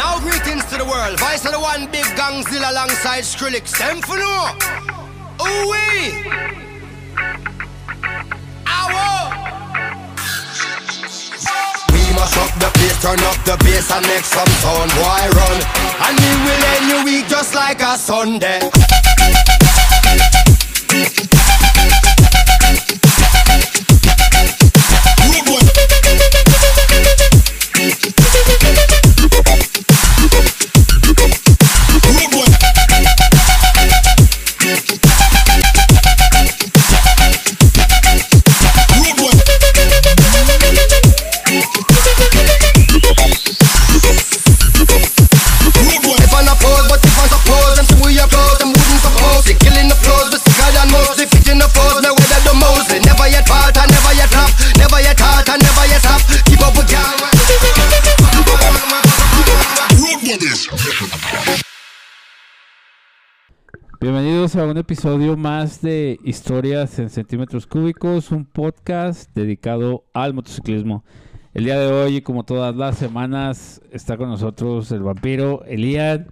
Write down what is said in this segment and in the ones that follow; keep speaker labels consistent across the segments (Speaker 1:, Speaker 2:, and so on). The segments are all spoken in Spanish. Speaker 1: Now greetings to the world. Vice of the one big gangzilla alongside Skrillex. Them for no. Ooh wee. We must up the pace, turn up the bass and make some sound. Why run? And we will end your week just like a Sunday. If I not pose, but if I suppose, them say we applause, them wouldn't suppose. They killing the flows, but sicker than most. They fitting the foes, now weather the most. They never yet part, I never yet flop, never yet halt, I never yet stop. Keep up with y'all.
Speaker 2: Bienvenidos a un episodio más de Historias en Centímetros Cúbicos, un podcast dedicado al motociclismo. El día de hoy, y como todas las semanas, está con nosotros el vampiro Elian.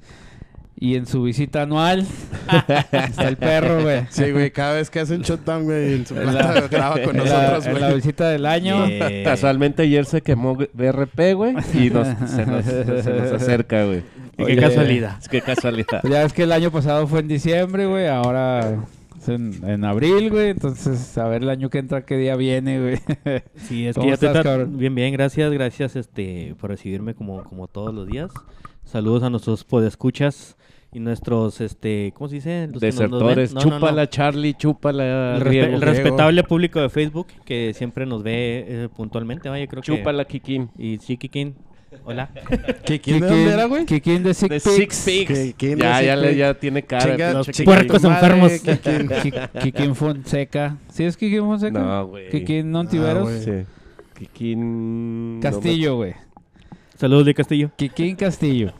Speaker 2: Y en su visita anual está el perro, güey.
Speaker 3: Sí, güey, cada vez que hacen shutdown, güey, en su planta graba con
Speaker 2: En la,
Speaker 3: nosotros,
Speaker 2: en
Speaker 3: güey.
Speaker 2: la visita del año.
Speaker 4: Casualmente ayer se quemó BRP, güey, y nos, se, nos, se nos acerca, güey.
Speaker 5: Y qué casualidad.
Speaker 4: Es que casualidad.
Speaker 2: Pues ya ves que el año pasado fue en diciembre, güey. Ahora es en, en abril, güey. Entonces, a ver el año que entra, qué día viene, güey.
Speaker 5: Sí, es
Speaker 2: ¿Cómo
Speaker 5: que ya estoy
Speaker 2: estás,
Speaker 5: tan-
Speaker 2: cabrón?
Speaker 5: Bien, bien, gracias, gracias este por recibirme como, como todos los días. Saludos a nuestros podescuchas y nuestros, este, ¿cómo se dice? Los que nos- nos ven.
Speaker 4: Desertores,
Speaker 5: No, no, no.
Speaker 4: chúpala, Charlie, chúpala,
Speaker 5: El, respe-
Speaker 4: Riego.
Speaker 5: el respetable público de Facebook que siempre nos ve eh, puntualmente, vaya, creo
Speaker 4: Chúpala, Kikín.
Speaker 5: que... Y Chiquiquín, hola.
Speaker 3: ¿Quién de dónde era, güey?
Speaker 2: Kikín de Six
Speaker 4: De
Speaker 2: Pigs.
Speaker 4: Six Pigs.
Speaker 3: Kikín de
Speaker 4: Ya,
Speaker 3: Six
Speaker 4: ya, le,
Speaker 3: Pigs.
Speaker 4: ya tiene
Speaker 3: Chinga-
Speaker 4: cara. los
Speaker 3: chinga-
Speaker 4: Kikín.
Speaker 5: Puercos
Speaker 3: madre,
Speaker 5: enfermos.
Speaker 3: Kikín.
Speaker 2: Ki- Kikín Fonseca. ¿Sí es Kikín Fonseca?
Speaker 4: No, güey.
Speaker 2: Kikín
Speaker 3: Ah,
Speaker 2: Nontiveros.
Speaker 3: güey.
Speaker 4: Sí. Kikín...
Speaker 2: Castillo, güey.
Speaker 5: Saludos de Castillo.
Speaker 2: Kikín Castillo.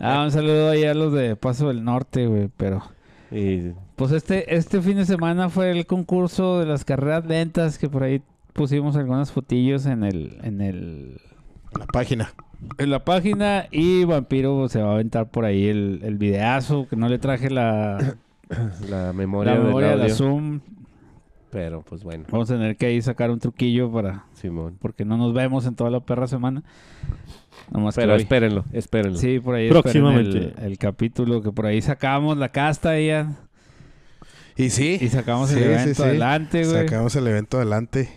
Speaker 2: Ah, un saludo ahí a los de Paso del Norte, güey. Pero.
Speaker 4: No me- y-
Speaker 2: Pues este, este fin de semana fue el concurso de las carreras lentas que por ahí pusimos algunas fotillos en el, en el,
Speaker 3: La página.
Speaker 2: en la página y Vampiro se va a aventar por ahí el, el videazo, que no le traje la,
Speaker 4: La memoria,
Speaker 2: la memoria de
Speaker 4: del
Speaker 2: la
Speaker 4: audio.
Speaker 2: Zoom.
Speaker 4: Pero, pues bueno,
Speaker 2: Vamos a tener que ahí sacar un truquillo para,
Speaker 4: Simón.
Speaker 2: porque no nos vemos en toda la perra semana. Nomás que
Speaker 4: Pero
Speaker 2: hoy.
Speaker 4: espérenlo, espérenlo.
Speaker 2: Sí, por ahí esperen
Speaker 5: Próximamente.
Speaker 2: El, el capítulo que por ahí sacamos la casta ella
Speaker 3: Y sí.
Speaker 2: y sacamos
Speaker 3: Sí,
Speaker 2: el
Speaker 3: sí,
Speaker 2: evento
Speaker 3: sí.
Speaker 2: adelante, güey.
Speaker 3: Sacamos el evento adelante.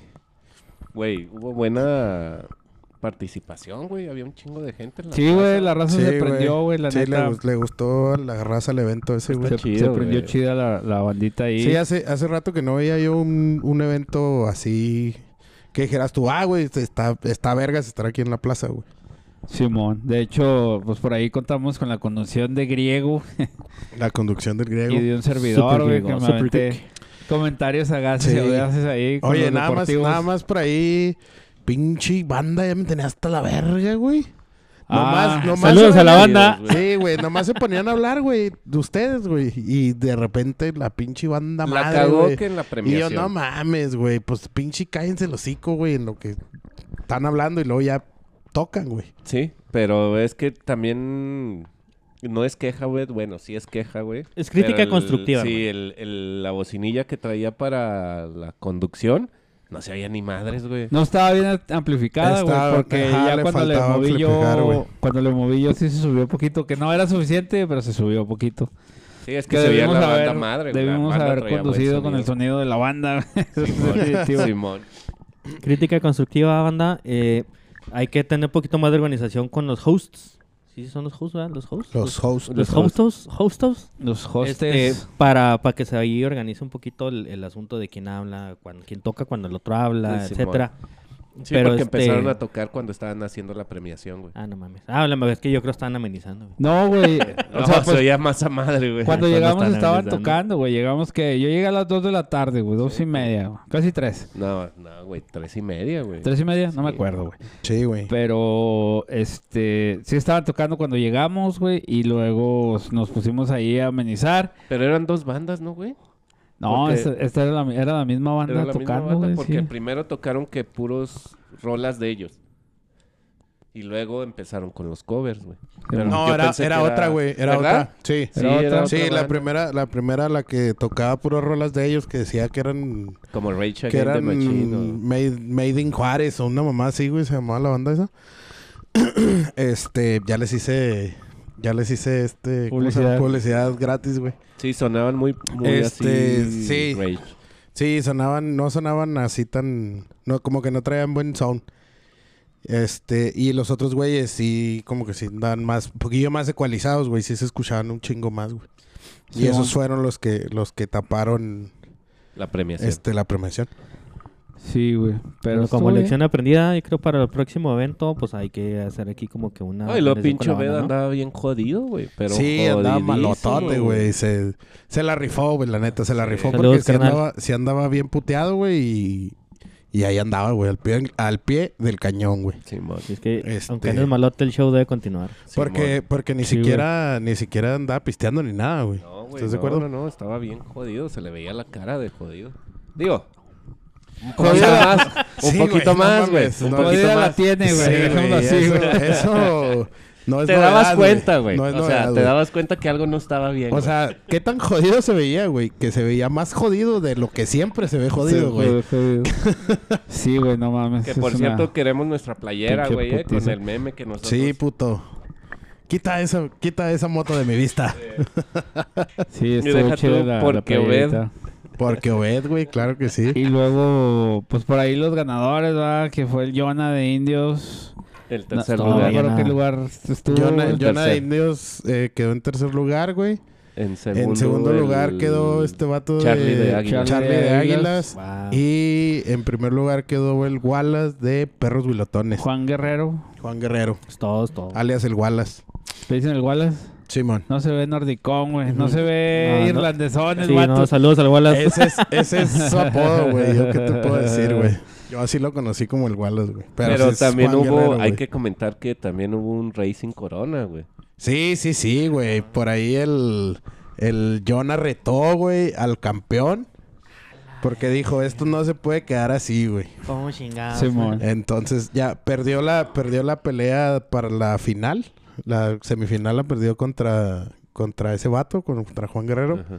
Speaker 4: Güey, hubo buena participación, güey. Había un chingo de gente en la
Speaker 2: Sí, güey, la raza
Speaker 3: Sí,
Speaker 2: se prendió, güey, la
Speaker 3: sí, le,
Speaker 2: neta.
Speaker 3: gus- le gustó a la raza el evento ese, güey.
Speaker 2: se,
Speaker 4: chido,
Speaker 2: se prendió
Speaker 4: güey.
Speaker 2: chida la, la bandita ahí.
Speaker 3: Sí, hace, hace rato que no veía yo un, un evento así que dijeras tú, ah, güey, está, está vergas estar aquí en la plaza, güey.
Speaker 2: Simón. De hecho, pues por ahí contamos con la conducción de Griego
Speaker 3: La conducción del griego.
Speaker 2: y de un servidor,
Speaker 5: Super
Speaker 2: güey, que
Speaker 5: Griego,
Speaker 2: me
Speaker 5: Super
Speaker 2: aventé
Speaker 5: Griego.
Speaker 2: comentarios sagaces
Speaker 3: Sí.
Speaker 2: y audaces ahí. con
Speaker 3: Oye,
Speaker 2: los
Speaker 3: nada más,
Speaker 2: deportivos.
Speaker 3: nada más por ahí, pinche banda, ya me tenía hasta la verga, güey.
Speaker 2: Ah,
Speaker 3: Nomás, nomás
Speaker 5: saludos
Speaker 3: se
Speaker 5: a la
Speaker 3: ponían-
Speaker 5: banda.
Speaker 3: Sí, güey, nomás se ponían a hablar, güey, de ustedes, güey. Y de repente la pinche banda
Speaker 4: La
Speaker 3: madre,
Speaker 4: cagó
Speaker 3: güey.
Speaker 4: que en la
Speaker 3: Y yo,
Speaker 4: premiación.
Speaker 3: no mames, güey, pues pinche cállense el hocico, güey, en lo que están hablando y luego ya tocan, güey.
Speaker 4: Sí, pero es que también no es queja, güey. Bueno, sí es queja, güey.
Speaker 5: Es crítica
Speaker 4: Pero el-
Speaker 5: constructiva,
Speaker 4: Sí,
Speaker 5: güey.
Speaker 4: el, el- la bocinilla que traía para la conducción no se oía ni madres, güey.
Speaker 2: No estaba bien a- amplificada, güey,
Speaker 3: Estaba-
Speaker 2: porque
Speaker 3: ajá,
Speaker 2: ya
Speaker 3: le
Speaker 2: cuando le
Speaker 3: faltaba
Speaker 2: moví
Speaker 3: amplificar, güey.
Speaker 2: yo, cuando le moví yo sí se subió poquito, que no era suficiente, pero se subió poquito.
Speaker 4: Sí, es que,
Speaker 2: Que
Speaker 4: se oía
Speaker 2: debimos
Speaker 4: la banda
Speaker 2: haber,
Speaker 4: madre. güey. La
Speaker 2: debimos
Speaker 4: banda
Speaker 2: haber
Speaker 4: traía buen
Speaker 2: conducido con el
Speaker 4: sonido.
Speaker 2: sonido de la banda. Eso es definitivo.
Speaker 4: Simón. Simón.
Speaker 5: Crítica constructiva, banda. Eh, hay que tener un poquito más de organización con los hosts. Sí, son los hosts, ¿verdad? Los hosts.
Speaker 3: Los hosts.
Speaker 5: los hostos, hostos,
Speaker 2: Los
Speaker 5: Este,
Speaker 2: hostes.
Speaker 5: para, para que se ahí organice un poquito el, el asunto de quién habla, cuan- quién toca cuando el otro habla,
Speaker 4: Sí, Simón.
Speaker 5: etcétera.
Speaker 4: Sí,
Speaker 5: Pero,
Speaker 4: porque
Speaker 5: este-
Speaker 4: empezaron a tocar cuando estaban haciendo la premiación, güey.
Speaker 5: Ah, no mames. Ah, la verdad es que yo creo que están amenizando. güey.
Speaker 2: No, güey. o
Speaker 4: No,
Speaker 2: sea,
Speaker 4: se
Speaker 2: pues,
Speaker 4: oía más a madre, güey.
Speaker 5: Cuando
Speaker 2: cuando llegamos
Speaker 5: están
Speaker 2: estaban
Speaker 5: analizando.
Speaker 2: tocando, güey. Llegamos que yo llegué a las 2 de la tarde, güey. Dos y media, güey, casi tres.
Speaker 4: No, no, güey. Tres y media, güey.
Speaker 2: ¿Tres y media? No me
Speaker 4: Sí.
Speaker 2: acuerdo, güey.
Speaker 3: Sí, güey.
Speaker 2: Pero, este, sí estaban tocando cuando llegamos, güey. Y luego nos pusimos ahí a amenizar.
Speaker 4: Pero eran dos bandas, ¿no, güey?
Speaker 2: No,
Speaker 4: Porque-
Speaker 2: esta, esta era, la, era la misma banda
Speaker 4: Era la misma
Speaker 2: tocando,
Speaker 4: banda
Speaker 2: güey.
Speaker 4: porque
Speaker 2: sí.
Speaker 4: primero tocaron que puros rolas de ellos. Y luego empezaron con los covers, güey. Pero
Speaker 3: No,
Speaker 4: yo
Speaker 3: era,
Speaker 4: pensé que
Speaker 3: era otra, güey. Era
Speaker 4: ¿verdad?
Speaker 3: otra. Sí.
Speaker 4: Sí, era otra
Speaker 3: Sí, la
Speaker 4: banda.
Speaker 3: primera, la primera, la que tocaba puras rolas de ellos, que decía que eran,
Speaker 4: Como Rage
Speaker 3: que
Speaker 4: Against the
Speaker 3: eran mm,
Speaker 4: Machine. o-
Speaker 3: made, made in Juárez o una mamá así, güey, se llamaba la banda esa. este, ya les hice, ya les hice este ¿cómo se
Speaker 2: Publicidad.
Speaker 3: llama? publicidad gratis, güey.
Speaker 4: Sí, sonaban muy, muy
Speaker 3: Este,
Speaker 4: así.
Speaker 3: sí.
Speaker 4: Rage.
Speaker 3: Sí, sonaban, no sonaban así tan, no, como que no traían buen sound. Este, y los otros güeyes sí, como que sí dan más, un poquillo más ecualizados, güey, sí se escuchaban un chingo más, güey. y
Speaker 2: Sí,
Speaker 3: esos
Speaker 2: mon.
Speaker 3: fueron los que, los que taparon
Speaker 4: La premiación.
Speaker 3: este la premiación.
Speaker 2: Sí, güey. Pero
Speaker 5: Pero como
Speaker 2: estuvo bien.
Speaker 5: lección aprendida, yo creo para el próximo evento, pues hay que hacer aquí como que una.
Speaker 4: Ay, lo
Speaker 5: organización
Speaker 4: pincho
Speaker 5: con la
Speaker 4: Veda
Speaker 5: banda,
Speaker 4: andaba bien jodido, güey. Pero
Speaker 3: sí, andaba
Speaker 4: jodidísimo,
Speaker 3: malotote, güey. Se, se la rifó, güey, la neta, se la rifó
Speaker 5: Saludos,
Speaker 3: porque sí
Speaker 5: carnal.
Speaker 3: andaba, sí andaba bien puteado, güey, y, y ahí andaba, güey, al pie, al pie del cañón, güey.
Speaker 4: Simón.
Speaker 5: ¿no? Así es que,
Speaker 3: Este-
Speaker 5: aunque andes malote, el show debe continuar.
Speaker 3: Porque, porque ni
Speaker 2: Sí, güey.
Speaker 3: siquiera, ni siquiera andaba pisteando ni nada, güey.
Speaker 4: No, güey.
Speaker 3: ¿Estás
Speaker 4: no,
Speaker 3: de acuerdo?
Speaker 4: No, no, estaba bien jodido. Se le veía la cara de jodido. Digo. Un poquito
Speaker 3: Jodida.
Speaker 4: más. Un
Speaker 3: Sí,
Speaker 4: poquito
Speaker 3: güey, no
Speaker 4: más, güey.
Speaker 3: mames,
Speaker 4: un
Speaker 3: no.
Speaker 4: poquito
Speaker 2: Jodida
Speaker 4: más.
Speaker 2: la tiene, güey.
Speaker 3: Sí,
Speaker 2: dejémoslo
Speaker 3: güey,
Speaker 2: así,
Speaker 3: eso,
Speaker 2: güey.
Speaker 3: eso no es
Speaker 4: Te
Speaker 3: novedad,
Speaker 4: dabas cuenta, güey.
Speaker 3: No es
Speaker 4: o sea,
Speaker 3: novedad,
Speaker 4: te
Speaker 3: güey.
Speaker 4: dabas cuenta que algo no estaba bien.
Speaker 3: O
Speaker 4: güey.
Speaker 3: sea, ¿qué tan jodido se veía, güey? Que se veía más jodido de lo que siempre se ve
Speaker 2: Sí,
Speaker 3: jodido, güey.
Speaker 2: jodido. Sí, güey, no mames.
Speaker 4: que
Speaker 2: es
Speaker 4: por
Speaker 2: una-
Speaker 4: cierto queremos nuestra playera,
Speaker 2: pinche
Speaker 4: güey, eh, con
Speaker 2: putiza.
Speaker 4: el meme que nosotros.
Speaker 3: Sí, puto. Quita esa, quita esa moto de mi vista.
Speaker 2: Sí, estuvo
Speaker 4: deja
Speaker 2: chido
Speaker 4: tú,
Speaker 2: la, la
Speaker 4: porque Obed-
Speaker 2: playerita.
Speaker 3: Porque Obed, güey, claro que sí.
Speaker 2: Y luego, pues por ahí los ganadores, ¿verdad? Que fue el Jonah de Indios.
Speaker 4: El
Speaker 2: No,
Speaker 4: tercer
Speaker 2: no me
Speaker 4: lugar
Speaker 5: ya.
Speaker 2: acuerdo
Speaker 5: Jonah.
Speaker 2: qué lugar estuvo.
Speaker 3: Jonah,
Speaker 4: el
Speaker 3: Jonah de
Speaker 4: tercer.
Speaker 3: Indios eh, quedó en tercer lugar, güey.
Speaker 4: En segundo,
Speaker 3: En segundo
Speaker 4: el-
Speaker 3: lugar quedó este vato
Speaker 4: Charlie de Águilas.
Speaker 3: Charlie de Águilas.
Speaker 5: Wow.
Speaker 3: Y en primer lugar quedó el Wallace de Perros Bilotones.
Speaker 2: Juan Guerrero.
Speaker 3: Juan Guerrero,
Speaker 5: Pues todos, todos.
Speaker 3: alias el Wallace.
Speaker 2: Le dicen el Wallace.
Speaker 3: Simón.
Speaker 2: No se ve nordicón, güey. No se ve
Speaker 5: No, no.
Speaker 2: irlandesón el
Speaker 5: Sí,
Speaker 2: vato.
Speaker 5: no, saludos al Wallace.
Speaker 3: Ese es, ese es su apodo, güey. Yo qué te puedo decir, güey. Yo así lo conocí como el Wallace, güey.
Speaker 4: Pero,
Speaker 3: sí es
Speaker 4: también
Speaker 3: Juan
Speaker 4: hubo,
Speaker 3: Guerrero,
Speaker 4: hay
Speaker 3: güey.
Speaker 4: que comentar que también hubo un Racing Corona, güey.
Speaker 3: Sí, sí, sí,
Speaker 2: Ah.
Speaker 3: güey. Por ahí el... El Jonah retó, güey, al campeón. Porque dijo, esto no se puede quedar así, güey.
Speaker 5: ¿Cómo chingados?
Speaker 3: Eh,
Speaker 2: Simón.
Speaker 3: Entonces ya perdió la, perdió la pelea para la final. La semifinal la perdió contra, contra ese vato, contra Juan Guerrero.
Speaker 4: Ajá.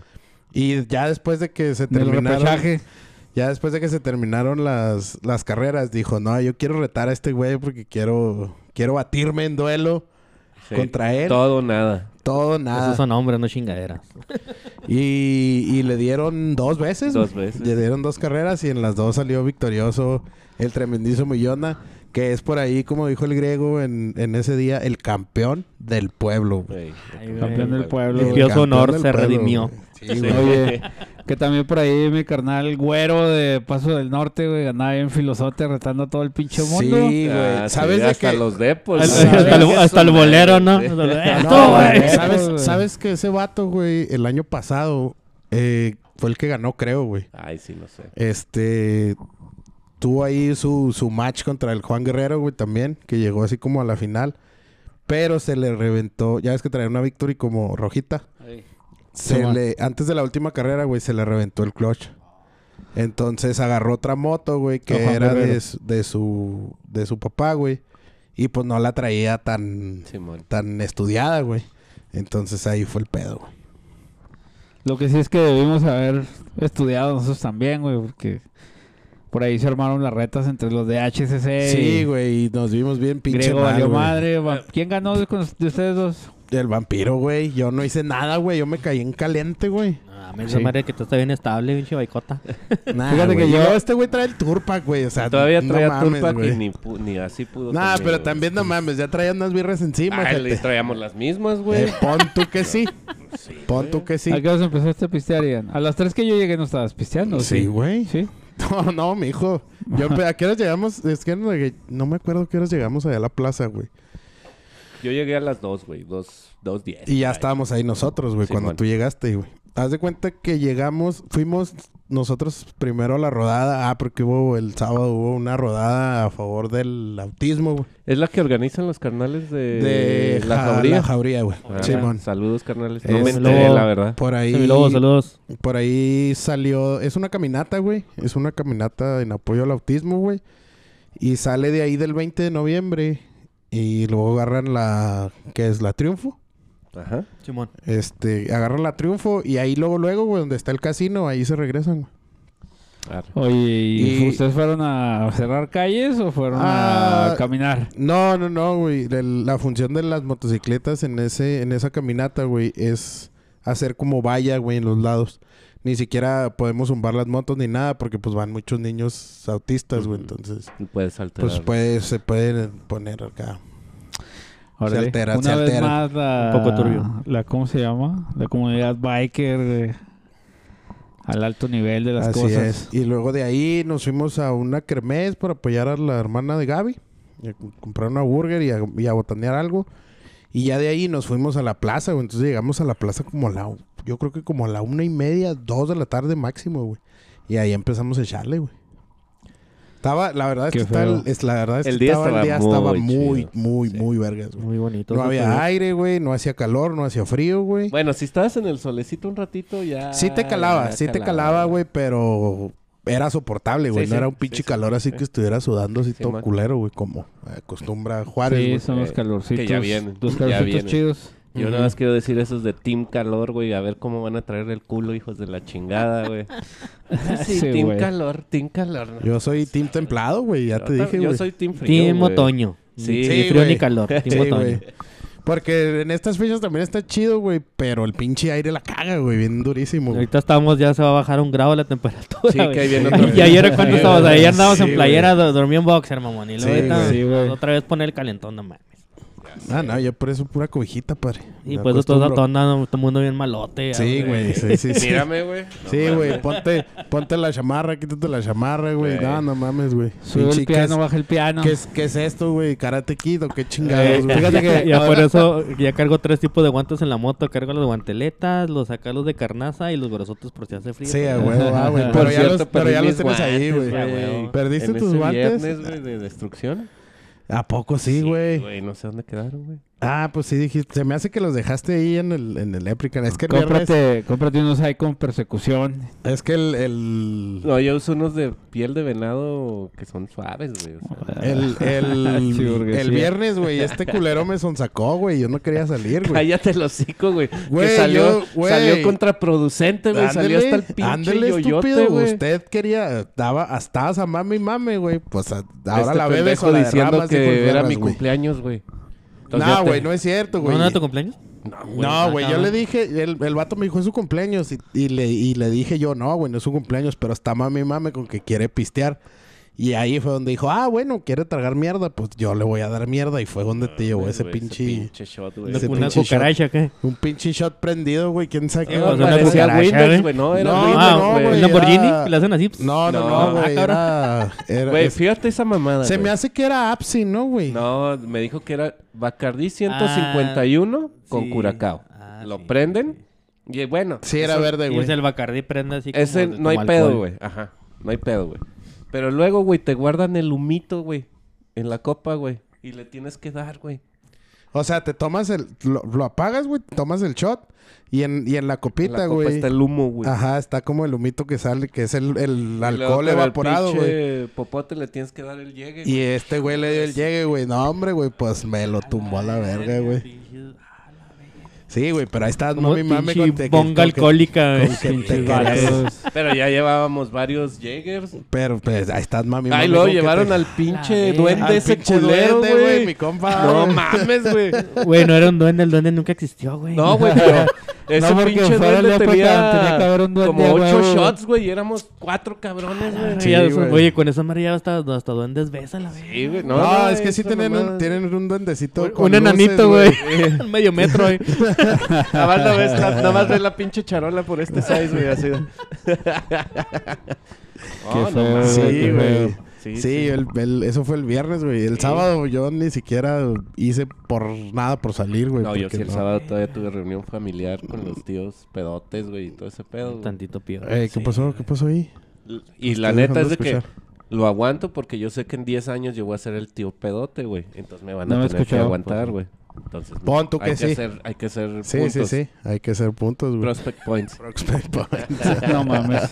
Speaker 3: Y ya después de que se
Speaker 2: Del
Speaker 3: terminaron,
Speaker 2: repechaje.
Speaker 3: ya después de que se terminaron las, las carreras, dijo, no, yo quiero retar a este güey porque quiero, quiero batirme en duelo.
Speaker 4: Sí.
Speaker 3: Contra él.
Speaker 4: Todo o nada.
Speaker 3: Todo,
Speaker 5: Esos
Speaker 3: nada.
Speaker 5: son hombres, no chingaderas.
Speaker 3: Y, y le dieron dos veces.
Speaker 4: Dos
Speaker 3: güey.
Speaker 4: veces.
Speaker 3: Le dieron dos carreras y en las dos salió victorioso el tremendísimo Yona, que es por ahí, como dijo el griego en, en ese día, el campeón del pueblo. güey.
Speaker 4: güey.
Speaker 5: Ay, güey.
Speaker 2: Campeón
Speaker 4: eh,
Speaker 2: del
Speaker 3: El
Speaker 2: pueblo. güey.
Speaker 5: Religioso
Speaker 3: campeón
Speaker 5: honor
Speaker 3: del
Speaker 5: se
Speaker 3: pueblo,
Speaker 5: redimió.
Speaker 3: güey. Sí,
Speaker 4: Sí.
Speaker 3: güey.
Speaker 2: Oye, que también por ahí mi carnal güero de Paso del Norte, güey, ganaba bien filosote retando a todo el pinche mundo.
Speaker 3: Sí, güey.
Speaker 4: Ah, sí,
Speaker 3: ¿Sabes de
Speaker 4: hasta
Speaker 3: que...
Speaker 4: los depos.
Speaker 5: Hasta, hasta el, hasta el bolero, ¿no? Esto,
Speaker 3: No,
Speaker 5: güey.
Speaker 3: güey, ¿sabes,
Speaker 2: güey.
Speaker 3: sabes que ese vato, güey, el año pasado eh, fue el que ganó, creo, güey.
Speaker 4: Ay, sí, no sé.
Speaker 3: Este tuvo ahí su, su match contra el Juan Guerrero, güey, también, que llegó así como a la final. Pero se le reventó, ya ves que traía una victory como rojita. Se
Speaker 2: Simón.
Speaker 3: le, antes de la última carrera, güey, se le reventó el clutch. Entonces agarró otra moto, güey, que
Speaker 2: Juan
Speaker 3: era de,
Speaker 2: Guerrero.
Speaker 3: su- de su de su papá, güey. Y pues no la traía tan,
Speaker 4: Simón.
Speaker 3: tan estudiada, güey. Entonces ahí fue el pedo, güey.
Speaker 2: Lo que sí es que debimos haber estudiado nosotros también, güey, porque por ahí se armaron las retas entre los de HCC.
Speaker 3: Sí,
Speaker 2: y
Speaker 3: güey, y nos vimos bien pinche
Speaker 2: Griego
Speaker 3: mal,
Speaker 2: valió
Speaker 3: güey.
Speaker 2: madre. va- ¿Quién ganó de, con- de ustedes dos?
Speaker 3: El vampiro, güey. Yo no hice nada, güey. Yo me caí en caliente, güey.
Speaker 5: Ah, me
Speaker 2: Sí.
Speaker 5: dice madre que tú estás bien estable, pinche baicota.
Speaker 3: Nah,
Speaker 2: Fíjate
Speaker 3: güey.
Speaker 2: que
Speaker 3: Y
Speaker 2: yo-
Speaker 3: luego este güey trae el Turpac, güey. O sea,
Speaker 4: Todavía
Speaker 3: no
Speaker 4: traía
Speaker 3: mames,
Speaker 4: turpa
Speaker 3: güey.
Speaker 4: que ni, pu- ni así pudo.
Speaker 3: Nah,
Speaker 4: conmigo,
Speaker 3: pero
Speaker 4: güey.
Speaker 3: también no mames. Ya traía unas birras encima,
Speaker 4: Ay,
Speaker 3: gente.
Speaker 4: le traíamos las mismas, güey.
Speaker 3: Eh, pon tú que sí. pon tú que sí.
Speaker 2: ¿A qué hora empezaste a pistear, Ian? A las tres que yo llegué no estabas pisteando.
Speaker 3: Sí, güey.
Speaker 2: Sí.
Speaker 3: No, no, mijo. Yo, empe- ¿A qué horas llegamos? Es que no, no me acuerdo a qué horas llegamos allá a la plaza, güey.
Speaker 4: Yo llegué a las dos, güey. Dos, dos diez.
Speaker 3: Y ya
Speaker 4: Ay.
Speaker 3: estábamos ahí nosotros, güey,
Speaker 4: Sí,
Speaker 3: cuando
Speaker 4: bueno.
Speaker 3: tú llegaste, güey. Haz de cuenta que llegamos, fuimos nosotros primero a la rodada. Ah, porque hubo el sábado hubo una rodada a favor del autismo, güey.
Speaker 4: Es la que organizan los carnales de,
Speaker 3: De
Speaker 4: Eh, la
Speaker 3: Ja-
Speaker 4: jauría.
Speaker 3: La jauría, güey.
Speaker 4: Ah,
Speaker 3: Simón. Este,
Speaker 4: Saludos, carnales. No
Speaker 3: Es
Speaker 4: me enteré,
Speaker 5: lo-
Speaker 4: la verdad.
Speaker 3: Por ahí.
Speaker 5: Saludos, saludos.
Speaker 3: Por ahí salió. Es una caminata, güey. Es una caminata en apoyo al autismo, güey. Y sale de ahí del 20 de noviembre. Y luego agarran la... ¿Qué es? ¿La Triunfo? pues,
Speaker 4: Ajá.
Speaker 5: Simón.
Speaker 3: Este, agarran la Triunfo y ahí luego, luego, güey, donde está el casino, ahí se regresan, güey.
Speaker 4: Arre.
Speaker 2: Oye, ¿y
Speaker 3: Y-
Speaker 2: ustedes fueron a cerrar calles o fueron a
Speaker 3: Ah,
Speaker 2: caminar?
Speaker 3: No, no, no, güey. El- La función de las motocicletas en ese, en esa caminata, güey, es hacer como valla, güey, en los lados. Ni siquiera podemos zumbar las motos ni nada, porque pues van muchos niños autistas, güey. Entonces,
Speaker 4: Y Puedes saltar.
Speaker 3: pues puede, se pueden poner acá.
Speaker 2: Órale.
Speaker 3: altera,
Speaker 2: Una
Speaker 3: se
Speaker 2: vez
Speaker 3: altera.
Speaker 2: más la,
Speaker 5: Un poco turbio.
Speaker 2: la ¿cómo se llama? La comunidad biker eh, al alto nivel de las
Speaker 3: Así
Speaker 2: cosas.
Speaker 3: es. Y luego de ahí nos fuimos a una kermés para apoyar a la hermana de Gaby. Y a com- comprar una burger y a, y a botanear algo. Y ya de ahí nos fuimos a la plaza, güey. Entonces llegamos a la plaza como a la... u- Yo creo que como a la una y media, dos de la tarde máximo, güey. Y ahí empezamos a echarle, güey. Estaba... La verdad es
Speaker 2: Qué
Speaker 3: que está el-
Speaker 2: feo.
Speaker 3: es, la verdad es
Speaker 4: El
Speaker 3: que
Speaker 4: día
Speaker 3: estaba, el día
Speaker 4: estaba
Speaker 3: estaba
Speaker 4: muy
Speaker 3: muy,
Speaker 4: chido.
Speaker 3: muy, muy vergas, güey.
Speaker 5: Muy bonito.
Speaker 3: No
Speaker 5: eso
Speaker 3: había
Speaker 2: pues,
Speaker 5: se ve.
Speaker 3: aire, güey. No hacía calor, no hacía frío, güey.
Speaker 4: Bueno, si estabas en el solecito un ratito, ya.
Speaker 3: Sí te calaba,
Speaker 4: ya
Speaker 3: sí te calaba, güey, pero era soportable, güey.
Speaker 4: Sí,
Speaker 3: no
Speaker 4: sí,
Speaker 3: era un
Speaker 4: sí,
Speaker 3: pinche
Speaker 4: sí,
Speaker 3: calor así que estuviera sudando así
Speaker 4: Sí,
Speaker 3: todo
Speaker 4: man.
Speaker 3: culero, güey, como acostumbra Juárez,
Speaker 2: Sí,
Speaker 3: güey.
Speaker 2: son los
Speaker 4: Eh,
Speaker 2: calorcitos.
Speaker 4: que ya vienen,
Speaker 2: Los
Speaker 4: ya
Speaker 2: calorcitos
Speaker 4: vienen.
Speaker 2: chidos.
Speaker 4: Yo nada más quiero decir esos de Team Calor, güey. A ver cómo van a traer el culo, hijos de la chingada, güey. Sí,
Speaker 2: Ese
Speaker 4: Team
Speaker 2: güey.
Speaker 4: Calor, Team Calor. no.
Speaker 3: Yo soy team templado, güey, ya
Speaker 4: Yo
Speaker 3: te
Speaker 4: ta-
Speaker 3: dije,
Speaker 4: Yo
Speaker 3: güey.
Speaker 4: soy Team Frío.
Speaker 5: Team
Speaker 4: güey.
Speaker 5: otoño.
Speaker 4: Sí,
Speaker 5: Ni
Speaker 3: Sí,
Speaker 5: frío ni
Speaker 3: güey.
Speaker 5: calor. Team
Speaker 3: Sí,
Speaker 5: otoño.
Speaker 3: güey. Porque en estas fechas también está chido, güey, pero el pinche aire la caga, güey, bien durísimo. güey.
Speaker 5: Ahorita estamos, ya se va a bajar un grado la temperatura.
Speaker 4: Sí, que ahí viene
Speaker 5: güey.
Speaker 4: otra
Speaker 5: Y ayer
Speaker 4: vez.
Speaker 5: cuando
Speaker 4: Sí,
Speaker 5: estábamos,
Speaker 4: güey.
Speaker 5: ayer andábamos
Speaker 3: Sí,
Speaker 5: en playera, do- dormí en boxer, mamón. Y luego
Speaker 3: Sí,
Speaker 5: ahorita
Speaker 3: güey.
Speaker 2: Sí, güey.
Speaker 5: otra vez poner el calentón, no mames.
Speaker 3: Ah, no, yo por eso pura cobijita, padre.
Speaker 5: Y
Speaker 3: Me
Speaker 5: pues todos
Speaker 3: acostumbro.
Speaker 5: todo andando, todo el mundo bien malote.
Speaker 3: Sí,
Speaker 5: güey.
Speaker 3: güey, sí, sí, sí.
Speaker 4: Mírame, güey. No
Speaker 3: Sí,
Speaker 4: mames.
Speaker 3: güey, ponte, ponte la chamarra, quítate la chamarra,
Speaker 4: Sí.
Speaker 3: güey. No, no mames, güey.
Speaker 2: Sube el
Speaker 3: Pinche, ¿qué
Speaker 2: piano,
Speaker 3: es-
Speaker 2: baja el piano.
Speaker 3: ¿Qué es, ¿Qué es esto, güey? ¿Karate Kid o qué
Speaker 2: Eh,
Speaker 3: chingados, güey?
Speaker 2: fíjate que
Speaker 5: Ya por
Speaker 2: ahora-
Speaker 5: eso ya cargo tres tipos de guantes en la moto. Cargo los guanteletas, los sacalos de carnaza y los brazotes por si hace frío.
Speaker 3: Sí, a
Speaker 5: porque-
Speaker 3: huevo, ah, güey.
Speaker 2: Por
Speaker 3: Pero, ya
Speaker 4: cierto,
Speaker 3: los,
Speaker 4: perdí
Speaker 3: pero ya los
Speaker 4: mis
Speaker 3: tienes ahí,
Speaker 4: guantes,
Speaker 5: güey, a
Speaker 3: güey.
Speaker 5: huevo.
Speaker 3: ¿Perdiste
Speaker 4: En
Speaker 3: tus
Speaker 4: ese
Speaker 3: guantes?
Speaker 4: viernes, güey, de destrucción.
Speaker 3: ¿A poco sí, güey?
Speaker 4: Güey, no sé dónde quedaron, güey.
Speaker 3: ah, pues sí dijiste. Se me hace que los dejaste ahí en el, en el Eprican. Es que el viernes...
Speaker 2: Cómprate, cómprate unos Icon Persecución.
Speaker 3: Es que el... El,
Speaker 4: No, yo uso unos de piel de venado que son suaves, güey. o sea.
Speaker 3: el, el,
Speaker 2: Sí, porque
Speaker 3: el
Speaker 2: sí.
Speaker 3: viernes, güey. Este culero me sonsacó, güey. Yo no quería salir, güey.
Speaker 4: Cállate el hocico, güey. Que
Speaker 3: Güey,
Speaker 4: salió,
Speaker 3: yo- güey.
Speaker 4: salió contraproducente, güey. Salió hasta el pinche
Speaker 3: ándele,
Speaker 4: yoyote, güey.
Speaker 3: Usted quería, estaba, estabas a mame y mame, güey. Pues a- ahora
Speaker 4: Este
Speaker 3: la bebes
Speaker 4: pendejo
Speaker 3: o la
Speaker 4: diciendo
Speaker 3: derramas, hijo de
Speaker 4: que era
Speaker 3: perras,
Speaker 4: mi
Speaker 3: güey.
Speaker 4: cumpleaños, güey. Entonces ya
Speaker 3: No,
Speaker 4: te-
Speaker 3: güey, no es cierto,
Speaker 5: ¿No,
Speaker 3: güey.
Speaker 5: no era tu cumpleaños?
Speaker 3: No, güey,
Speaker 5: Ah,
Speaker 3: yo
Speaker 5: cabrón.
Speaker 3: le dije, el, el vato me dijo es su cumpleaños y, y le, y le dije yo, no, güey, no es su cumpleaños, pero está mami mame con que quiere pistear. Y ahí fue donde dijo, ah, bueno, quiere tragar mierda, pues yo le voy a dar mierda. Y fue donde te llevó
Speaker 4: Güey,
Speaker 3: ese
Speaker 4: güey,
Speaker 3: pinche,
Speaker 4: pinche shot, güey.
Speaker 5: Una-
Speaker 3: ese
Speaker 5: Una
Speaker 3: pinche shot.
Speaker 5: cucaracha, ¿qué?
Speaker 3: un pinche shot prendido, güey, quién sabe qué.
Speaker 5: Eh,
Speaker 4: No,
Speaker 5: pues, una
Speaker 3: madre.
Speaker 4: parecía
Speaker 5: cucaracha,
Speaker 4: Windows,
Speaker 5: güey.
Speaker 4: güey. No, era
Speaker 3: No,
Speaker 4: Windows,
Speaker 5: Ah,
Speaker 3: no,
Speaker 4: güey.
Speaker 5: ¿Un
Speaker 3: güey,
Speaker 5: Lamborghini?
Speaker 3: era-
Speaker 5: ¿Le hacen así? pss?
Speaker 3: No, no,
Speaker 4: No,
Speaker 3: no, güey,
Speaker 5: ah, cabrón.
Speaker 3: era... era-
Speaker 4: Güey,
Speaker 3: es-
Speaker 4: fíjate esa mamada.
Speaker 3: se me
Speaker 4: güey.
Speaker 3: hace que era Apsi, ¿no, güey?
Speaker 4: No, me dijo que era Bacardi 151 con
Speaker 5: sí.
Speaker 4: Curacao.
Speaker 5: Ah,
Speaker 4: Lo
Speaker 5: sí,
Speaker 4: prenden. Y eh, bueno.
Speaker 3: Sí, era
Speaker 4: eso-
Speaker 3: verde,
Speaker 5: Y
Speaker 3: güey.
Speaker 5: es el Bacardi prende así como-
Speaker 4: Ese
Speaker 5: como
Speaker 4: no hay
Speaker 5: alcohol.
Speaker 4: pedo, güey. Ajá. No hay pedo, güey. Pero luego, güey, te guardan el humito, güey. En la copa, güey. Y le tienes que dar, güey.
Speaker 3: O sea, te tomas el... Lo, lo apagas, güey, te tomas el shot y en, y en la
Speaker 4: En
Speaker 3: copita,
Speaker 4: la copa
Speaker 3: güey.
Speaker 4: está el humo, güey.
Speaker 3: Ajá, está como el humito que sale, que es el, el
Speaker 4: pues. Y luego
Speaker 3: alcohol
Speaker 4: con el
Speaker 3: evaporado, güey.
Speaker 4: pinche Popote le tienes que dar el llegue.
Speaker 3: Y este güey le dio el llegue, güey. No, hombre, güey, pues me lo tumbó a la verga, güey. Sí, güey, pero ahí está
Speaker 5: Como
Speaker 3: mami mame
Speaker 5: pinche
Speaker 3: con te- con
Speaker 5: bonga
Speaker 3: que-
Speaker 5: alcohólica, güey.
Speaker 3: con que te
Speaker 2: Pinches
Speaker 3: querías.
Speaker 2: vatos.
Speaker 4: Pero ya llevábamos varios Jaegers.
Speaker 3: Pero pues ahí está mami mame.
Speaker 4: Ay, luego
Speaker 3: con que
Speaker 4: llevaron
Speaker 3: te-
Speaker 4: al
Speaker 5: La
Speaker 4: pinche
Speaker 5: verga.
Speaker 4: duende
Speaker 3: al
Speaker 4: ese
Speaker 3: pinche
Speaker 4: culero,
Speaker 3: duende,
Speaker 4: güey.
Speaker 3: mi compa.
Speaker 4: No
Speaker 3: güey.
Speaker 4: mames, güey.
Speaker 5: Güey, no era un duende, el duende nunca existió, güey.
Speaker 4: No, güey, pero ese
Speaker 2: No, porque
Speaker 4: pinche
Speaker 2: fuera
Speaker 4: duende
Speaker 2: el Leopard,
Speaker 4: tenía,
Speaker 2: tenía que haber un duende,
Speaker 4: como ocho
Speaker 2: güey.
Speaker 4: shots, güey, y éramos cuatro cabrones, güey.
Speaker 5: Sí, ya,
Speaker 3: güey.
Speaker 5: oye, con esa madre ya hasta, hasta duendes besa la verga.
Speaker 4: Sí, güey.
Speaker 3: No,
Speaker 4: No, no,
Speaker 3: es que sí
Speaker 4: esa
Speaker 3: tienen
Speaker 4: mamada.
Speaker 3: un, tienen un duendecito.
Speaker 5: Un-
Speaker 3: con
Speaker 5: un
Speaker 3: luces,
Speaker 5: enanito, güey. Un medio metro, güey.
Speaker 4: Nada más, la ves la- nada más ves la pinche charola por este size, güey, así.
Speaker 2: Qué
Speaker 4: no
Speaker 2: feo,
Speaker 4: mames.
Speaker 2: güey,
Speaker 3: Sí,
Speaker 2: qué feo.
Speaker 3: güey.
Speaker 4: Ah, Sí,
Speaker 3: Sí,
Speaker 4: sí.
Speaker 3: el- el- eso fue el viernes, güey. El sábado yo ni siquiera hice por nada por salir, güey.
Speaker 4: No, yo
Speaker 3: porque
Speaker 4: sí el sábado todavía tuve reunión familiar con los tíos pedotes, güey, y todo ese pedo. güey.
Speaker 5: Tantito pío.
Speaker 3: Eh, ¿Qué pasó? ¿Qué pasó ahí?
Speaker 4: Y la
Speaker 3: Estoy
Speaker 4: neta es
Speaker 3: dejando
Speaker 4: de
Speaker 3: de
Speaker 4: que
Speaker 3: escuchar.
Speaker 4: lo aguanto porque yo sé que en 10 años yo voy a ser el tío pedote, güey. Entonces me van
Speaker 2: No
Speaker 4: a
Speaker 2: me
Speaker 4: tener que
Speaker 2: escuchaba.
Speaker 4: aguantar, güey. Entonces,
Speaker 3: pues. Pon tú
Speaker 4: hay
Speaker 3: que sí.
Speaker 4: hacer- hay que hacer
Speaker 3: Sí,
Speaker 4: puntos.
Speaker 3: sí, sí. Hay que hacer puntos, güey.
Speaker 4: Prospect points.
Speaker 3: Prospect point.
Speaker 2: No mames.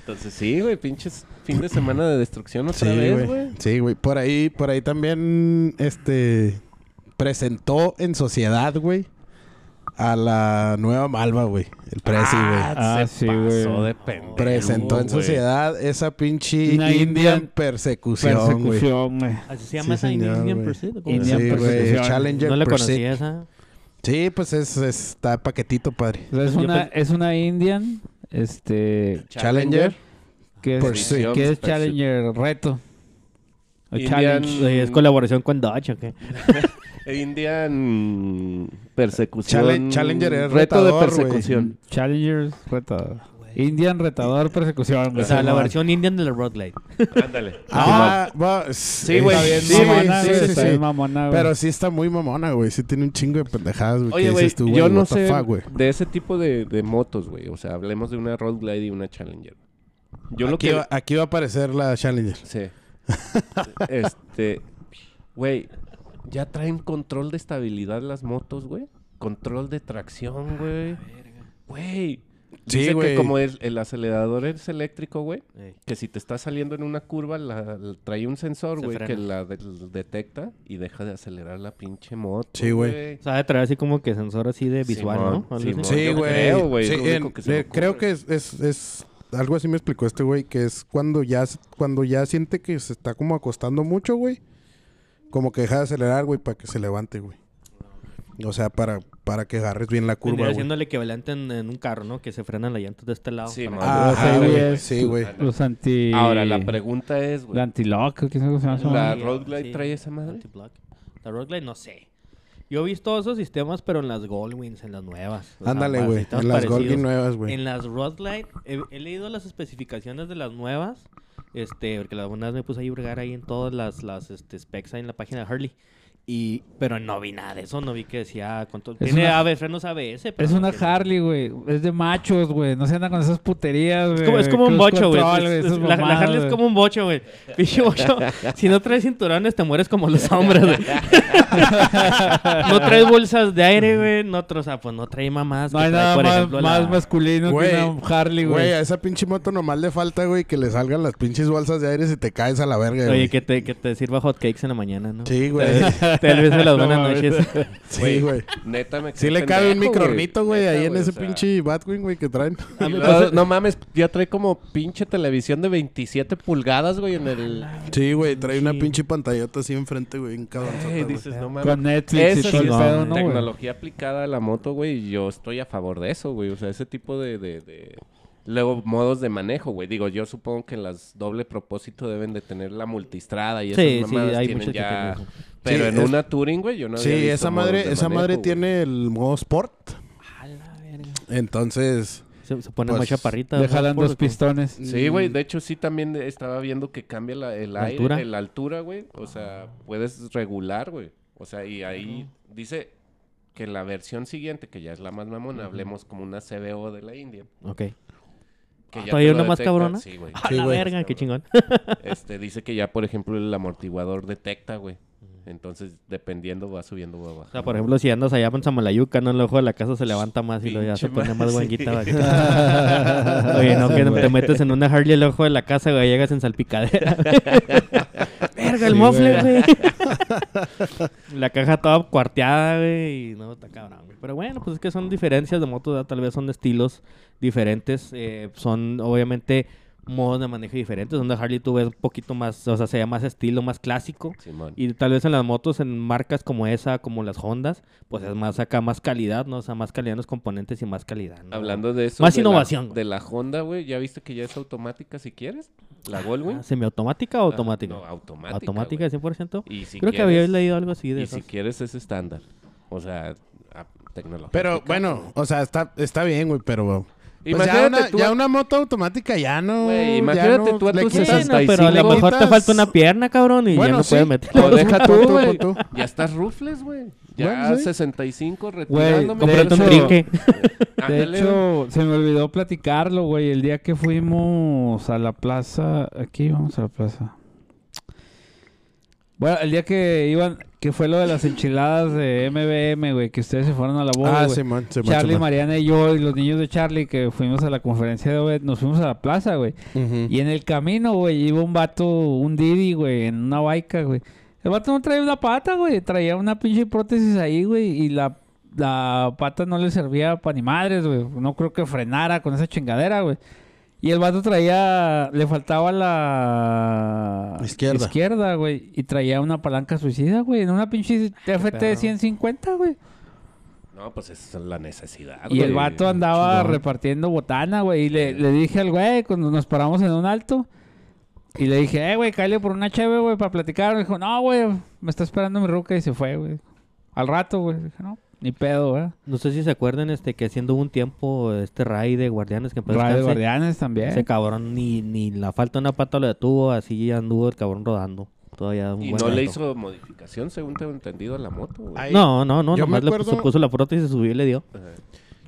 Speaker 4: Entonces sí, güey, pinches fin de semana de destrucción
Speaker 3: Sí,
Speaker 4: otra vez,
Speaker 3: güey.
Speaker 4: güey.
Speaker 3: Sí, güey. Por ahí, por ahí también, este, presentó en sociedad, güey, a la nueva Malva, güey. El Prezi, güey.
Speaker 2: Ah, sí,
Speaker 4: pasó
Speaker 2: güey.
Speaker 4: de pendejo,
Speaker 3: presentó en
Speaker 4: güey.
Speaker 3: sociedad esa pinche
Speaker 2: Una
Speaker 3: Indian
Speaker 2: Indian
Speaker 3: persecución, güey.
Speaker 2: Persecución, güey.
Speaker 5: Así se
Speaker 3: Sí,
Speaker 5: llama esa
Speaker 3: señor,
Speaker 5: Indian
Speaker 3: güey.
Speaker 5: Pursuit. ¿o cómo se
Speaker 2: Indian
Speaker 5: llama?
Speaker 3: Sí, güey.
Speaker 2: persecución.
Speaker 3: Challenger
Speaker 5: No la
Speaker 3: Pursuit.
Speaker 5: conocía esa.
Speaker 3: Sí, pues es, es- está paquetito, padre.
Speaker 2: O sea, es
Speaker 5: Yo
Speaker 2: una,
Speaker 5: pens-
Speaker 2: es una Indian, este,
Speaker 3: Challenger.
Speaker 2: que es,
Speaker 3: Pursuit.
Speaker 2: que es Challenger Reto. O
Speaker 4: Indian-
Speaker 2: Challenge.
Speaker 5: Oye, eh, Es colaboración con Dodge, ¿o qué?
Speaker 4: Indian persecución.
Speaker 3: Chale- Challenger es
Speaker 4: reto de
Speaker 3: retador, güey.
Speaker 4: persecución.
Speaker 2: Challengers Retador. Indian Retador Persecución, güey.
Speaker 5: O sea, la
Speaker 3: Simón.
Speaker 5: versión Indian de la Road Glide.
Speaker 4: Ándale.
Speaker 3: Ah, va, sí,
Speaker 4: güey,
Speaker 3: está bien
Speaker 4: sí,
Speaker 3: mamona,
Speaker 4: güey,
Speaker 3: güey,
Speaker 4: sí,
Speaker 3: sí,
Speaker 2: está
Speaker 3: sí.
Speaker 2: bien mamona, güey.
Speaker 3: Pero sí está muy mamona, güey. Sí tiene un chingo de pendejadas, güey.
Speaker 4: Ah, Oye,
Speaker 3: que
Speaker 4: güey,
Speaker 3: dices tú,
Speaker 4: yo
Speaker 3: güey,
Speaker 4: no
Speaker 3: what
Speaker 4: sé
Speaker 3: the fuck, güey.
Speaker 4: de ese tipo de, de motos, güey. O sea, hablemos de una Road Glide y una Challenger. Yo lo
Speaker 3: Aquí,
Speaker 4: que...
Speaker 3: va, aquí va a aparecer la Challenger.
Speaker 4: Sí. este... Güey, ya traen control de estabilidad las motos, güey. Control de tracción, güey. Güey.
Speaker 3: Sí,
Speaker 4: Dice
Speaker 3: güey.
Speaker 4: que como el, el acelerador es eléctrico, güey,
Speaker 5: Ey.
Speaker 4: que si te está saliendo en una curva, la, la- trae un sensor,
Speaker 5: Se
Speaker 4: güey, que
Speaker 5: frena.
Speaker 4: la del- detecta y deja de acelerar la pinche moto.
Speaker 3: Sí, güey.
Speaker 5: O sea, traer así como que sensor así de visual,
Speaker 4: Simón,
Speaker 5: ¿no? Algo
Speaker 4: Simón.
Speaker 5: así.
Speaker 4: Sí,
Speaker 3: Sí,
Speaker 4: yo
Speaker 3: güey.
Speaker 4: creo, güey, es
Speaker 3: Sí,
Speaker 4: lo único
Speaker 3: en-
Speaker 4: que se me
Speaker 3: eh, creo
Speaker 4: ocurre.
Speaker 3: que es, es, es- Algo así me explicó este güey, que es cuando ya, s- cuando ya siente que se está como acostando mucho, güey. Como que deja de acelerar, güey, para que se levante, güey. O sea, para, para que agarres bien la
Speaker 5: Vendría
Speaker 3: curva, güey.
Speaker 5: haciéndole equivalente en, en un carro, ¿no? Que se frenan las llantas de este lado.
Speaker 4: Sí,
Speaker 5: para-
Speaker 4: man.
Speaker 3: Ah,
Speaker 2: Ajá,
Speaker 3: güey,
Speaker 2: güey.
Speaker 3: Sí, güey.
Speaker 2: Los anti...
Speaker 4: Ahora, la pregunta es,
Speaker 2: La
Speaker 4: güey.
Speaker 2: antilock, ¿qué es lo que se llama? esa
Speaker 4: La-
Speaker 2: madre?
Speaker 4: Road Glide trae esa madre?
Speaker 5: Anti-block. La Road Glide no sé. Yo he visto esos sistemas, pero en las Goldwings, en las nuevas. O sea,
Speaker 3: Ándale, güey.
Speaker 5: sistemas
Speaker 3: En las
Speaker 5: parecidos.
Speaker 3: Golgi nuevas, güey.
Speaker 5: En las Road Glide, he, he leído las especificaciones de las nuevas. Este, porque las buenas me puse a hurgar ahí en todas las, las este, specs ahí en la página de Harley. Y, pero no vi nada de eso, no vi que decía "Ah, control.
Speaker 2: Es
Speaker 5: Tiene
Speaker 2: una-
Speaker 5: ABS, frenos ABS, pero
Speaker 2: Es
Speaker 5: no
Speaker 2: una
Speaker 5: tiene-
Speaker 2: Harley, güey. Es de machos, güey. No se anda con esas puterías, güey.
Speaker 5: Es como, es como un
Speaker 2: Cruise
Speaker 5: bocho, güey.
Speaker 2: control,
Speaker 5: Es-
Speaker 2: esas
Speaker 5: es- La, la
Speaker 2: mamadas,
Speaker 5: Harley es
Speaker 2: güey.
Speaker 5: como un bocho, güey. Pinche bocho. Si no traes cinturones, te mueres como los hombres, güey. no traes bolsas de aire, güey. No, tra- o sea, pues no trae mamás.
Speaker 2: No
Speaker 5: que
Speaker 2: hay
Speaker 5: trae,
Speaker 2: nada
Speaker 5: por
Speaker 2: más,
Speaker 5: ejemplo, la-
Speaker 2: más masculino
Speaker 3: Güey,
Speaker 2: que una Harley,
Speaker 3: Güey, a
Speaker 2: güey.
Speaker 3: esa pinche moto nomás le falta, güey, que le salgan las pinches bolsas de aire si te caes a la verga, güey.
Speaker 5: Oye, que te, que te sirva hot cakes en la mañana, ¿no?
Speaker 3: Sí, güey.
Speaker 5: Tal vez de las buenas
Speaker 2: No, mames.
Speaker 5: noches.
Speaker 3: sí, güey.
Speaker 4: Neta me quedé
Speaker 3: Sí le cabe un
Speaker 4: pendejo,
Speaker 3: microornito, güey,
Speaker 4: Neta,
Speaker 3: ahí en
Speaker 4: güey, o
Speaker 3: ese
Speaker 4: sea,
Speaker 3: pinche Batwing, güey, que traen.
Speaker 4: y luego, no mames, ya trae como pinche televisión de 27 pulgadas, güey, en el...
Speaker 3: Sí, güey, trae una pinche pantallota así enfrente, güey, en cabronzota,
Speaker 4: Ey,
Speaker 3: güey.
Speaker 4: dices, no mames.
Speaker 2: Con Netflix
Speaker 4: Eso
Speaker 2: y
Speaker 4: sí
Speaker 2: todo el
Speaker 4: es
Speaker 2: pedo, ¿no, güey?
Speaker 4: tecnología aplicada a la moto, güey. y Yo estoy a favor de eso, güey. O sea, ese tipo de, de- de- Luego, modos de manejo, güey. Digo, yo supongo que las doble propósito deben de tener la multistrada y esas
Speaker 5: Sí, sí,
Speaker 4: mamadas
Speaker 5: hay
Speaker 4: tienen
Speaker 5: muchos que
Speaker 4: ya...
Speaker 5: tienen eso.
Speaker 4: Pero
Speaker 3: Sí,
Speaker 4: en
Speaker 3: es-
Speaker 4: una Touring, güey, yo no había
Speaker 3: Sí,
Speaker 4: visto
Speaker 3: esa
Speaker 4: modos
Speaker 3: madre,
Speaker 4: de
Speaker 3: esa
Speaker 4: manejo,
Speaker 3: madre
Speaker 4: güey.
Speaker 3: tiene el modo sport. Entonces,
Speaker 5: Se, se pone
Speaker 3: Pues,
Speaker 5: más chaparrita.
Speaker 2: Le jalan
Speaker 5: por-
Speaker 2: dos pistones.
Speaker 4: Sí, güey. De hecho, sí también estaba viendo que cambia la, el
Speaker 5: Mm. ¿La
Speaker 4: aire,
Speaker 5: altura? Ah.
Speaker 4: el- la altura, güey. O sea, puedes regular, güey. O sea, y ahí dice que la versión siguiente, que ya es la más mamona, hablemos como una CBO de la India.
Speaker 5: Ok.
Speaker 4: Que ya
Speaker 5: Ah, ¿Todavía
Speaker 4: te lo
Speaker 5: una más
Speaker 4: detecta.
Speaker 5: cabrona?
Speaker 4: Sí, güey.
Speaker 5: A
Speaker 3: Sí,
Speaker 5: la
Speaker 3: güey.
Speaker 5: verga, qué chingón.
Speaker 4: Este, dice que ya, por ejemplo, el amortiguador detecta, güey. Entonces, dependiendo, va subiendo o va
Speaker 5: O
Speaker 4: bajando.
Speaker 5: sea, por ejemplo, si andas allá en Samalayuca, ¿no? El ojo de la casa se levanta más y lo ya se
Speaker 4: Pinche
Speaker 5: pone
Speaker 4: madre,
Speaker 5: más
Speaker 4: sí.
Speaker 5: guanguita. vaquita. Oye, no, que te metes en una Harley el ojo de la casa, güey, llegas en salpicadera. Verga, el
Speaker 2: Sí,
Speaker 5: mofle, güey. la caja toda cuarteada, güey, y no, está cabrón, güey. Pero bueno, pues es que son diferencias de motos, ¿verdad? tal vez son estilos diferentes, eh, son obviamente modos de manejo diferentes, donde Harley tú ves un poquito más, o sea, se ve más estilo, más clásico.
Speaker 4: Simón.
Speaker 5: Y tal vez en las motos, en marcas como esa, como las Hondas, pues es más acá, más calidad, ¿no? O sea, más calidad en los componentes y más calidad. ¿no?
Speaker 4: Hablando de eso.
Speaker 5: Más
Speaker 4: de la-
Speaker 5: innovación, güey.
Speaker 4: de la Honda, güey. ¿Ya viste que ya es automática si quieres? ¿La Goldwing?
Speaker 5: Ah, ¿Semiautomática o automática?
Speaker 4: No, automática.
Speaker 5: automática, 100%.
Speaker 4: güey. Y si
Speaker 5: Creo que
Speaker 4: quieres-
Speaker 5: habías leído algo así de
Speaker 4: Y
Speaker 5: eso.
Speaker 4: si quieres es estándar. O sea, a- tecnología.
Speaker 3: Pero
Speaker 4: aplicada,
Speaker 3: bueno, o sea, está, está bien, güey, pero pues, ya,
Speaker 4: Imagínate
Speaker 3: una,
Speaker 4: tú
Speaker 3: ya
Speaker 4: a-
Speaker 3: una moto automática ya no.
Speaker 4: Güey,
Speaker 3: ya
Speaker 4: imagínate
Speaker 3: no
Speaker 4: tú a
Speaker 3: le
Speaker 4: tus
Speaker 3: quitas-
Speaker 5: Bueno,
Speaker 4: 65
Speaker 5: pero a lo mejor te
Speaker 3: quitas-
Speaker 5: falta una pierna, cabrón, y ya
Speaker 3: Bueno,
Speaker 5: no
Speaker 3: sí.
Speaker 5: puedes meter.
Speaker 4: O deja tú,
Speaker 3: Pon pues, tú,
Speaker 4: güey.
Speaker 3: pon tú.
Speaker 4: Ya estás rufles, güey. Ya
Speaker 3: Bueno, sí.
Speaker 4: 65 retirándome.
Speaker 2: Güey,
Speaker 5: Cómprate un
Speaker 2: De hecho-
Speaker 5: trinque.
Speaker 2: De
Speaker 4: Ándale, güey.
Speaker 2: hecho, se me olvidó platicarlo, güey. El día que fuimos a la plaza... Aquí vamos a la plaza. Bueno, el día que iban, que fue lo de las enchiladas de MBM, güey, que ustedes se fueron a la boda.
Speaker 3: Ah,
Speaker 2: güey.
Speaker 3: Simón, Simón,
Speaker 2: Charlie,
Speaker 3: Simón.
Speaker 2: Mariana y yo, y los niños de Charlie, que fuimos a la conferencia de Obed, nos fuimos a la plaza, güey.
Speaker 3: Ujú.
Speaker 2: Y en el camino, güey, iba un vato, un Didi, güey, en una baica, güey. El vato no traía una pata, güey. Traía una pinche prótesis ahí, güey. Y la, la pata no le servía para ni madres, güey. No creo que frenara con esa chingadera, güey. Y el vato traía... Le faltaba la...
Speaker 3: Izquierda.
Speaker 2: Izquierda, güey. Y traía una palanca suicida, güey. En una pinche FT-150, güey.
Speaker 4: No, pues esa es la necesidad.
Speaker 2: Y el
Speaker 4: güey.
Speaker 2: vato andaba
Speaker 3: Chingón.
Speaker 2: repartiendo botana, güey. Y le, le dije al güey, cuando nos paramos en un alto, y le dije, eh, güey, cállate por una cheve, güey, para platicar. Me dijo, no, güey, me está esperando mi ruca y se fue, güey. Al rato, güey. Dije, no, ni pedo, güey.
Speaker 5: No sé si se acuerdan este que haciendo un tiempo este Ray de Guardianes que
Speaker 4: Pues
Speaker 5: empezó
Speaker 2: Radio Guardianes también.
Speaker 5: Ese cabrón ni, ni la falta de una pata lo detuvo, así anduvo el cabrón rodando. Todavía un
Speaker 4: Y
Speaker 5: buen
Speaker 4: no le
Speaker 5: rato.
Speaker 4: hizo modificación, según tengo entendido, a la moto, güey.
Speaker 3: Ahí-
Speaker 5: No, no, no,
Speaker 3: Yo me
Speaker 5: nomás le
Speaker 3: acuerdo-
Speaker 5: puso, puso la prótesis, subió y le dio.
Speaker 4: Ajá.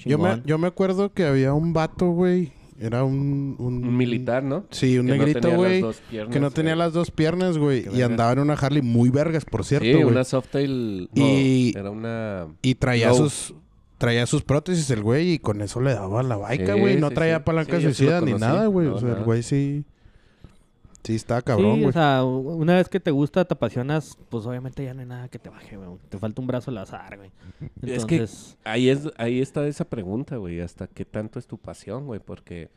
Speaker 3: Yo me,
Speaker 5: Chingón.
Speaker 3: yo me acuerdo que había un vato, güey. Era un, un...
Speaker 4: Un militar, ¿no?
Speaker 3: Sí, un
Speaker 4: Que no
Speaker 3: negrito,
Speaker 4: tenía las
Speaker 3: güey.
Speaker 4: dos piernas,
Speaker 3: que no tenía
Speaker 4: eh.
Speaker 3: las dos piernas, güey. Y
Speaker 4: verga.
Speaker 3: andaba en una Harley muy vergas, por cierto,
Speaker 4: Sí,
Speaker 3: güey.
Speaker 4: una Softail. No,
Speaker 3: Y-
Speaker 4: Era una.
Speaker 3: Y traía
Speaker 4: No.
Speaker 3: sus... Traía sus prótesis el güey y con eso le daba la baica,
Speaker 4: Sí,
Speaker 3: güey. No
Speaker 4: sí,
Speaker 3: traía
Speaker 4: sí. Sí,
Speaker 3: palanca
Speaker 4: yo sí lo
Speaker 3: suicida ni
Speaker 4: conocí.
Speaker 3: nada, güey.
Speaker 4: No,
Speaker 3: o sea, el
Speaker 4: nada.
Speaker 3: güey sí... Sí, está
Speaker 5: sí,
Speaker 3: cabrón, güey.
Speaker 5: o sea, u- una vez que te gusta, te apasionas, pues obviamente ya no hay nada que te baje, güey. Te falta un brazo al azar, güey.
Speaker 4: Es que-
Speaker 5: Entonces,
Speaker 4: Ahí, es, ahí está esa pregunta, güey. ¿Hasta qué tanto es tu pasión, güey? Porque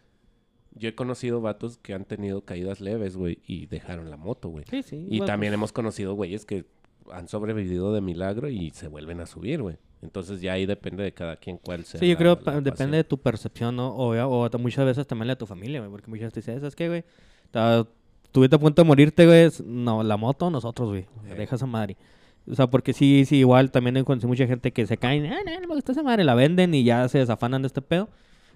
Speaker 4: yo he conocido vatos que han tenido caídas leves, güey, y dejaron la moto, güey.
Speaker 5: sí, pues, sí.
Speaker 4: Y
Speaker 5: bueno,
Speaker 4: también hemos conocido güeyes que han sobrevivido de milagro y se vuelven a subir, güey. Entonces ya ahí depende de cada quien cuál sea.
Speaker 5: Sí, yo
Speaker 4: la-
Speaker 5: creo
Speaker 4: la
Speaker 5: pa-
Speaker 4: pasión.
Speaker 5: depende de tu percepción, ¿no? O, o ta- muchas veces también la de tu familia, güey. Porque muchas veces te dicen, ¿sabes qué, güey? Ta- Estuviste a punto de morirte, güey. es- No, la moto, nosotros, güey. Deja esa madre. O sea, porque sí, sí, igual también encontré mucha gente que se caen. Ah, no, no me gusta esa madre. La venden y ya se desafanan de este pedo.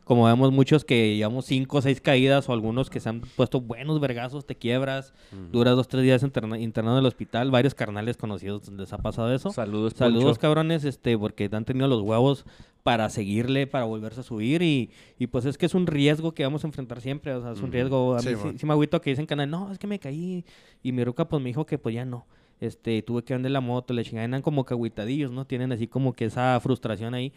Speaker 5: Como vemos muchos que llevamos cinco o seis caídas o algunos que se han puesto buenos vergazos, te quiebras, duras dos, tres días interna- internado en el hospital. Varios carnales conocidos les ha pasado eso.
Speaker 4: Saludos,
Speaker 5: Pues, Saludos,
Speaker 4: Poncho.
Speaker 5: cabrones, este, porque han tenido los huevos para seguirle, para volverse a subir y, y pues es que es un riesgo que vamos a enfrentar siempre, o sea, es un riesgo, a mí
Speaker 3: Sí,
Speaker 5: sí,
Speaker 3: man.
Speaker 5: sí me agüito que dicen canal, no, es que me caí y mi ruca pues me dijo que pues ya no, este, tuve que vender la moto, le chingan como que agüitadillos, ¿no? Tienen así como que esa frustración ahí.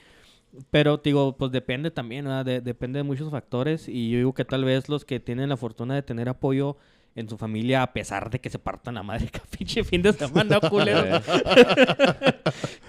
Speaker 5: Pero, te digo, pues depende también, ¿verdad? De- depende de muchos factores. Y yo digo que tal vez los que tienen la fortuna de tener apoyo en su familia, a pesar de que se partan la madre cada pinche fin de semana, culero.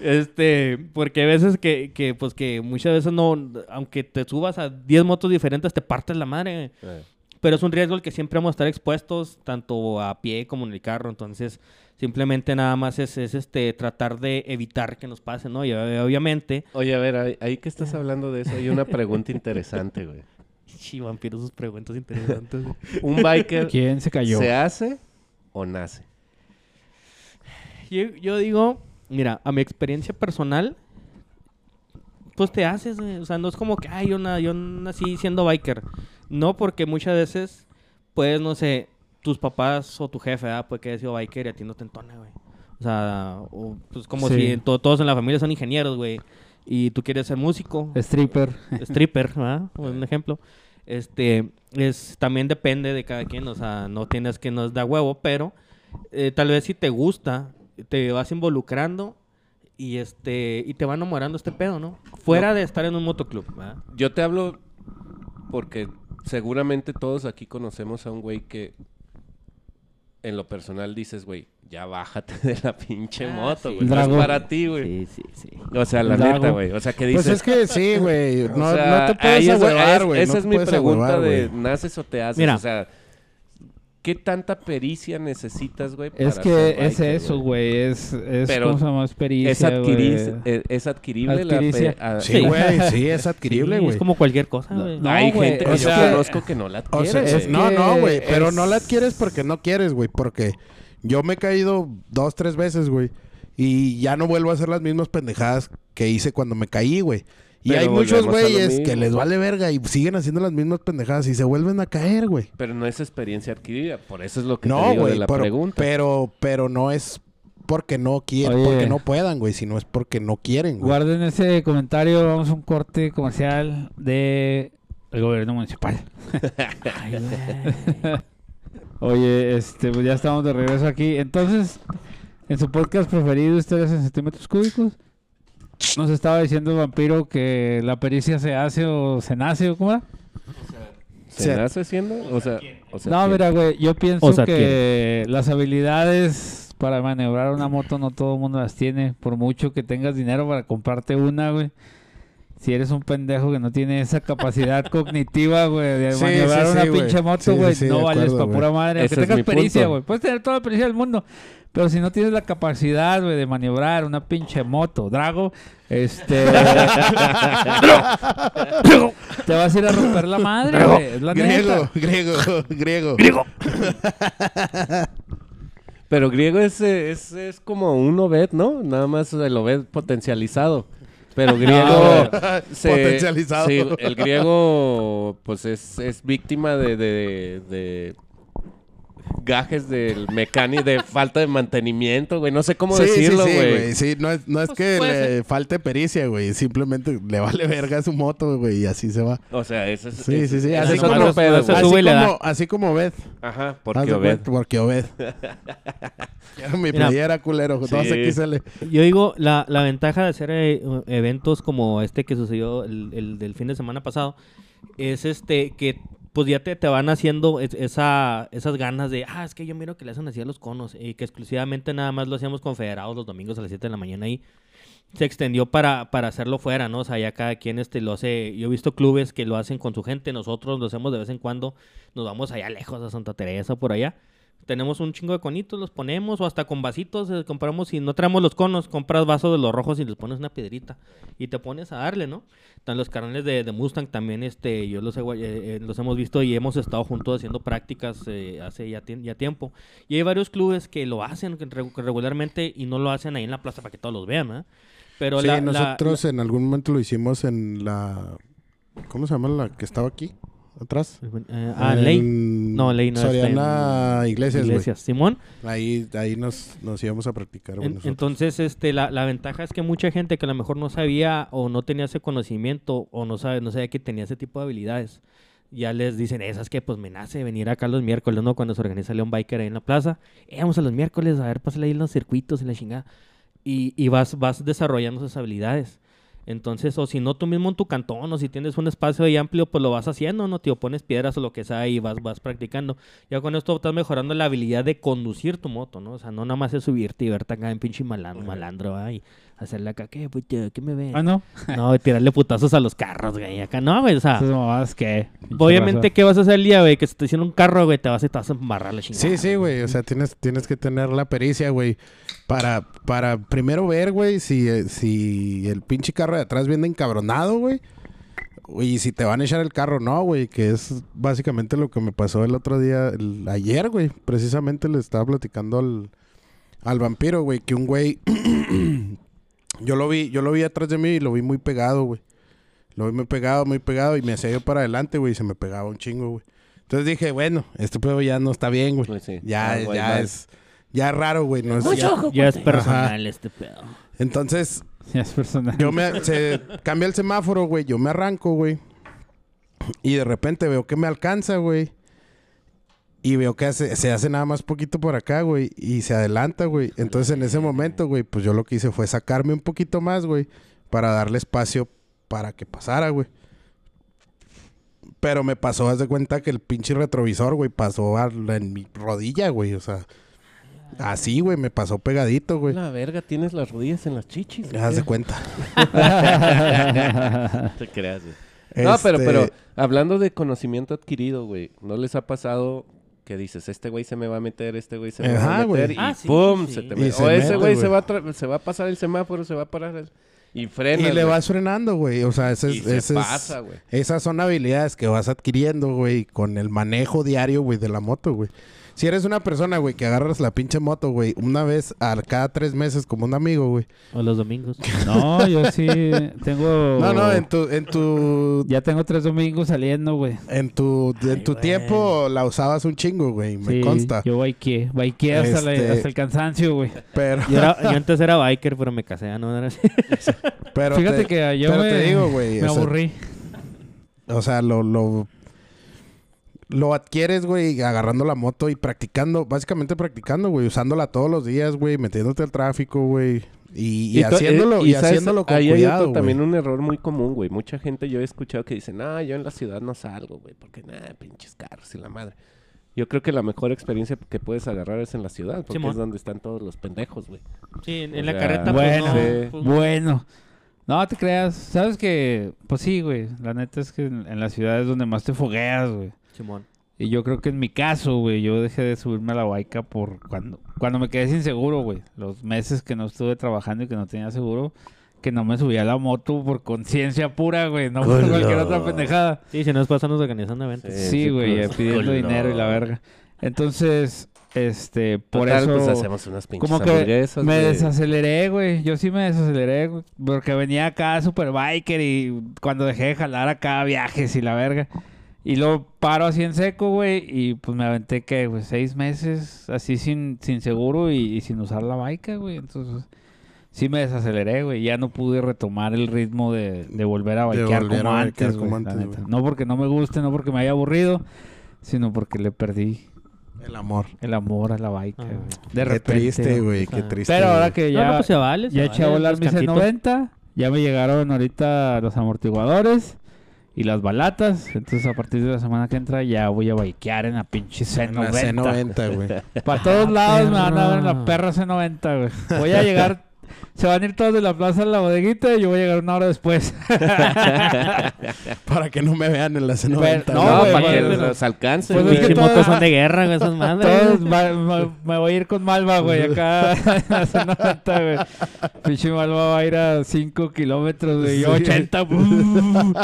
Speaker 5: este, porque hay veces que, que, pues que muchas veces no, aunque te subas a 10 motos diferentes, te partes la madre. güey.
Speaker 4: Eh,
Speaker 5: Pero es un riesgo al que siempre vamos a estar expuestos, tanto a pie como en el carro. Entonces, simplemente nada más es, es, este, tratar de evitar que nos pase, ¿no? Y eh, obviamente,
Speaker 4: Oye, a ver, ahí, ahí que
Speaker 5: Eh.
Speaker 4: estás hablando de eso, hay una pregunta interesante, güey.
Speaker 5: Sí, vampiro, sus preguntas interesantes. güey.
Speaker 4: ¿Un biker
Speaker 2: ¿Quién se cayó?
Speaker 4: se hace o nace?
Speaker 5: yo, yo digo, mira, a mi experiencia personal, pues te haces, güey. o sea, no es como que, ay, yo, na- yo nací siendo biker. No, porque muchas veces, pues, no sé, tus papás o tu jefe, ¿verdad? Pues que haya sido biker y a ti no te entona, güey. O sea, o, pues como
Speaker 2: Sí.
Speaker 5: si en to- todos en la familia son ingenieros, güey. Y tú quieres ser músico.
Speaker 2: Stripper.
Speaker 5: stripper, ¿verdad? Por Un ejemplo. Este, es, también depende de cada quien, o sea, no tienes que nos da huevo, pero eh, tal vez si te gusta, te vas involucrando y este, y te va enamorando este pedo, ¿no? Fuera de estar en un motoclub, ¿verdad?
Speaker 4: Yo te hablo porque seguramente todos aquí conocemos a un güey que en lo personal dices, güey, ya bájate de la pinche
Speaker 5: Ah,
Speaker 4: moto,
Speaker 5: sí.
Speaker 4: güey. No es
Speaker 2: Drago.
Speaker 4: para ti, güey.
Speaker 5: sí, sí.
Speaker 4: O sea, la
Speaker 2: Drago.
Speaker 4: neta, güey. O sea, que dices...
Speaker 3: Pues es que sí, güey. No,
Speaker 4: o sea,
Speaker 3: no te
Speaker 4: ahí
Speaker 3: puedes
Speaker 4: es-
Speaker 3: ahuevar,
Speaker 4: es-
Speaker 3: güey.
Speaker 4: Esa
Speaker 3: no
Speaker 4: es
Speaker 3: te
Speaker 4: mi
Speaker 3: puedes
Speaker 4: pregunta
Speaker 3: ahuevar,
Speaker 4: de
Speaker 3: güey.
Speaker 4: naces o te haces.
Speaker 5: Mira.
Speaker 4: O sea, ¿qué tanta pericia necesitas, güey?
Speaker 2: Es
Speaker 4: para
Speaker 2: que
Speaker 4: ser
Speaker 2: es
Speaker 4: biker,
Speaker 2: eso, güey. Es, es
Speaker 4: Pero
Speaker 2: ¿cómo se llama?
Speaker 4: Es,
Speaker 2: Experiencia,
Speaker 4: adquirir,
Speaker 2: güey.
Speaker 4: es, es adquirible
Speaker 2: Adquiricia.
Speaker 4: la... pe- a-
Speaker 3: Sí, güey. Sí, es adquirible,
Speaker 5: Sí,
Speaker 3: güey.
Speaker 5: es como cualquier cosa, güey.
Speaker 2: No,
Speaker 4: Hay
Speaker 2: güey,
Speaker 4: gente que
Speaker 2: o
Speaker 4: yo
Speaker 2: sea,
Speaker 4: conozco que no la
Speaker 3: O
Speaker 4: adquiere,
Speaker 3: sea,
Speaker 2: ¿Quieres?
Speaker 3: es-
Speaker 4: güey.
Speaker 3: no,
Speaker 2: que
Speaker 3: no, güey. Pero no la
Speaker 2: es-
Speaker 3: adquieres porque no quieres, güey. Porque yo me he caído dos, tres veces, güey. Y ya no vuelvo a hacer las mismas pendejadas que hice cuando me caí, güey. Y
Speaker 4: Pero
Speaker 3: hay muchos
Speaker 4: volvemos a lo
Speaker 3: güeyes que
Speaker 4: mismo.
Speaker 3: les vale verga y siguen haciendo las mismas pendejadas y se vuelven a caer, güey.
Speaker 4: Pero no es experiencia adquirida. Por eso es lo que te
Speaker 3: No,
Speaker 4: digo de
Speaker 3: güey,
Speaker 4: la
Speaker 3: pero,
Speaker 4: pregunta.
Speaker 3: pero, pero no es porque no quieren,
Speaker 2: Oye.
Speaker 3: porque no puedan, güey, sino es porque no quieren, güey.
Speaker 2: Guarden ese comentario, vamos a un corte comercial de el gobierno municipal. Oye, este, pues ya estamos de regreso aquí. Entonces, En su podcast preferido, historias en centímetros cúbicos, nos estaba diciendo el vampiro que la pericia se hace o se nace o cómo era.
Speaker 4: ¿Se
Speaker 3: sea-
Speaker 4: nace siendo? O sea, o sea,
Speaker 2: No,
Speaker 4: ¿quién?
Speaker 2: mira, güey, yo pienso
Speaker 5: O sea,
Speaker 2: que las habilidades para maniobrar una moto no todo el mundo las tiene. Por mucho que tengas dinero para comprarte una, güey. Si eres un pendejo que no tiene esa capacidad cognitiva, güey, de
Speaker 3: Sí,
Speaker 2: maniobrar
Speaker 3: sí,
Speaker 2: una
Speaker 3: sí, güey.
Speaker 2: pinche
Speaker 3: Sí,
Speaker 2: moto,
Speaker 3: sí,
Speaker 2: güey,
Speaker 3: sí,
Speaker 2: no
Speaker 3: de
Speaker 2: vales
Speaker 3: acuerdo,
Speaker 2: para
Speaker 3: güey.
Speaker 2: pura madre.
Speaker 4: Ese
Speaker 2: Aunque
Speaker 4: es
Speaker 2: tengas
Speaker 4: mi punto.
Speaker 2: pericia, güey. Puedes tener toda la pericia del mundo. Pero si no tienes la capacidad, güey, de maniobrar una pinche moto, Drago, este... te vas a ir a romper la madre, güey. Es la neta.
Speaker 3: Griego, griego, griego. Griego.
Speaker 4: Pero griego es, eh, es, es como un Obed, ¿no? Nada más el Obed potencializado. Pero griego... se-
Speaker 3: Potencializado.
Speaker 4: sí, el griego pues es, es víctima de, de- de gajes del mecánico, de falta de mantenimiento, güey. No sé cómo
Speaker 3: Sí, sí,
Speaker 4: decirlo,
Speaker 3: sí,
Speaker 4: güey.
Speaker 3: güey. Sí, no es, no es que le falte pericia, güey. Simplemente le vale verga su moto, güey, y así se va.
Speaker 4: o sea, ese es...
Speaker 3: Sí, sí, sí.
Speaker 4: ese
Speaker 3: Así
Speaker 4: es
Speaker 3: como,
Speaker 4: otro pedo,
Speaker 5: se
Speaker 4: güey.
Speaker 5: sube
Speaker 3: así
Speaker 5: y le da.
Speaker 3: como, así como Obed.
Speaker 4: Ajá,
Speaker 3: Haz
Speaker 4: porque
Speaker 3: de
Speaker 4: Obed...
Speaker 3: cuenta, Porque Obed. Quiero mi
Speaker 5: Mira.
Speaker 3: playera, culero.
Speaker 4: Sí.
Speaker 3: 2XL.
Speaker 5: Yo digo, la, la ventaja de hacer eh, eventos como este que sucedió el, el del fin de semana pasado es este que pues ya te, te van haciendo es- esa, esas ganas de, ah, es que yo miro que le hacen así a los conos y que exclusivamente nada más lo hacíamos confederados los domingos a las 7 de la mañana ahí. Se extendió para, para hacerlo fuera, ¿no? O sea, ya cada quien este lo hace. Yo he visto clubes que lo hacen con su gente, nosotros lo hacemos de vez en cuando. Nos vamos allá lejos, a Santa Teresa, por allá. Tenemos un chingo de conitos, los ponemos, o hasta con vasitos, eh, compramos, si no traemos los conos, compras vasos de los rojos y les pones una piedrita. Y te pones a darle, ¿no? Están los carnales de, de Mustang también, este, yo los, he gua- eh, eh, los hemos visto y hemos estado juntos haciendo prácticas eh, hace ya, tien- ya tiempo. Y hay varios clubes que lo hacen que re- que regularmente y no lo hacen ahí en la plaza para que todos los vean, ¿verdad? Pero
Speaker 3: sí,
Speaker 5: la- la-
Speaker 3: nosotros en algún momento lo hicimos en la... ¿Cómo se llama la que estaba aquí? ¿Atrás?
Speaker 5: eh, ah, ley. No, Ley no, está en-
Speaker 3: Soriana Iglesias, güey.
Speaker 5: Iglesias, Simón.
Speaker 3: Ahí, ahí nos, nos íbamos a practicar, güey,
Speaker 5: En-
Speaker 3: nosotros.
Speaker 5: entonces, este, la, la ventaja es que mucha gente que a lo mejor no sabía o no tenía ese conocimiento o no sabe, no sabía que tenía ese tipo de habilidades, ya les dicen, esas que pues me nace venir acá los miércoles, ¿no? Cuando se organiza León Biker ahí en la plaza, "Eh, vamos a los miércoles a ver, pásale ahí los circuitos y la chingada. Y, y vas, vas desarrollando esas habilidades. Entonces, o si no, tú mismo en tu cantón, o si tienes un espacio ahí amplio, pues lo vas haciendo, ¿no? Tío, pones piedras o lo que sea y vas, vas practicando. Ya con esto estás mejorando la habilidad de conducir tu moto, ¿no? O sea, no nada más es subirte y verte acá en pinche malandro, malandro, ¿va? y hacerle acá, ¿qué, puto? ¿Qué me ves?
Speaker 2: Ah, no.
Speaker 5: No, y tirarle putazos a los carros, güey, acá, no, güey, o sea...
Speaker 2: Esas mamadas que.
Speaker 5: Ah. Obviamente, ¿qué vas a hacer el día, güey? Que si te hicieron un carro, güey, te vas y te vas a embarrar la chingada.
Speaker 3: Sí, sí, güey. O sea, tienes, tienes que tener la pericia, güey. Para, para primero ver, güey, si, eh, si el pinche carro de atrás viene encabronado, güey. Y si te van a echar el carro, no, güey. Que es básicamente lo que me pasó el otro día, el- ayer, güey. Precisamente le estaba platicando al, al vampiro, güey, que un güey. yo lo vi, yo lo vi atrás de mí y lo vi muy pegado, güey. Lo vi muy pegado, muy pegado. Y me hacía yo para adelante, güey. Y se me pegaba un chingo, güey. Entonces dije, bueno, este pedo ya no está bien, güey.
Speaker 4: Pues sí.
Speaker 3: Ya,
Speaker 4: Ah,
Speaker 3: es-
Speaker 4: güey,
Speaker 3: ya
Speaker 4: mal.
Speaker 3: es. Ya es raro, güey. No es- ya-
Speaker 5: Ya es personal
Speaker 3: Ajá.
Speaker 5: este pedo.
Speaker 3: Entonces,
Speaker 2: Ya es personal.
Speaker 3: yo me se cambia el semáforo, güey. Yo me arranco, güey. Y de repente veo que me alcanza, güey. Y veo que hace- se hace nada más poquito por acá, güey. Y se adelanta, güey. Entonces en ese momento, güey, pues yo lo que hice fue sacarme un poquito más, güey. Para darle espacio para que pasara, güey. Pero me pasó, haz de cuenta que el pinche retrovisor, güey, pasó a la- en mi rodilla, güey. O sea, así, güey, me pasó pegadito, güey.
Speaker 4: La verga, tienes las rodillas en las chichis. güey.
Speaker 3: Haz de cuenta.
Speaker 4: Te creas, güey. No, pero,
Speaker 3: Este-
Speaker 4: pero hablando de conocimiento adquirido, güey, ¿no les ha pasado que dices, este güey se me va a meter, este güey se me va
Speaker 3: Ajá,
Speaker 4: a meter?
Speaker 3: güey.
Speaker 4: Y
Speaker 5: Ah, sí,
Speaker 4: pum,
Speaker 5: sí.
Speaker 4: se te
Speaker 3: Y
Speaker 4: mete.
Speaker 3: se
Speaker 4: O
Speaker 3: mete,
Speaker 4: ese güey se,
Speaker 3: güey.
Speaker 4: va a tra- se va a pasar el semáforo, se va a parar el- y frena.
Speaker 3: Y le vas frenando, güey. O sea, ese,
Speaker 4: Y
Speaker 3: es-
Speaker 4: se
Speaker 3: ese es-
Speaker 4: pasa, güey.
Speaker 3: esas son habilidades que vas adquiriendo, güey, con el manejo diario, güey, de la moto, güey. Si eres una persona, güey, que agarras la pinche moto, güey, una vez a cada tres meses como un amigo, güey.
Speaker 5: O los domingos.
Speaker 2: No, yo sí tengo.
Speaker 3: No, no, en tu, en tu,
Speaker 2: Ya tengo tres domingos saliendo, güey.
Speaker 3: en tu, en tu
Speaker 5: güey.
Speaker 3: tiempo la usabas un chingo, güey, me
Speaker 2: Sí,
Speaker 3: consta.
Speaker 2: Yo baiqué. Baiqué hasta, la-
Speaker 3: Este-
Speaker 2: hasta el cansancio, güey.
Speaker 3: Pero,
Speaker 5: Yo, era- yo antes era biker, pero me casé, ya ¿no? Era así.
Speaker 3: pero
Speaker 2: Fíjate
Speaker 3: te,
Speaker 2: que yo
Speaker 3: pero
Speaker 2: me,
Speaker 3: te digo, güey,
Speaker 2: me
Speaker 3: o sea,
Speaker 2: aburrí.
Speaker 3: O sea, lo, lo, Lo adquieres, güey, agarrando la moto y practicando, básicamente practicando, güey, usándola todos los días, güey, metiéndote al tráfico, güey, y, y
Speaker 4: to-
Speaker 3: haciéndolo,
Speaker 4: eh,
Speaker 3: y,
Speaker 4: ¿sabes?
Speaker 3: haciéndolo con
Speaker 4: Ahí hay
Speaker 3: cuidado,
Speaker 4: otro
Speaker 3: güey.
Speaker 4: también un error muy común, güey. Mucha gente yo he escuchado que dice, no, yo en la ciudad no salgo, güey, porque nada, pinches carros y la madre. Yo creo que la mejor experiencia que puedes agarrar es en la ciudad, porque
Speaker 5: Simón.
Speaker 4: es donde están todos los pendejos, güey.
Speaker 5: Sí, en,
Speaker 4: O
Speaker 5: la
Speaker 4: sea,
Speaker 5: carreta.
Speaker 2: bueno,
Speaker 4: sí.
Speaker 5: pues, no, pues,
Speaker 2: Bueno. No te creas. Sabes que, pues sí, güey. La neta es que en, en las ciudades donde más te fogueas, güey.
Speaker 5: Simón.
Speaker 2: Y yo creo que en mi caso, güey, yo dejé de subirme a la baica por cuando, cuando me quedé sin seguro, güey. Los meses que no estuve trabajando y que no tenía seguro, que no me subía a la moto por conciencia pura, güey. No por
Speaker 3: Culo.
Speaker 2: cualquier otra pendejada.
Speaker 5: Sí, si nos pasan, nos organizan eventos.
Speaker 4: Sí,
Speaker 2: Sí,
Speaker 4: sí,
Speaker 2: güey,
Speaker 4: culo.
Speaker 2: eh, pidiendo
Speaker 4: Culo.
Speaker 2: dinero y la verga. Entonces, este, por
Speaker 4: Total,
Speaker 2: eso...
Speaker 4: pues hacemos unas pinches
Speaker 2: Como que
Speaker 4: hamburguesas,
Speaker 2: me
Speaker 4: güey.
Speaker 2: desaceleré, güey. Yo sí me desaceleré, güey. Porque venía acá super biker y cuando dejé de jalar acá viajes y la verga. Y luego paro así en seco, güey. Y pues me aventé que, güey, seis meses así sin, sin seguro y, y sin usar la bike, güey. Entonces sí me desaceleré, güey. Ya no pude retomar el ritmo de, de volver a
Speaker 3: De
Speaker 2: bikear
Speaker 3: volver
Speaker 2: como
Speaker 3: a bikear
Speaker 2: antes,
Speaker 3: como
Speaker 2: güey, la
Speaker 3: antes,
Speaker 2: neta.
Speaker 3: güey.
Speaker 2: No porque no me guste, no porque me haya aburrido, sino porque le perdí
Speaker 3: El amor.
Speaker 2: el amor a la bike,
Speaker 5: Ah.
Speaker 2: güey. De
Speaker 3: qué
Speaker 2: repente,
Speaker 3: triste,
Speaker 2: güey.
Speaker 3: güey, qué
Speaker 5: sea,
Speaker 3: triste.
Speaker 2: Pero ahora
Speaker 3: güey.
Speaker 2: que
Speaker 5: No,
Speaker 2: ya,
Speaker 5: no, pues se vale. se
Speaker 2: ya
Speaker 5: vale,
Speaker 2: eché a volar
Speaker 5: los
Speaker 2: mis
Speaker 5: casquitos.
Speaker 2: 90 ya me llegaron ahorita los amortiguadores y las balatas. Entonces, a partir de la semana que entra, ya voy a bikear en la pinche
Speaker 3: En la
Speaker 2: C90.
Speaker 3: C90, güey.
Speaker 2: Para todos
Speaker 5: Ah,
Speaker 2: lados me van a ver en la
Speaker 5: perro.
Speaker 2: perra C90, güey. Voy a llegar. Se van a ir todos de la plaza a la bodeguita y yo voy a llegar una hora después.
Speaker 3: Para que no me vean en la C90.
Speaker 2: no,
Speaker 4: No,
Speaker 2: güey,
Speaker 4: para
Speaker 2: güey,
Speaker 4: que
Speaker 2: güey.
Speaker 4: los alcancen,
Speaker 5: Los
Speaker 2: Pues es
Speaker 4: güey.
Speaker 2: que
Speaker 5: pinches
Speaker 2: todas-
Speaker 5: motos son de guerra, güey, esas madres.
Speaker 2: Todos va- ma- me voy a ir con Malva, güey, acá en la C90, güey. Pinche Malva va a ir a 5 kilómetros, güey, yo
Speaker 3: Sí.
Speaker 2: 80.
Speaker 3: Mm.
Speaker 2: ¡buf!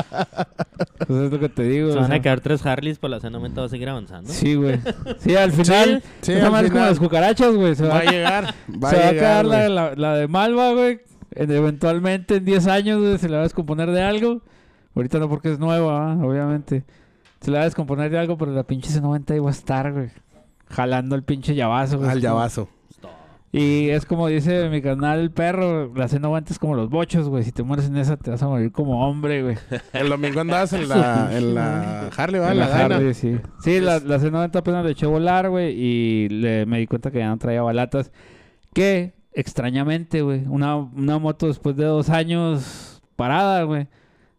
Speaker 2: pues es lo que te digo.
Speaker 5: Se
Speaker 2: o
Speaker 5: van
Speaker 2: sea.
Speaker 5: a quedar tres Harleys para la C90, va a seguir avanzando.
Speaker 2: Sí, güey. Sí, al final.
Speaker 3: sí,
Speaker 2: esa
Speaker 3: al
Speaker 2: madre es como
Speaker 3: final.
Speaker 2: las cucarachas, güey. Se va,
Speaker 3: Va a llegar. Va
Speaker 2: se va
Speaker 3: a
Speaker 2: a quedar
Speaker 3: llegar,
Speaker 2: la,
Speaker 3: güey.
Speaker 2: la- la de Malva, güey. En- Eventualmente en 10 años, güey, se la va a descomponer de algo. Ahorita no porque es nueva, ¿ah? obviamente. Se la va a descomponer de algo, pero la pinche C90 ahí va a estar, güey. Jalando el pinche llavazo, güey.
Speaker 3: Al
Speaker 2: Es como-
Speaker 3: llavazo.
Speaker 2: Y es como dice mi canal el perro, la cena aguantes como los bochos, güey. Si te mueres en esa, te vas a morir como hombre, güey.
Speaker 3: El domingo andabas en la, en la Harley, ¿va? En la, Dyna.
Speaker 2: Harley, sí. Sí, la, la C90 apenas le eché a volar, güey. Y le- me di cuenta que ya no traía balatas. Que, extrañamente, güey, una, una moto después de dos años parada, güey,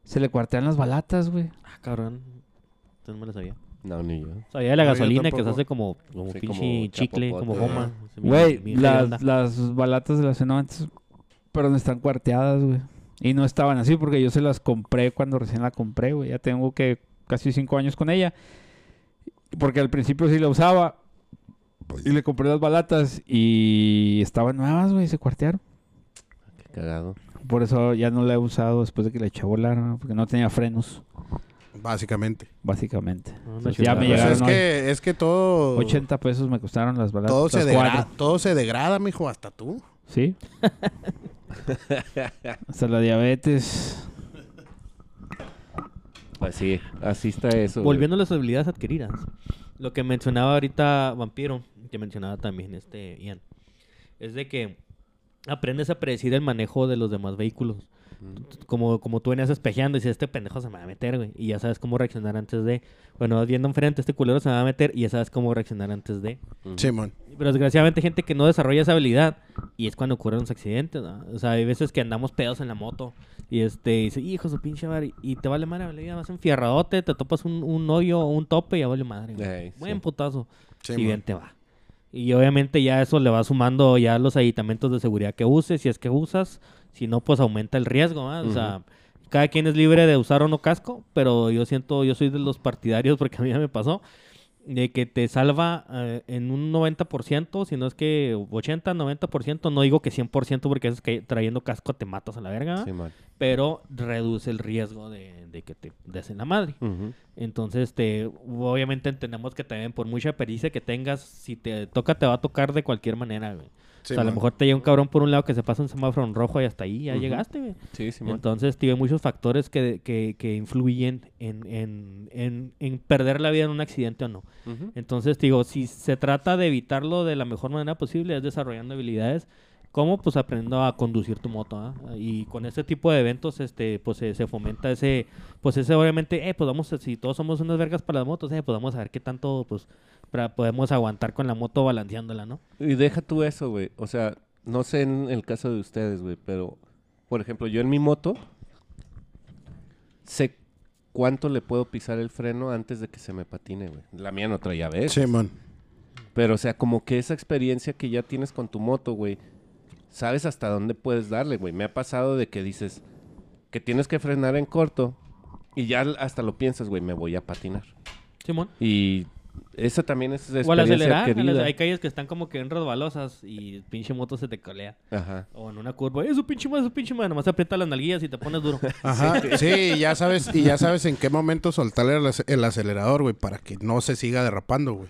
Speaker 2: se le cuartean las balatas, güey.
Speaker 5: Ah, cabrón. Entonces no me lo sabía.
Speaker 4: No, ni yo.
Speaker 5: Sabía de la
Speaker 3: No, yo
Speaker 5: gasolina que se
Speaker 3: tampoco.
Speaker 5: hace como, como
Speaker 4: Sí,
Speaker 5: pinche
Speaker 4: como
Speaker 5: chicle,
Speaker 4: chapopote,
Speaker 5: como
Speaker 4: ¿no?
Speaker 5: goma. Se me-
Speaker 2: Güey,
Speaker 5: me- me- onda.
Speaker 2: las, las balatas de la C90, perdón, están cuarteadas, güey. Y no estaban así porque yo se las compré cuando recién la compré, güey. Ya tengo que casi cinco años con ella. Porque al principio sí la usaba. Y le compré las balatas y estaban nuevas, güey, se cuartearon.
Speaker 4: Qué cagado.
Speaker 2: Por eso ya no la he usado después de que la eché a volar, ¿no? porque no tenía frenos,
Speaker 3: Básicamente.
Speaker 2: básicamente.
Speaker 5: Ah, una
Speaker 2: Entonces, ya
Speaker 5: chulada.
Speaker 2: me
Speaker 5: Pues
Speaker 3: Pues
Speaker 2: llegaron
Speaker 3: es,
Speaker 2: hoy.
Speaker 3: que, es que todo...
Speaker 2: 80 pesos me costaron las balatas.
Speaker 3: todo, se
Speaker 2: las
Speaker 3: degrada,
Speaker 2: cuatro.
Speaker 3: todo se degrada, mijo, hasta tú.
Speaker 2: ¿Sí? Hasta la diabetes.
Speaker 4: Pues sí, así está eso. güey.
Speaker 5: Volviendo a las habilidades adquiridas. Lo que mencionaba ahorita Vampiro, que mencionaba también este Ian, es de que aprendes a predecir el manejo de los demás vehículos. T- Como, como tú venías espejeando y dices, este pendejo se me va a meter, güey. Y ya sabes cómo reaccionar antes de... Bueno, vas viendo enfrente, este culero se me va a meter y ya sabes cómo reaccionar antes de...
Speaker 3: Simón.
Speaker 5: Pero desgraciadamente hay gente que no desarrolla esa habilidad y es cuando ocurren los accidentes, ¿no? O sea, hay veces que andamos pedos en la moto y este y dice, hijo su pinche madre, y te vale madre, la vida vas enfierradote, te topas un, un hoyo o un tope y ya vale madre. güey.
Speaker 4: Ey,
Speaker 5: Buen
Speaker 4: sí.
Speaker 5: putazo.
Speaker 3: Sí,
Speaker 5: y
Speaker 3: man.
Speaker 5: bien te va. Y obviamente ya eso le va sumando ya los aditamentos de seguridad que uses, si es que usas, si no pues aumenta el riesgo, ¿va? O sea, cada quien es libre de usar o no casco, pero yo siento, yo soy de los partidarios porque a mí ya me pasó de que te salva eh, en un 90%, si no es que 80, 90%, no digo que 100% porque eso es que trayendo casco te matas a la verga, ¿va?
Speaker 4: Sí, man.
Speaker 5: pero reduce el riesgo de, de que te des en la madre.
Speaker 4: Ujú.
Speaker 5: Entonces, este, obviamente entendemos que también por mucha pericia que tengas, si te toca, te va a tocar de cualquier manera, güey. o
Speaker 3: Sí,
Speaker 5: sea, a lo
Speaker 3: man.
Speaker 5: mejor te llega un cabrón por un lado que se pasa un semáforo en rojo y hasta ahí ya
Speaker 4: Ujú.
Speaker 5: llegaste, güey.
Speaker 4: Sí, sí, man.
Speaker 5: Entonces, tiene muchos factores que, que, que influyen en, en, en, en perder la vida en un accidente o no.
Speaker 4: Ujú.
Speaker 5: Entonces, te digo, si se trata de evitarlo de la mejor manera posible, es desarrollando habilidades ¿Cómo? Pues aprendiendo a conducir tu moto, ¿ah? Y con este tipo de eventos, este, pues se, se fomenta ese, pues ese obviamente, eh, pues vamos, a- si todos somos unas vergas para las motos, eh, pues vamos a ver qué tanto, pues, para, podemos aguantar con la moto balanceándola, ¿no?
Speaker 4: Y deja tú eso, güey. O sea, no sé en el caso de ustedes, güey, pero, por ejemplo, yo en mi moto sé cuánto le puedo pisar el freno antes de que se me patine, güey. La mía no traía ves.
Speaker 3: Simón.
Speaker 4: Pero, o sea, como que esa experiencia que ya tienes con tu moto, güey, sabes hasta dónde puedes darle, güey. Me ha pasado de que dices que tienes que frenar en corto y ya l- hasta lo piensas, güey, me voy a patinar.
Speaker 5: Simón.
Speaker 4: Y esa también es
Speaker 5: O al
Speaker 4: experiencia
Speaker 5: acelerar, al-
Speaker 4: querida.
Speaker 5: hay calles que están como que en resbalosas y el pinche moto se te colea.
Speaker 4: Ajá.
Speaker 5: O en una curva, es un pinche madre, es un pinche madre, nomás aprieta las nalguillas y te pones duro.
Speaker 3: Ajá. Sí, y ya sabes, y ya sabes en qué momento soltarle el, ac- el acelerador, güey, para que no se siga derrapando, güey.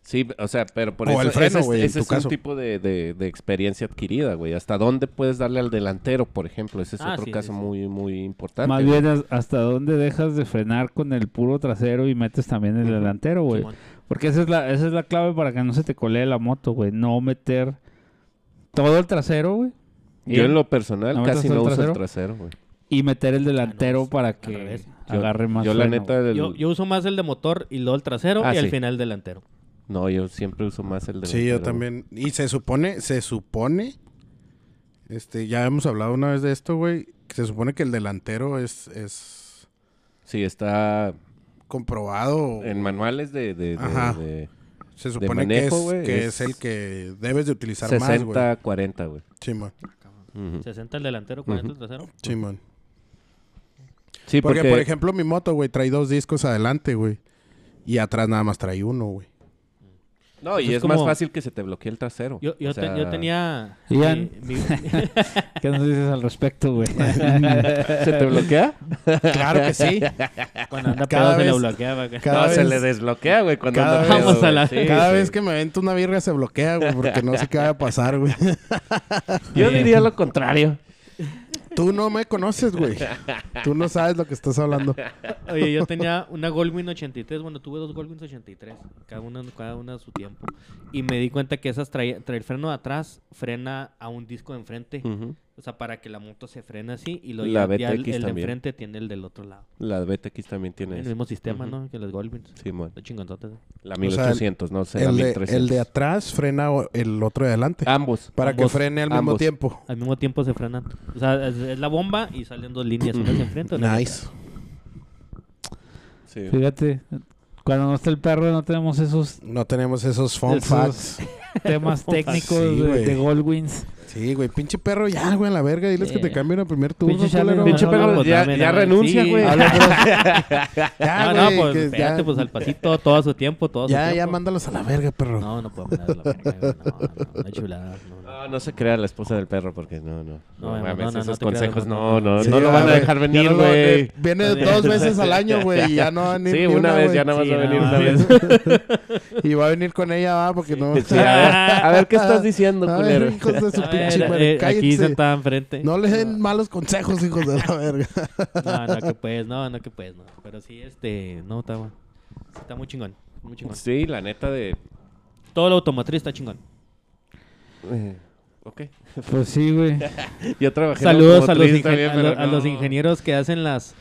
Speaker 4: Sí, o sea, pero por
Speaker 3: O
Speaker 4: eso
Speaker 3: el freno,
Speaker 4: ese es-
Speaker 3: güey, en
Speaker 4: ese
Speaker 3: tu
Speaker 4: es un
Speaker 3: caso.
Speaker 4: tipo de, de- de experiencia adquirida, güey. Hasta dónde puedes darle al delantero, por ejemplo. Ese es
Speaker 5: Ah, sí,
Speaker 4: otro
Speaker 5: sí, sí.
Speaker 4: caso muy, muy importante.
Speaker 2: Más
Speaker 4: güey.
Speaker 2: bien, as- hasta dónde dejas de frenar con el puro trasero y metes también el delantero, güey.
Speaker 5: Simón.
Speaker 2: Porque esa es, la, esa es la clave para que no se te colee la moto, güey. No meter todo el trasero, güey.
Speaker 4: Yo en
Speaker 2: y-
Speaker 4: lo personal
Speaker 2: ¿No metes
Speaker 4: casi
Speaker 2: el
Speaker 4: no uso el
Speaker 2: trasero?
Speaker 4: trasero, güey.
Speaker 2: Y meter el delantero
Speaker 5: Ah, no,
Speaker 2: para
Speaker 5: al
Speaker 2: que
Speaker 5: revés.
Speaker 4: Yo-
Speaker 2: agarre más
Speaker 4: Yo la
Speaker 2: freno,
Speaker 4: neta... del-
Speaker 5: Yo, yo uso más el de motor y luego el trasero
Speaker 4: Ah,
Speaker 5: y al
Speaker 4: sí.
Speaker 5: final el delantero.
Speaker 4: No, yo siempre uso más el delantero.
Speaker 3: Sí, yo
Speaker 4: güey.
Speaker 3: también. Y se supone, se supone, este, ya hemos hablado una vez de esto, güey, que se supone que el delantero es, es
Speaker 4: Sí, está
Speaker 3: comprobado,
Speaker 4: en manuales de... de- de-
Speaker 3: Ajá.
Speaker 4: de
Speaker 3: se supone
Speaker 4: manejo,
Speaker 3: que, es,
Speaker 4: güey,
Speaker 3: que
Speaker 4: es
Speaker 3: es el que debes de utilizar más, güey.
Speaker 4: 60, 40, güey.
Speaker 3: Simón,
Speaker 4: Ujú.
Speaker 5: 60 el delantero, 40 el trasero.
Speaker 3: Simón.
Speaker 4: Sí,
Speaker 3: Porque,
Speaker 4: porque...
Speaker 3: por ejemplo, mi moto, güey, trae dos discos adelante, güey. Y atrás nada más trae uno, güey.
Speaker 4: no, y
Speaker 3: pues
Speaker 5: es
Speaker 4: es, más
Speaker 5: como-
Speaker 4: fácil que se te bloquee el trasero.
Speaker 5: Yo, yo,
Speaker 4: O
Speaker 5: te-
Speaker 4: sea,
Speaker 5: yo tenía...
Speaker 2: Ian.
Speaker 5: mi- mi-
Speaker 2: güey. ¿Qué nos dices al respecto, güey?
Speaker 4: ¿Se te bloquea?
Speaker 3: Claro que sí.
Speaker 5: cuando anda
Speaker 3: Cada
Speaker 5: pedo se le
Speaker 3: vez-
Speaker 5: bloqueaba. güey.
Speaker 3: Cada
Speaker 4: no, se
Speaker 3: vez-
Speaker 4: le desbloquea, güey, cuando
Speaker 3: cada
Speaker 4: anda
Speaker 3: vez-
Speaker 4: pedo,
Speaker 5: Vamos a
Speaker 4: güey.
Speaker 5: la-
Speaker 4: Sí,
Speaker 3: Cada
Speaker 4: sí.
Speaker 3: vez que me avento una birra se bloquea, güey, porque no sé qué va a pasar, güey.
Speaker 4: Yo diría lo contrario.
Speaker 3: Tú no me conoces, güey. Tú no sabes lo que estás hablando.
Speaker 5: Oye, yo tenía una Goldwing 83. Bueno, tuve dos Goldwings 83. Cada una, cada una a su tiempo. Y me di cuenta que esas traía, trae el freno de atrás, frena a un disco de enfrente. O sea, para que la moto se frene así. Y luego
Speaker 4: Mm. La
Speaker 5: ya, ya el,
Speaker 4: BTX
Speaker 5: el de
Speaker 4: también.
Speaker 5: enfrente tiene el del otro lado.
Speaker 4: La BTX también tiene
Speaker 5: El
Speaker 4: eso.
Speaker 5: mismo sistema,
Speaker 4: Ujú.
Speaker 5: ¿no? Que las Goldwings.
Speaker 4: Simón.
Speaker 5: Los chingonzotes. ¿no?
Speaker 4: La
Speaker 3: sea, el-
Speaker 4: 1800, no sé, la
Speaker 3: El de,
Speaker 4: 1300.
Speaker 3: el de atrás frena o- el otro de adelante.
Speaker 4: Ambos. Ah,
Speaker 3: para
Speaker 4: ambos,
Speaker 3: que frene al mismo
Speaker 4: ambos.
Speaker 3: tiempo.
Speaker 5: Al mismo tiempo se frenan. O sea, es, es la bomba y salen dos líneas. Una se enfrenta una se
Speaker 3: Nice.
Speaker 4: Sí.
Speaker 2: Fíjate, cuando no está el perro no tenemos esos
Speaker 3: No tenemos esos fun
Speaker 2: Esos-
Speaker 3: facts.
Speaker 2: temas
Speaker 4: Ah,
Speaker 2: técnicos
Speaker 3: Sí,
Speaker 2: de,
Speaker 3: güey.
Speaker 2: de Goldwings.
Speaker 3: Sí, güey. Pinche perro, ya, güey, a la verga. Diles que
Speaker 2: Eh.
Speaker 3: te cambien a primer turno.
Speaker 2: Pinche Charlie,
Speaker 3: culero.
Speaker 2: pinche
Speaker 4: Pinche
Speaker 5: perro,
Speaker 4: perro,
Speaker 5: pues,
Speaker 4: ya,
Speaker 5: dame,
Speaker 4: ya
Speaker 5: dame,
Speaker 4: renuncia,
Speaker 5: sí.
Speaker 4: güey.
Speaker 5: Habla No,
Speaker 3: Ya,
Speaker 5: no,
Speaker 3: güey,
Speaker 5: pues
Speaker 3: que
Speaker 5: espérate,
Speaker 3: ya,
Speaker 5: pues al pasito, todo a su tiempo, todo a su
Speaker 3: ya, ya
Speaker 5: tiempo.
Speaker 3: mándalos a la verga, perro.
Speaker 5: No, no puedo mandar la verga, güey, no, no, no, chulada, no, no.
Speaker 3: Ah,
Speaker 4: No, no se crea la esposa del perro porque no, no.
Speaker 5: No,
Speaker 4: No,
Speaker 5: no,
Speaker 4: mames,
Speaker 5: no, no, no
Speaker 4: esos
Speaker 5: te creas,
Speaker 4: consejos
Speaker 5: no,
Speaker 4: no,
Speaker 5: no.
Speaker 4: no,
Speaker 3: Sí,
Speaker 4: no lo
Speaker 3: ya,
Speaker 4: van a
Speaker 3: güey.
Speaker 4: dejar
Speaker 3: Ya
Speaker 4: venir,
Speaker 3: no lo-
Speaker 4: güey.
Speaker 3: Viene dos veces al año, güey. Y ya no va a venir
Speaker 4: Sí,
Speaker 3: ni
Speaker 4: una vez,
Speaker 3: güey.
Speaker 4: ya nada más
Speaker 5: Sí,
Speaker 4: va a
Speaker 5: nada
Speaker 4: venir
Speaker 5: más.
Speaker 4: una vez.
Speaker 3: Y va a venir con ella, va, porque no.
Speaker 4: Sí, a, ver, a ver qué estás diciendo,
Speaker 3: A
Speaker 4: culero.
Speaker 3: ver, hijos de su
Speaker 5: A
Speaker 3: pinche
Speaker 5: ver,
Speaker 3: madre,
Speaker 5: eh, aquí
Speaker 3: cállense.
Speaker 5: sentada enfrente.
Speaker 3: No le den malos consejos, hijos de la verga.
Speaker 5: No, no, que puedes, no, no, que puedes, no. Pero sí, este, no, está, bueno. Sí, está muy chingón, muy chingón.
Speaker 4: Sí, la neta de.
Speaker 5: Todo lo automotriz está chingón.
Speaker 4: eh, Ok.
Speaker 2: Pues sí, güey.
Speaker 4: Yo trabajé. en
Speaker 5: Saludos a los,
Speaker 4: automotriz
Speaker 5: ingen-
Speaker 4: también,
Speaker 5: a lo-
Speaker 4: pero
Speaker 5: a los
Speaker 4: no.
Speaker 5: ingenieros que hacen las,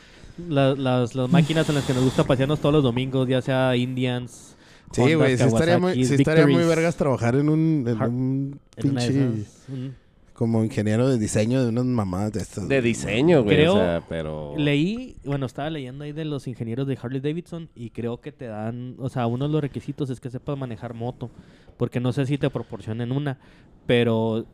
Speaker 5: la- las, las máquinas en las que nos gusta pasearnos todos los domingos, ya sea Indians,
Speaker 3: Sí, güey, sí
Speaker 5: Hondas,
Speaker 3: estaría muy,
Speaker 5: Kawasakis,
Speaker 3: sí estaría muy
Speaker 5: Victorys,
Speaker 3: vergas trabajar en un, en
Speaker 5: Har-
Speaker 3: un
Speaker 5: en una de
Speaker 3: pinche
Speaker 5: esas, un-
Speaker 3: como ingeniero de diseño de unas mamadas de estas.
Speaker 4: De diseño, güey.
Speaker 5: Creo-
Speaker 4: O sea, pero.
Speaker 5: Leí, bueno, estaba leyendo ahí de los ingenieros de Harley Davidson y creo que te dan, o sea, uno de los requisitos es que sepas manejar moto, porque no sé si te proporcionen una, pero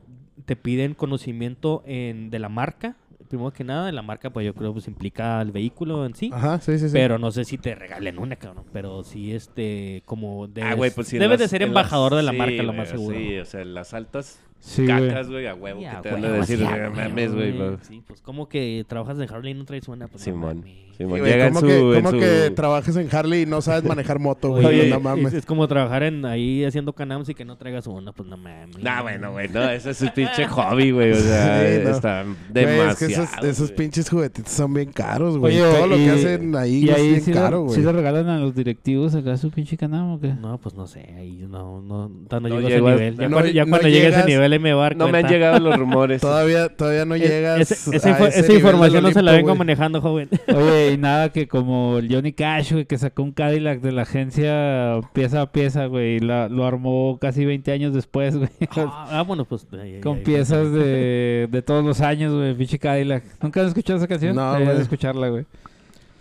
Speaker 5: te piden conocimiento en, de la marca, primero que nada, de la marca pues yo creo pues implica el vehículo en sí.
Speaker 3: Ajá, sí, sí, sí.
Speaker 5: Pero no sé si te regalen una, cabrón. Pero sí, este, como debes,
Speaker 4: Ah, güey, pues sí, en
Speaker 5: debes de
Speaker 4: las-
Speaker 5: ser
Speaker 4: en las-
Speaker 5: embajador de la
Speaker 4: sí,
Speaker 5: marca, lo
Speaker 4: güey,
Speaker 5: más seguro.
Speaker 4: Sí, o sea, en las altas
Speaker 2: Sí, güey.
Speaker 4: cacas, güey, a huevo
Speaker 5: Ya,
Speaker 4: que te
Speaker 5: güey,
Speaker 4: han de decir,
Speaker 5: sí,
Speaker 4: "Ah,
Speaker 5: güey,
Speaker 4: mames, güey.
Speaker 5: güey.
Speaker 4: bro".
Speaker 5: Sí, pues como que trabajas en Harley y no traes una, pues no
Speaker 4: Simón.
Speaker 5: mames.
Speaker 3: Sí,
Speaker 4: Simón.
Speaker 3: güey,
Speaker 4: Llega en
Speaker 3: ¿Cómo,
Speaker 4: su.
Speaker 3: que,
Speaker 4: en
Speaker 3: cómo
Speaker 4: su-
Speaker 3: que trabajas en Harley y no sabes manejar moto, güey?
Speaker 5: Oye,
Speaker 3: no
Speaker 5: es,
Speaker 3: mames.
Speaker 5: es como trabajar en ahí haciendo canams y que no traigas una, pues no mames.
Speaker 4: Nah, bueno, güey, no, ese es su pinche hobby, güey. O sea,
Speaker 3: Sí, no.
Speaker 4: está
Speaker 3: Güey,
Speaker 4: demasiado.
Speaker 3: es que esos, esos
Speaker 4: güey.
Speaker 3: pinches juguetitos son bien caros, güey.
Speaker 2: Oye,
Speaker 3: Todo lo
Speaker 2: y-
Speaker 3: que hacen ahí
Speaker 2: Y
Speaker 3: es
Speaker 2: ahí
Speaker 3: bien
Speaker 2: sí,
Speaker 3: caro,
Speaker 2: le,
Speaker 3: güey.
Speaker 2: sí le regalan a los directivos acá su pinche canal, ¿o qué?
Speaker 5: No, pues no sé, ahí no, no, no, no
Speaker 4: No
Speaker 5: llego a ese
Speaker 4: llegas-
Speaker 5: nivel. Ya
Speaker 3: no-
Speaker 5: cuando, ya
Speaker 3: no
Speaker 5: cuando llegue a ese
Speaker 3: llegas-
Speaker 5: nivel Chale me va a dar
Speaker 4: No me han
Speaker 5: cuenta.
Speaker 4: llegado los rumores.
Speaker 3: Todavía, todavía no
Speaker 5: Es-
Speaker 3: llegas.
Speaker 5: ese- esa
Speaker 3: a
Speaker 5: info-
Speaker 3: ese
Speaker 5: esa
Speaker 3: nivel
Speaker 5: información
Speaker 3: del
Speaker 5: no se la
Speaker 3: Olimpo,
Speaker 5: vengo
Speaker 3: güey.
Speaker 5: manejando, joven.
Speaker 2: Oye, y nada que como el Johnny Cash, güey, que sacó un Cadillac de la agencia pieza a pieza, güey, y la- lo armó casi 20 años después, güey.
Speaker 5: Ah, vámonos, pues. ay, ay,
Speaker 2: Con
Speaker 5: ay.
Speaker 2: piezas de, de todos los años, güey, pinche Cadillac. ¿Nunca has escuchado esa canción?
Speaker 3: No,
Speaker 2: Deberías
Speaker 3: güey.
Speaker 2: escucharla, güey.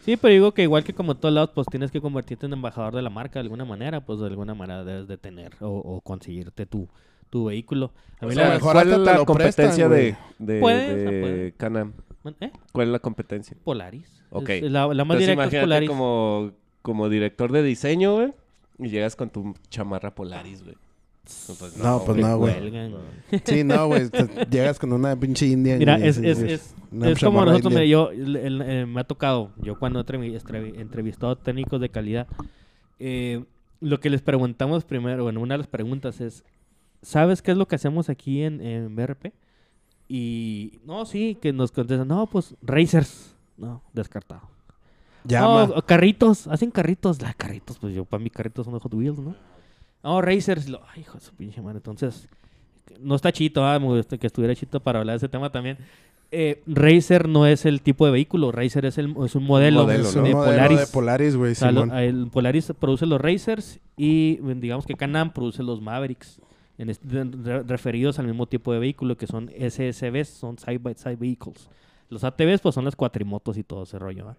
Speaker 5: Sí, pero digo que igual que como en todos lados, pues tienes que convertirte en embajador de la marca de alguna manera, pues de alguna manera debes de tener o, o conseguirte tu, tu vehículo. A
Speaker 4: O
Speaker 5: mí
Speaker 4: sea,
Speaker 5: la-
Speaker 3: mejor
Speaker 4: ¿Cuál
Speaker 3: hasta
Speaker 4: es
Speaker 3: te
Speaker 4: la
Speaker 3: lo
Speaker 4: competencia
Speaker 3: prestan,
Speaker 4: de,
Speaker 3: güey.
Speaker 4: de,
Speaker 5: Puede, o sea,
Speaker 4: de
Speaker 5: puede.
Speaker 4: Canam?
Speaker 5: ¿Eh?
Speaker 4: ¿Cuál es la competencia?
Speaker 5: Polaris.
Speaker 4: Ok.
Speaker 5: Es- La, la más
Speaker 4: Entonces,
Speaker 5: directa es
Speaker 4: imagínate
Speaker 5: Polaris.
Speaker 4: Como, como director de diseño, güey. Y llegas con tu chamarra Polaris, güey. Entonces,
Speaker 3: No, pues
Speaker 4: güey.
Speaker 3: no, güey.
Speaker 5: Cuelgan.
Speaker 3: Sí, no, güey. te- Llegas con una pinche india.
Speaker 5: Mira,
Speaker 3: güey,
Speaker 5: es,
Speaker 3: así,
Speaker 5: es,
Speaker 3: güey.
Speaker 5: es,
Speaker 3: Una
Speaker 5: es como
Speaker 3: chamarra
Speaker 5: nosotros,
Speaker 3: india.
Speaker 5: mira, yo el- el- eh, me ha tocado, yo cuando he entrevi- estrevi- entrevistado técnicos de calidad, eh, lo que les preguntamos primero, bueno, una de las preguntas es, ¿sabes qué es lo que hacemos aquí en, en BRP? Y no, sí, que nos contestan, no, pues racers, no, descartado.
Speaker 3: Llama.
Speaker 5: No, carritos, hacen carritos, la carritos, pues yo para mí carritos son de Hot Wheels, ¿no? No, Racers, lo, ay, hijo de su pinche madre, entonces, no está chito, ah, me gusta que estuviera chito para hablar de ese tema también. Eh, Racer no es el tipo de vehículo, Racer es, el, es un modelo,
Speaker 4: Modelo,
Speaker 3: es
Speaker 5: de,
Speaker 3: un modelo
Speaker 5: Polaris.
Speaker 3: de Polaris, güey.
Speaker 5: O sea, lo-
Speaker 3: Simón.
Speaker 5: el Polaris produce los Racers y bueno, digamos que Can-Am produce los Mavericks, en este- de- re- referidos al mismo tipo de vehículo que son SSVs, son Side by Side Vehicles. Los ATVs pues son las cuatrimotos y todo ese rollo. ¿va?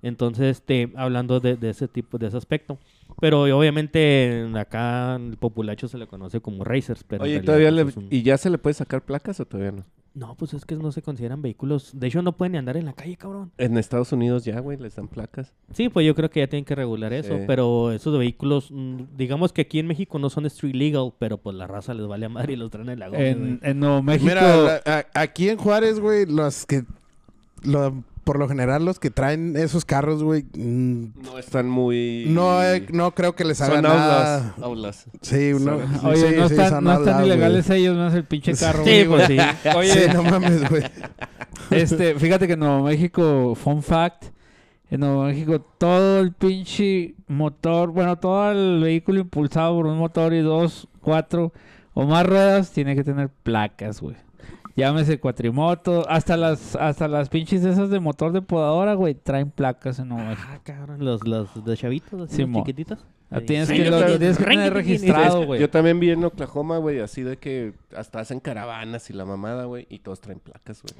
Speaker 5: Entonces, este, hablando de, de ese tipo, de ese aspecto. Pero y obviamente en- acá en el populacho se le conoce como Racers. Pero en
Speaker 4: Oye,
Speaker 5: realidad,
Speaker 4: ¿todavía le,
Speaker 5: pues, es un-
Speaker 4: ¿y ya se le puede sacar placas o todavía no?
Speaker 5: No, pues es que no se consideran vehículos. De hecho, no pueden ni andar en la calle, cabrón.
Speaker 4: En Estados Unidos ya, güey, les dan placas.
Speaker 5: Sí, pues yo creo que ya tienen que regular eso,
Speaker 4: Sí.
Speaker 5: pero esos vehículos, mm, digamos que aquí en México no son street legal, pero pues la raza les vale a madre y los traen en la goma. güey.
Speaker 2: En, en Nuevo México.
Speaker 3: Mira, la- a- aquí en Juárez, güey, los que. lo- por lo general, los que traen esos carros, güey. mm,
Speaker 4: No están muy...
Speaker 3: No, eh, no creo que les
Speaker 4: Son
Speaker 3: hagan nada.
Speaker 4: aulas. aulas.
Speaker 3: Sí, no,
Speaker 4: Son-
Speaker 2: Oye,
Speaker 3: sí,
Speaker 2: no,
Speaker 3: sí,
Speaker 2: están,
Speaker 3: son
Speaker 2: no están
Speaker 3: aulas,
Speaker 2: ilegales
Speaker 3: güey.
Speaker 2: ellos, más el pinche carro.
Speaker 5: Sí, pues
Speaker 2: güey.
Speaker 5: sí. Oye,
Speaker 3: Sí, no mames, güey.
Speaker 2: Este, fíjate que en Nuevo México, fun fact, en Nuevo México todo el pinche motor, bueno, todo el vehículo impulsado por un motor y dos, cuatro o más ruedas tiene que tener placas, güey. Llámese cuatrimoto, hasta las hasta las pinches esas de motor de podadora, güey, traen placas en Nuevo México.
Speaker 5: ah, cabrón, los, los de chavitos, así, los
Speaker 2: Simón.
Speaker 5: chiquititos.
Speaker 2: La
Speaker 5: Ahí.
Speaker 2: tienes
Speaker 5: Sí,
Speaker 2: que,
Speaker 5: yo
Speaker 2: lo-
Speaker 5: creo-
Speaker 2: lo tienes que tener registrado, güey.
Speaker 4: Yo también vi en Oklahoma, güey, así de que hasta hacen caravanas y la mamada, güey, y todos traen placas, güey.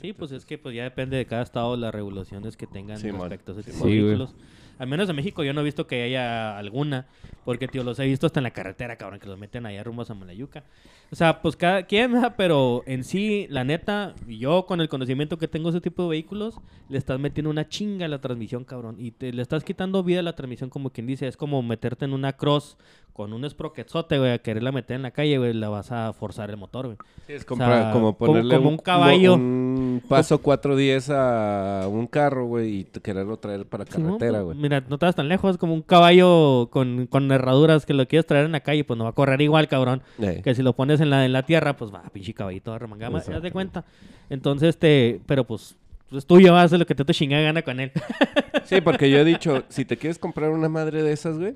Speaker 5: Sí, pues es que pues ya depende de cada estado las regulaciones que tengan
Speaker 4: Simón,
Speaker 5: respecto a ese tipo
Speaker 2: Simón.
Speaker 5: de
Speaker 2: Sí, güey.
Speaker 5: vehículos. Al menos en México yo no he visto que haya alguna, porque tío, los he visto hasta en la carretera, cabrón, que los meten allá rumbo a Samalayuca. O sea, pues cada quien, ¿verdad? pero en sí, la neta, yo con el conocimiento que tengo de ese tipo de vehículos, le estás metiendo una chinga a la transmisión, cabrón, y te, le estás quitando vida a la transmisión, como quien dice, es como meterte en una cross con un sprocketzote, güey, a quererla meter en la calle, güey, la vas a forzar el motor, güey.
Speaker 4: Sí, es
Speaker 5: O
Speaker 4: como,
Speaker 5: sea,
Speaker 4: para- como
Speaker 5: como-
Speaker 4: ponerle
Speaker 5: como
Speaker 4: un,
Speaker 5: un caballo.
Speaker 4: Un paso 410 a un carro, güey, y te- quererlo traer para
Speaker 5: Sí, ¿no?
Speaker 4: carretera, güey.
Speaker 5: Mira, no te vas tan lejos, como un caballo con, con herraduras que lo quieres traer en la calle, pues no va a correr igual, cabrón.
Speaker 4: Eh.
Speaker 5: Que si lo pones en la, en la tierra, pues va, pinche caballito de remangama, haz de cuenta. Entonces, este, pero pues, pues tú llevas lo que te te chinga gana con él.
Speaker 4: Sí, porque yo he dicho, si te quieres comprar una madre de esas, güey,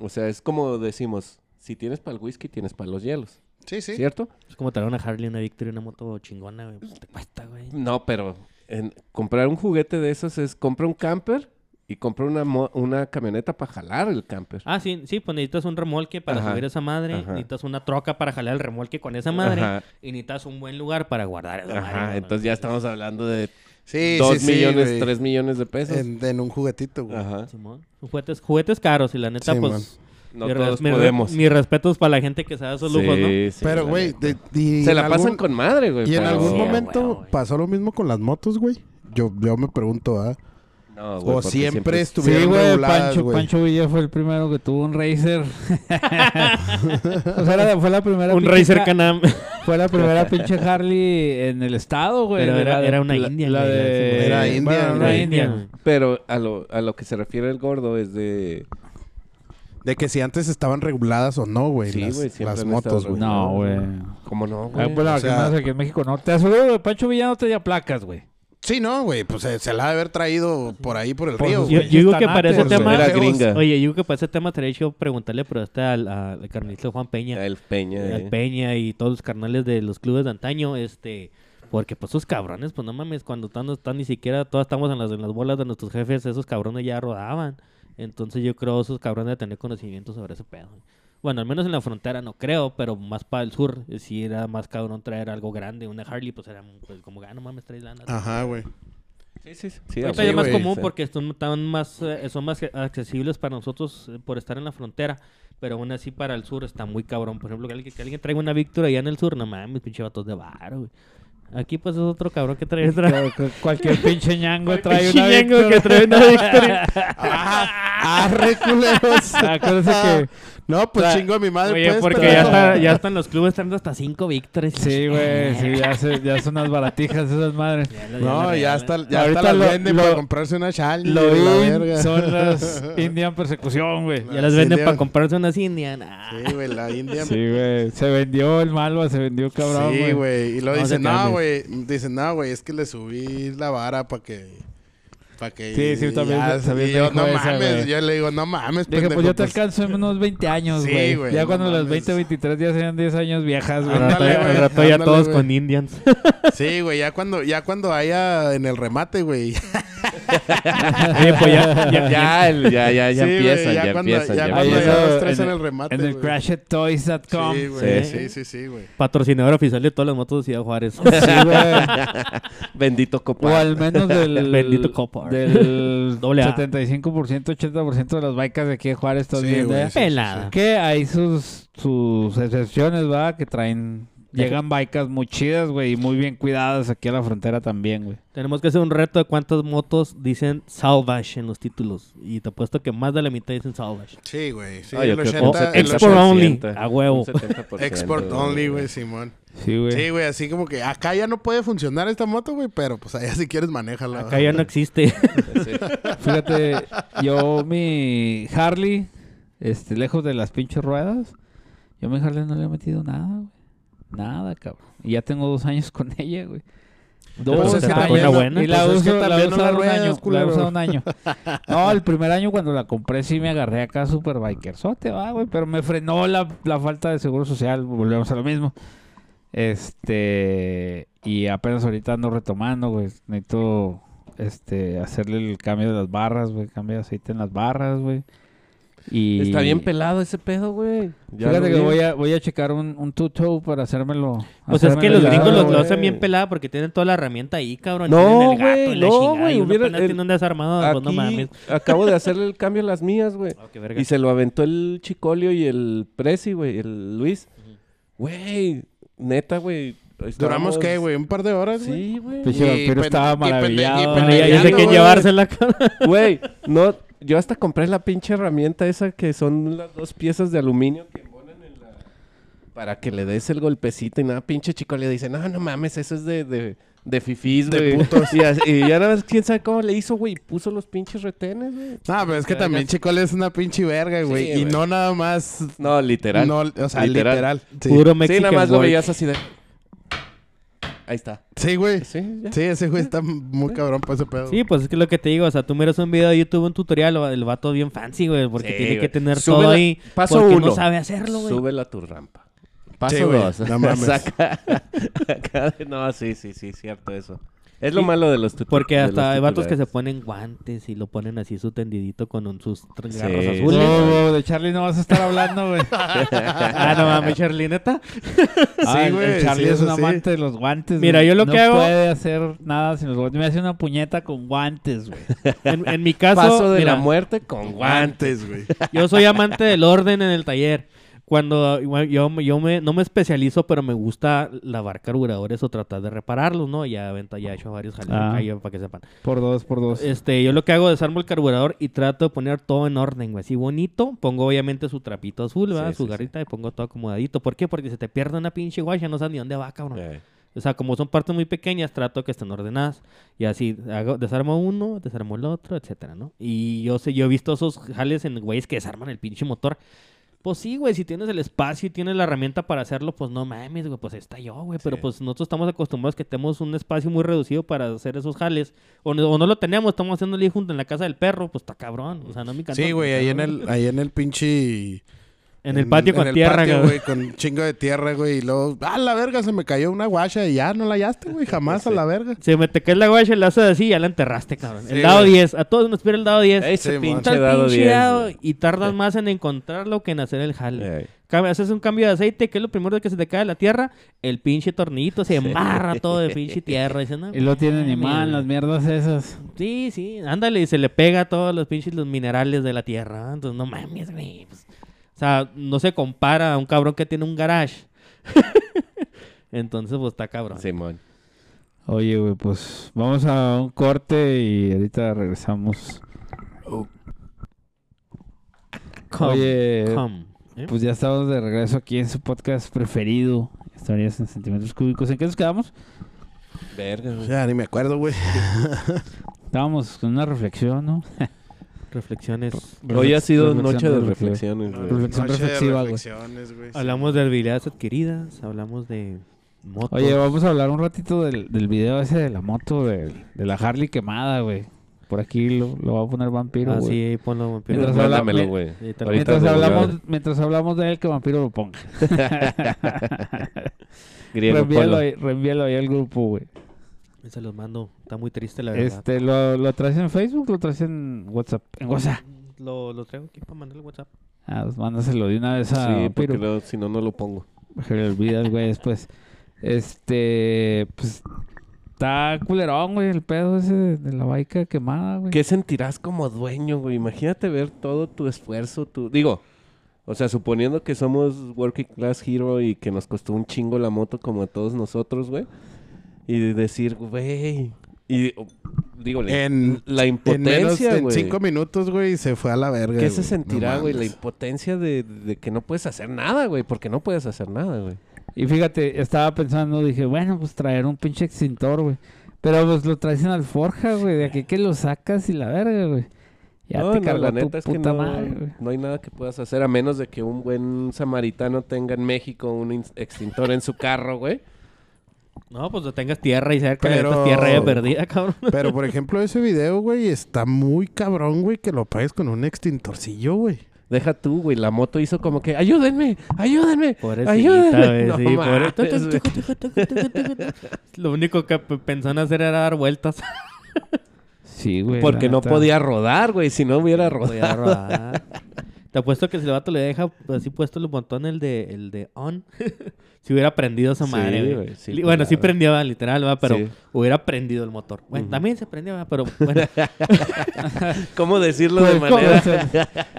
Speaker 4: o sea, es como decimos, si tienes para el whisky, tienes para los hielos,
Speaker 3: Sí, sí.
Speaker 4: ¿cierto?
Speaker 5: es como traer una Harley, una Victory, una moto chingona, güey. Pues te cuesta, güey.
Speaker 4: No, pero en- comprar un juguete de esas es compra un camper y compra una, mo- una camioneta para jalar el camper.
Speaker 5: Ah, sí, sí, pues necesitas un remolque para
Speaker 4: Ajá,
Speaker 5: subir esa madre,
Speaker 4: ajá.
Speaker 5: necesitas una troca para jalar el remolque con esa madre,
Speaker 4: Ajá.
Speaker 5: y necesitas un buen lugar para guardar esa madre.
Speaker 4: Ajá,
Speaker 5: güey.
Speaker 4: entonces ya estamos hablando de
Speaker 3: Sí,
Speaker 4: 2
Speaker 3: sí, sí,
Speaker 4: millones,
Speaker 3: güey.
Speaker 4: 3 millones de pesos.
Speaker 3: En, en un juguetito, güey.
Speaker 4: Ajá.
Speaker 5: Simón. Juguetes, juguetes caros y la neta,
Speaker 3: Sí,
Speaker 5: pues...
Speaker 3: man.
Speaker 4: No
Speaker 5: Mi re-
Speaker 4: todos
Speaker 5: mi re-
Speaker 4: podemos.
Speaker 5: Mis respetos para la gente que se da esos lujos, ¿no?
Speaker 4: Sí, sí,
Speaker 3: Pero,
Speaker 4: la
Speaker 3: güey,
Speaker 4: neta.
Speaker 3: de- y
Speaker 4: se
Speaker 3: en
Speaker 4: la pasan
Speaker 3: algún-
Speaker 4: con madre, güey.
Speaker 3: Y en
Speaker 4: pero-
Speaker 3: algún
Speaker 5: Sí,
Speaker 3: momento
Speaker 5: güey, güey.
Speaker 3: pasó lo mismo con las motos, güey. Yo, yo me pregunto, ¿ah?
Speaker 4: No, güey,
Speaker 3: O
Speaker 4: porque
Speaker 3: siempre,
Speaker 2: Sí,
Speaker 3: estuvieron
Speaker 2: güey,
Speaker 3: reguladas,
Speaker 2: Pancho,
Speaker 3: güey.
Speaker 2: Pancho Villa fue el primero que tuvo un Racer. o sea, era- fue la primera
Speaker 5: Un
Speaker 2: pinche
Speaker 5: Racer
Speaker 2: ca-
Speaker 5: Canam.
Speaker 2: Fue la primera pinche Harley en el estado, güey.
Speaker 5: Pero era-
Speaker 2: La de-
Speaker 5: era una
Speaker 2: la-
Speaker 5: india,
Speaker 2: la
Speaker 5: güey,
Speaker 2: de-
Speaker 3: era
Speaker 2: bueno,
Speaker 3: india,
Speaker 2: era
Speaker 3: güey.
Speaker 2: una india.
Speaker 4: Pero a lo, a lo que se refiere el gordo es de...
Speaker 3: De que si antes estaban reguladas o no, güey.
Speaker 4: Sí,
Speaker 3: las,
Speaker 4: güey, siempre
Speaker 3: las
Speaker 4: han
Speaker 3: motos,
Speaker 4: estado
Speaker 3: güey.
Speaker 4: reguladas.
Speaker 2: No, güey.
Speaker 4: ¿Cómo no,
Speaker 2: Ah,
Speaker 4: güey?
Speaker 5: pues,
Speaker 2: bueno,
Speaker 3: o
Speaker 2: aquí
Speaker 3: sea-
Speaker 2: más aquí en México no. Te aseguro, güey, Pancho Villa no tenía placas, güey.
Speaker 3: Sí, no, güey, pues se, se la ha de haber traído por ahí, por el
Speaker 2: Por
Speaker 3: río.
Speaker 2: sus-
Speaker 5: Yo,
Speaker 3: güey.
Speaker 5: yo digo que para ese
Speaker 2: Pues,
Speaker 5: tema.
Speaker 4: era gringa.
Speaker 5: Oye, yo digo que para ese tema estaría chido preguntarle, pero hasta al, al carnalito Juan Peña,
Speaker 4: El Peña. eh.
Speaker 5: al Peña y todos los carnales de los clubes de antaño, este. Porque pues esos cabrones, pues no mames, cuando están, no están ni siquiera, todas estamos en las, en las bolas de nuestros jefes, esos cabrones ya rodaban. Entonces yo creo esos cabrones de tener conocimiento sobre ese pedo. Bueno, al menos en la frontera no creo, pero más para el sur, eh, sí era más cabrón traer algo grande, una Harley, pues era pues, como, ah, no mames, traes lana.
Speaker 3: Ajá, güey.
Speaker 4: Sí, sí, sí. sí,
Speaker 5: Ahorita
Speaker 4: güey.
Speaker 5: ya es más
Speaker 3: güey,
Speaker 5: común
Speaker 4: Sí.
Speaker 5: porque son tan más, eh, son más accesibles para nosotros eh, por estar en la frontera. Pero aún así para el sur está muy cabrón. Por ejemplo, que alguien, que alguien traiga una Víctor allá en el sur, no mames, pinche vatos de bar, güey. Aquí pues es otro cabrón que trae otra.
Speaker 2: Claro, cu- Cualquier pinche ñango trae una
Speaker 5: Pinche ñengo
Speaker 2: Victory.
Speaker 5: que trae una Victory.
Speaker 3: ¡Ah! ¡Arre, culeros!
Speaker 2: Acuérdense
Speaker 3: No, pues
Speaker 2: Tra-
Speaker 3: chingo a mi madre,
Speaker 5: Oye,
Speaker 3: pues,
Speaker 5: porque
Speaker 3: pero-
Speaker 5: ya, está- ya están los clubes traen hasta cinco Eh, Victories.
Speaker 2: que sí, güey, sí, ya, se- ya son las baratijas esas madres.
Speaker 3: No, ya
Speaker 5: está
Speaker 3: hasta, ya
Speaker 2: Ahorita
Speaker 3: hasta las
Speaker 2: lo-
Speaker 3: venden
Speaker 2: lo-
Speaker 3: para comprarse una chal.
Speaker 2: Lo
Speaker 3: la
Speaker 2: in
Speaker 3: verga.
Speaker 2: son las Indian Persecución, güey.
Speaker 5: Ya las
Speaker 3: Sí,
Speaker 5: venden
Speaker 3: le-
Speaker 5: para comprarse unas Indian. Ah.
Speaker 3: Sí, güey, la India.
Speaker 2: Sí, güey. Se vendió el malva, se vendió cabrón,
Speaker 3: Sí,
Speaker 2: güey.
Speaker 3: güey. Y luego
Speaker 2: No se
Speaker 3: dicen, no,
Speaker 2: calmes.
Speaker 3: güey. Dicen, no, güey, es que le subí la vara para que. Para que.
Speaker 2: Sí, sí, también-
Speaker 3: ya-
Speaker 2: también
Speaker 3: y
Speaker 2: me
Speaker 3: yo,
Speaker 2: dijo
Speaker 3: no
Speaker 2: esa,
Speaker 3: mames.
Speaker 2: güey.
Speaker 3: Yo le digo, no mames,
Speaker 2: Dije,
Speaker 3: pendejo,
Speaker 2: pues yo te
Speaker 3: pues,
Speaker 2: alcanzo en unos 20 años,
Speaker 3: Sí,
Speaker 2: güey.
Speaker 3: güey,
Speaker 2: ya
Speaker 3: no
Speaker 2: cuando las
Speaker 3: mames.
Speaker 2: 20, 23 ya sean 10 años viejas, güey.
Speaker 5: Al rato,
Speaker 3: Ándale,
Speaker 5: ya- al
Speaker 3: güey,
Speaker 5: rato ya
Speaker 3: ándale,
Speaker 5: todos
Speaker 3: güey.
Speaker 5: con Indians.
Speaker 3: Sí, güey, ya cuando, ya cuando haya en el remate, güey.
Speaker 5: Oye, pues ya- ya-
Speaker 4: Ya, el- ya, ya, ya
Speaker 3: Sí, güey,
Speaker 4: empiezan,
Speaker 3: ya
Speaker 4: ya
Speaker 3: cuando-
Speaker 4: empiezan.
Speaker 3: ya
Speaker 4: Ya
Speaker 3: cuando
Speaker 4: empiezan.
Speaker 3: ya- dos, tres en el remate,
Speaker 2: En el
Speaker 3: güey.
Speaker 2: crashedtoys.com.
Speaker 3: Sí, güey.
Speaker 5: Sí.
Speaker 3: Sí, sí, sí, güey.
Speaker 5: Patrocinador oficial de todas las motos de Ciudad Juárez.
Speaker 2: Sí, güey.
Speaker 4: Bendito
Speaker 2: O
Speaker 4: copa.
Speaker 2: al menos del.
Speaker 5: Bendito Copar.
Speaker 2: Del
Speaker 5: Doble A.
Speaker 2: 75%, 80% de las bikes de aquí de Juárez todavía.
Speaker 3: Sí, Ah.
Speaker 2: ¿eh?
Speaker 3: güey.
Speaker 5: Pelada.
Speaker 2: Que hay sus, sus excepciones, ¿verdad? Que traen. Llegan bikes muy chidas, güey, y muy bien cuidadas aquí a la frontera también, güey.
Speaker 5: Tenemos que hacer un reto de cuántas motos dicen Salvage en los títulos. Y te apuesto que más de la mitad dicen Salvage.
Speaker 3: Sí, güey. Sí,
Speaker 4: Ah, yo
Speaker 3: el
Speaker 4: creo que un
Speaker 3: 80, el
Speaker 4: 70%.
Speaker 5: Export only.
Speaker 4: ochenta.
Speaker 5: A huevo.
Speaker 4: Un 70%,
Speaker 3: Export only, güey, Simón.
Speaker 2: Sí, güey.
Speaker 3: Sí, güey, así como que acá ya no puede funcionar esta moto, güey, pero pues allá si quieres manéjala.
Speaker 5: Acá ya no existe.
Speaker 4: Sí.
Speaker 2: Fíjate, yo mi Harley, este, lejos de las pinches ruedas, yo mi Harley no le he metido nada, güey. Nada, cabrón. Y ya tengo dos años con ella, güey.
Speaker 5: Pues es que
Speaker 2: años.
Speaker 5: también no-
Speaker 2: y la
Speaker 3: pues es que
Speaker 2: uso, la he
Speaker 3: también no
Speaker 2: usado
Speaker 3: la
Speaker 2: un
Speaker 3: ruedas,
Speaker 2: año, la he
Speaker 3: culero.
Speaker 2: usado un año. No, el primer año cuando la compré sí me agarré acá super bikerzote, va, güey. Pero me frenó la, la falta de seguro social, volvemos a lo mismo. Este, y apenas ahorita ando retomando, güey. Necesito, este, hacerle el cambio de las barras, güey. Cambio de aceite en las barras, güey. Y...
Speaker 4: Está bien pelado ese pedo, güey. Ya lo
Speaker 2: Fíjate que
Speaker 4: vi.
Speaker 2: voy a, voy a checar un, un tuto para hacérmelo.
Speaker 5: Pues es que
Speaker 2: hacérmelo
Speaker 5: los
Speaker 2: ya,
Speaker 5: gringos los-
Speaker 2: güey.
Speaker 5: lo
Speaker 4: güey.
Speaker 5: hacen bien pelada porque tienen toda la herramienta ahí, cabrón.
Speaker 4: No,
Speaker 5: tienen el gato,
Speaker 4: güey,
Speaker 5: la
Speaker 4: no,
Speaker 5: chingada,
Speaker 4: güey,
Speaker 5: Y uno
Speaker 4: hubiera-
Speaker 5: apenas
Speaker 4: el-
Speaker 5: tiene un desarmado. pues no
Speaker 4: Aquí
Speaker 5: mames.
Speaker 4: acabo de hacerle el cambio a las mías, güey.
Speaker 5: Ah, qué verga.
Speaker 4: Y se lo aventó el Chicolio y el Prezi, güey, el Luis. Güey, neta, güey.
Speaker 3: Duramos,
Speaker 4: estábamos-
Speaker 3: ¿qué, güey? ¿Un par de horas, güey?
Speaker 4: Sí, güey. Pues,
Speaker 2: Pinche vampiro
Speaker 3: pende-
Speaker 2: estaba
Speaker 3: y pende- y
Speaker 2: maravillado.
Speaker 5: Bueno, ya, ya sé
Speaker 3: peleando,
Speaker 5: quién
Speaker 3: güey.
Speaker 5: llevársela, cabrón.
Speaker 4: Güey, no, yo hasta compré la pinche herramienta esa que son las dos piezas de aluminio que ponen en la... Para que le des el golpecito y nada, pinche chico le dice, no, no mames, eso es de, de, de fifís, güey. Y, así- y ya nada más, quién sabe cómo le hizo, güey, puso los pinches retenes, güey.
Speaker 3: No, pero es que también Chicol es una pinche verga, güey.
Speaker 4: Sí,
Speaker 3: y
Speaker 4: güey.
Speaker 3: no nada más.
Speaker 4: No, literal.
Speaker 3: No, o sea, literal. sí.
Speaker 5: Puro Mexican
Speaker 4: sí, nada más lo
Speaker 5: work.
Speaker 4: veías así de... Ahí está.
Speaker 3: Sí, güey. Sí,
Speaker 4: Sí, ya.
Speaker 3: ese güey está muy cabrón para ese pedo.
Speaker 5: Sí, pues es que lo que te digo, o sea, tú miras un video de YouTube, un tutorial, o- el vato bien fancy, güey, porque
Speaker 4: Sí,
Speaker 5: tiene que
Speaker 4: güey.
Speaker 5: tener
Speaker 4: Sube
Speaker 5: todo
Speaker 4: la-
Speaker 5: ahí.
Speaker 4: paso
Speaker 5: porque no
Speaker 4: uno.
Speaker 5: sabe hacerlo, güey.
Speaker 4: Súbela a tu rampa. Paso
Speaker 3: Sí, güey,
Speaker 4: dos.
Speaker 3: no mames.
Speaker 4: Saca- acá de- no, sí, sí, sí, cierto eso. Es lo
Speaker 5: Y-
Speaker 4: malo de los tut-
Speaker 5: Porque
Speaker 4: de los
Speaker 5: hasta hay vatos que se
Speaker 4: titulares.
Speaker 5: ponen guantes y lo ponen así su tendidito con un- sus tr-
Speaker 4: Sí.
Speaker 5: garros
Speaker 2: No,
Speaker 5: azules.
Speaker 2: güey, de Charlie no vas a estar hablando, güey.
Speaker 5: ah, no mames, Charly, neta.
Speaker 2: Ah, el-
Speaker 3: güey,
Speaker 2: el Charlie
Speaker 3: sí,
Speaker 2: es
Speaker 3: eso
Speaker 2: un
Speaker 3: sí.
Speaker 2: amante de los guantes.
Speaker 5: Mira,
Speaker 2: güey.
Speaker 5: yo lo
Speaker 2: no
Speaker 5: que hago-
Speaker 2: puede hacer nada sin los guantes. Me hace una puñeta con guantes, güey.
Speaker 5: En, en mi caso,
Speaker 4: Paso de
Speaker 5: mira,
Speaker 4: la muerte con guante.
Speaker 3: Guantes, güey.
Speaker 5: yo soy amante del orden en el taller. Cuando igual, yo, me- yo me, no me especializo, pero me gusta lavar carburadores o tratar de repararlos, ¿no? Ya, aventa- ya he hecho varios jales
Speaker 2: Ah.
Speaker 5: ahí, para que sepan.
Speaker 2: Por dos, por dos.
Speaker 5: Este, yo lo que hago es desarmo el carburador y trato de poner todo en orden, güey. Así bonito. Pongo obviamente su trapito azul, ¿verdad?
Speaker 4: Sí,
Speaker 5: su
Speaker 4: sí,
Speaker 5: garrita y pongo todo acomodadito. ¿Por qué? Porque se te pierde una pinche guacha, no sabes ni dónde va, cabrón.
Speaker 4: Eh,
Speaker 5: O sea, como son partes muy pequeñas, trato que estén ordenadas. Y así, hago, desarmo uno, desarmo el otro, etcétera, ¿no? Y yo sé, yo he visto esos jales en güeyes que desarman el pinche motor. Pues sí, güey, si tienes el espacio y tienes la herramienta para hacerlo, pues no mames, güey, pues ahí está yo, güey. Pero pues nosotros estamos acostumbrados que tenemos un espacio muy reducido para hacer esos jales. O no, o no lo tenemos, estamos haciendo el junto en la casa del perro, pues está cabrón. O sea, no me encanta.
Speaker 3: Sí, güey, ahí en el, ahí en el pinche.
Speaker 5: En el patio con
Speaker 3: el
Speaker 5: tierra,
Speaker 3: patio,
Speaker 5: güey.
Speaker 3: güey. Con un chingo de tierra, güey. Y luego, ah, la verga, se me cayó una guacha y ya no la hallaste, güey. Jamás a la verga.
Speaker 5: Se me te cae la guacha, la haces así y ya la enterraste, cabrón. el
Speaker 3: Sí,
Speaker 5: dado
Speaker 3: güey.
Speaker 5: 10, a todos nos pide el dado 10.
Speaker 4: Ese
Speaker 3: Sí, mon.
Speaker 4: pinche
Speaker 5: Está el
Speaker 4: dado
Speaker 5: pinche
Speaker 4: 10.
Speaker 5: dado
Speaker 4: güey. Eh.
Speaker 5: y tardas más en encontrarlo que en hacer el jale.
Speaker 4: Ey.
Speaker 5: Cam- Haces un cambio de aceite, que es lo primero que se te cae de la tierra, el pinche tornito se embarra todo de pinche tierra. Dices, no,
Speaker 2: Y lo tiene
Speaker 5: mames,
Speaker 2: animal, las mierdas esas.
Speaker 5: Sí, sí, ándale, y se le pega a todos los pinches los minerales de la tierra. ¿no? Entonces, no mames, güey. pues, o sea, no se compara a un cabrón que tiene un garage. Entonces, pues está cabrón.
Speaker 4: Simón.
Speaker 2: Oye, güey, pues vamos a un corte y ahorita regresamos.
Speaker 5: Come,
Speaker 2: Oye,
Speaker 5: come, ¿eh?
Speaker 2: pues ya estamos de regreso aquí en su podcast preferido, Historias en Centímetros Cúbicos. ¿En qué nos quedamos?
Speaker 4: Verga, güey.
Speaker 3: Ya ni me acuerdo, güey.
Speaker 2: Estábamos con una reflexión, ¿no?
Speaker 4: pues,
Speaker 5: Reflexiones.
Speaker 4: Hoy ha sido
Speaker 2: Reflexión,
Speaker 4: noche de
Speaker 2: reflexión.
Speaker 4: reflexiones, güey.
Speaker 2: Reflexión reflexiva, güey.
Speaker 5: Hablamos de habilidades adquiridas, hablamos de motos.
Speaker 4: Pues-
Speaker 2: Oye, vamos a hablar un ratito del, del video ese de la moto, de, de la Harley quemada, güey. Por aquí lo, lo va a poner Vampiro,
Speaker 5: Ah,
Speaker 2: güey.
Speaker 5: sí, ahí ponlo, vampiro.
Speaker 2: Mientras habla-
Speaker 4: Mándamelo,
Speaker 2: mi-
Speaker 4: güey.
Speaker 5: Eh, tal-
Speaker 4: Ahorita
Speaker 2: Mientras
Speaker 4: te lo
Speaker 2: hablamos,
Speaker 4: mando.
Speaker 2: mientras hablamos de él, que Vampiro lo ponga.
Speaker 4: Griego
Speaker 2: reenvíalo,
Speaker 4: Polo.
Speaker 2: ahí, reenvíalo ahí al grupo, güey.
Speaker 5: Se los mando. Está muy triste, la verdad.
Speaker 2: Este, ¿lo, ¿Lo traes en Facebook lo traes en WhatsApp? En WhatsApp.
Speaker 5: Lo, lo traigo aquí para mandarle WhatsApp.
Speaker 2: Ah, pues mándaselo de una vez a
Speaker 4: Sí, porque
Speaker 2: Vampiro.
Speaker 4: luego, si no, no lo pongo.
Speaker 2: Se le olvidas, güey, después. Este, pues, está culerón, güey, el pedo ese de, de la baica quemada, güey.
Speaker 4: ¿Qué sentirás como dueño, güey? Imagínate ver todo tu esfuerzo, tu... Digo, o sea, suponiendo que somos working class hero y que nos costó un chingo la moto como a todos nosotros, güey. Y decir, güey... Y, o- digo, la-
Speaker 3: En-
Speaker 4: la
Speaker 3: En menos,
Speaker 4: impotencia,
Speaker 3: en
Speaker 4: güey.
Speaker 3: cinco minutos, güey, se fue a la verga.
Speaker 4: ¿Qué
Speaker 3: güey.
Speaker 4: se
Speaker 3: No
Speaker 4: sentirá, güey? la
Speaker 3: mames.
Speaker 4: impotencia de, de que no puedes hacer nada, güey. Porque no puedes hacer nada, güey.
Speaker 2: Y fíjate, estaba pensando, dije, bueno, pues traer un pinche extintor, güey. Pero pues lo traes en alforja, güey, de aquí que lo sacas y la verga, güey. Ya te cargó tu puta
Speaker 4: no,
Speaker 2: madre, güey.
Speaker 4: no hay nada que puedas hacer a menos de que un buen samaritano tenga en México un ins- extintor en su carro, güey.
Speaker 5: No, pues no tengas tierra y cerca
Speaker 3: Pero-
Speaker 5: de esta tierra ya perdida, cabrón.
Speaker 3: Pero, por ejemplo, ese video, güey, está muy cabrón, güey, que lo pagues con un extintorcillo, güey.
Speaker 4: Deja tú, güey. La moto hizo como que, ayúdenme, ayúdenme,
Speaker 5: Pobrecita,
Speaker 4: ayúdenme.
Speaker 5: güey,
Speaker 4: No
Speaker 5: sí,
Speaker 4: mames,
Speaker 5: pobre-
Speaker 4: güey.
Speaker 5: Lo único que p- pensó en hacer era dar vueltas.
Speaker 2: Sí, güey.
Speaker 4: Porque
Speaker 2: la
Speaker 4: no
Speaker 2: neta.
Speaker 4: podía rodar, güey. Si no hubiera rodado.
Speaker 5: Podía rodar. Te apuesto que si el vato le deja así puesto el montón el de, el de on, si hubiera prendido esa
Speaker 4: Sí,
Speaker 5: madre, güey.
Speaker 4: güey, sí,
Speaker 5: Li- bueno, sí
Speaker 4: claro.
Speaker 5: prendió, va, literal, va, pero
Speaker 4: Sí.
Speaker 5: hubiera prendido el motor. Bueno, también se prendió, va, pero bueno.
Speaker 4: ¿Cómo decirlo
Speaker 2: Pues,
Speaker 4: de
Speaker 2: ¿cómo
Speaker 4: manera?
Speaker 2: se-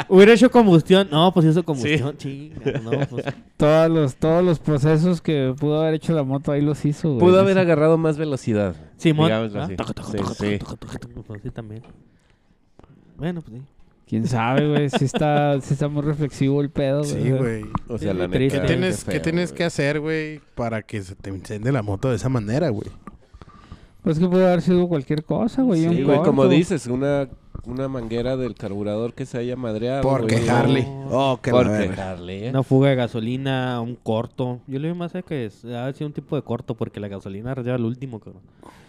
Speaker 5: hubiera hecho combustión. No, pues hizo combustión, chinga, No, pues
Speaker 2: todos, los, todos los procesos que pudo haber hecho la moto, ahí los hizo, güey.
Speaker 4: Pudo haber agarrado más velocidad.
Speaker 5: Simón.
Speaker 4: digámoslo
Speaker 5: ¿ah?
Speaker 4: así.
Speaker 5: Toco, toco,
Speaker 4: Sí,
Speaker 5: toco,
Speaker 4: sí.
Speaker 5: toco, toco, toco, toco, sí, también. Bueno, pues sí.
Speaker 2: Quién sabe, güey. Sí está, sí está muy reflexivo el pedo, güey.
Speaker 3: Sí, güey.
Speaker 4: O sea,
Speaker 5: Sí, triste.
Speaker 4: la neta.
Speaker 3: ¿Qué
Speaker 5: Claro,
Speaker 3: tienes,
Speaker 4: feo,
Speaker 3: ¿qué tienes
Speaker 4: güey.
Speaker 3: que hacer, güey, para que se te incendie la moto de esa manera, güey?
Speaker 2: Pues que pudo haber sido cualquier cosa, güey.
Speaker 4: Sí,
Speaker 2: un
Speaker 4: güey, como
Speaker 2: corto.
Speaker 4: dices, una, una manguera del carburador que se haya madreado.
Speaker 3: Porque
Speaker 4: güey.
Speaker 3: Harley. Oh, que la
Speaker 4: Porque
Speaker 3: verga.
Speaker 4: Harley. ¿eh?
Speaker 5: Una fuga de gasolina, un corto. Yo le veo más a que es, ha sido un tipo de corto porque la gasolina lleva el último, cabrón.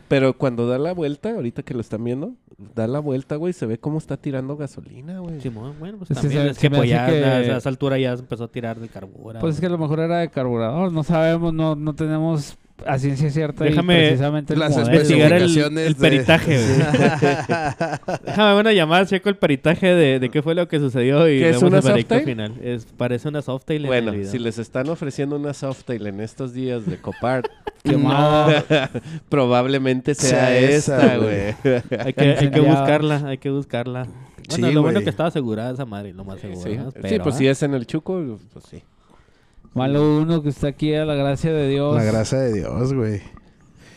Speaker 4: Pero cuando da la vuelta, ahorita que lo están viendo, da la vuelta, güey, se ve cómo está tirando gasolina, güey.
Speaker 5: Simón, bueno, pues
Speaker 2: Es que
Speaker 5: también
Speaker 2: se-
Speaker 5: es
Speaker 2: se
Speaker 5: que
Speaker 2: me
Speaker 5: pues,
Speaker 2: hace
Speaker 5: ya
Speaker 2: que-
Speaker 5: a esa- a esa altura ya se empezó a tirar del carburador.
Speaker 2: Pues es que a lo mejor era de carburador. No sabemos, no, no tenemos a ciencia cierta. y
Speaker 5: Déjame
Speaker 2: precisamente el
Speaker 3: las
Speaker 2: modelo.
Speaker 5: investigar el,
Speaker 3: Especificaciones
Speaker 5: el
Speaker 3: de-
Speaker 5: peritaje. güey. Déjame una llamada, checo el peritaje de, de qué fue lo que sucedió y
Speaker 4: ¿Qué es
Speaker 5: vemos
Speaker 4: una
Speaker 5: el veredicto
Speaker 4: softail?
Speaker 5: final. Es, parece una softail. en el
Speaker 4: Bueno,
Speaker 5: video.
Speaker 4: si les están ofreciendo una softail en estos días de Copart,
Speaker 2: Quemado.
Speaker 4: probablemente sea,
Speaker 3: Sea esa,
Speaker 4: esta,
Speaker 3: güey.
Speaker 4: güey.
Speaker 5: hay, que, hay que
Speaker 2: Incendiada.
Speaker 5: buscarla, hay que buscarla.
Speaker 3: Sí,
Speaker 5: Bueno, lo bueno
Speaker 3: güey.
Speaker 5: que estaba asegurada esa madre, lo más
Speaker 4: Sí,
Speaker 5: seguro.
Speaker 4: sí.
Speaker 5: ¿no?
Speaker 4: Sí,
Speaker 5: Pero,
Speaker 4: pues
Speaker 5: ah,
Speaker 4: si es en el Chuco, pues sí.
Speaker 2: Malo uno que está aquí a la gracia de Dios.
Speaker 3: La gracia de Dios, güey.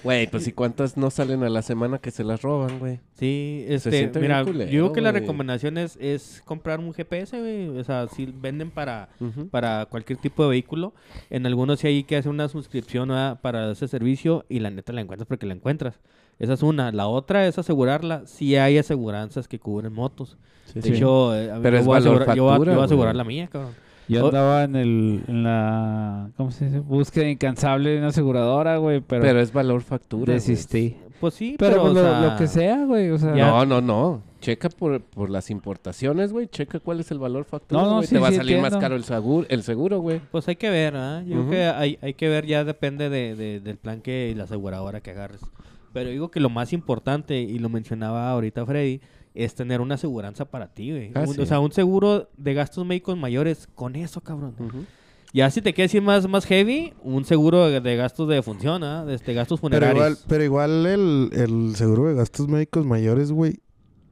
Speaker 4: Güey, pues si cuántas no salen a la semana que se las roban, güey.
Speaker 5: Sí,
Speaker 4: Se
Speaker 5: este,
Speaker 4: siente bien
Speaker 5: mira,
Speaker 4: culero,
Speaker 5: yo creo que la
Speaker 4: güey.
Speaker 5: recomendación es, es comprar un GPS, güey. O sea, si venden para,
Speaker 4: Ujú.
Speaker 5: para cualquier tipo de vehículo. En algunos sí hay que hacer una suscripción ¿verdad? para ese servicio y la neta la encuentras porque la encuentras. Esa es una. La otra es asegurarla. Si hay aseguranzas que cubren motos. de
Speaker 2: sí.
Speaker 5: hecho, eh, a mí-
Speaker 4: Pero
Speaker 5: yo,
Speaker 4: es
Speaker 5: voy a
Speaker 4: valor
Speaker 5: asegurar, yo voy a- yo voy a
Speaker 4: factura,
Speaker 5: asegurar
Speaker 4: güey.
Speaker 5: la mía, cabrón.
Speaker 2: Yo
Speaker 4: Oh.
Speaker 5: O-
Speaker 2: andaba en, el, en la ¿cómo se dice? búsqueda incansable de una aseguradora, güey, pero,
Speaker 4: Pero es valor factura. güey.
Speaker 2: desistí.
Speaker 5: Pues sí,
Speaker 2: Pero,
Speaker 5: pero, o
Speaker 2: pues, lo,
Speaker 5: sea,
Speaker 2: lo que sea, güey, o sea,
Speaker 4: No, no, no. Checa por, por las importaciones, güey. Checa cuál es el valor factura.
Speaker 2: No, no,
Speaker 4: güey.
Speaker 2: sí,
Speaker 4: Te va
Speaker 2: sí,
Speaker 4: a salir
Speaker 2: entiendo.
Speaker 4: más caro el seguro, el seguro, güey.
Speaker 5: Pues hay que ver, ¿ah? Yo creo
Speaker 4: Ujú.
Speaker 5: que hay, hay que ver, ya depende de, de- del plan que y la aseguradora que agarres. Pero digo que lo más importante, y lo mencionaba ahorita Freddy, es tener una aseguranza para ti, güey.
Speaker 4: Ah,
Speaker 5: Un-
Speaker 4: sí.
Speaker 5: O sea, un seguro de gastos médicos mayores con eso, cabrón. Ya si te quieres ir más, más heavy, un seguro de, de gastos de función, ¿ah? De este, gastos
Speaker 3: Pero igual,
Speaker 5: funerarios.
Speaker 3: pero igual el, el seguro de gastos médicos mayores, güey,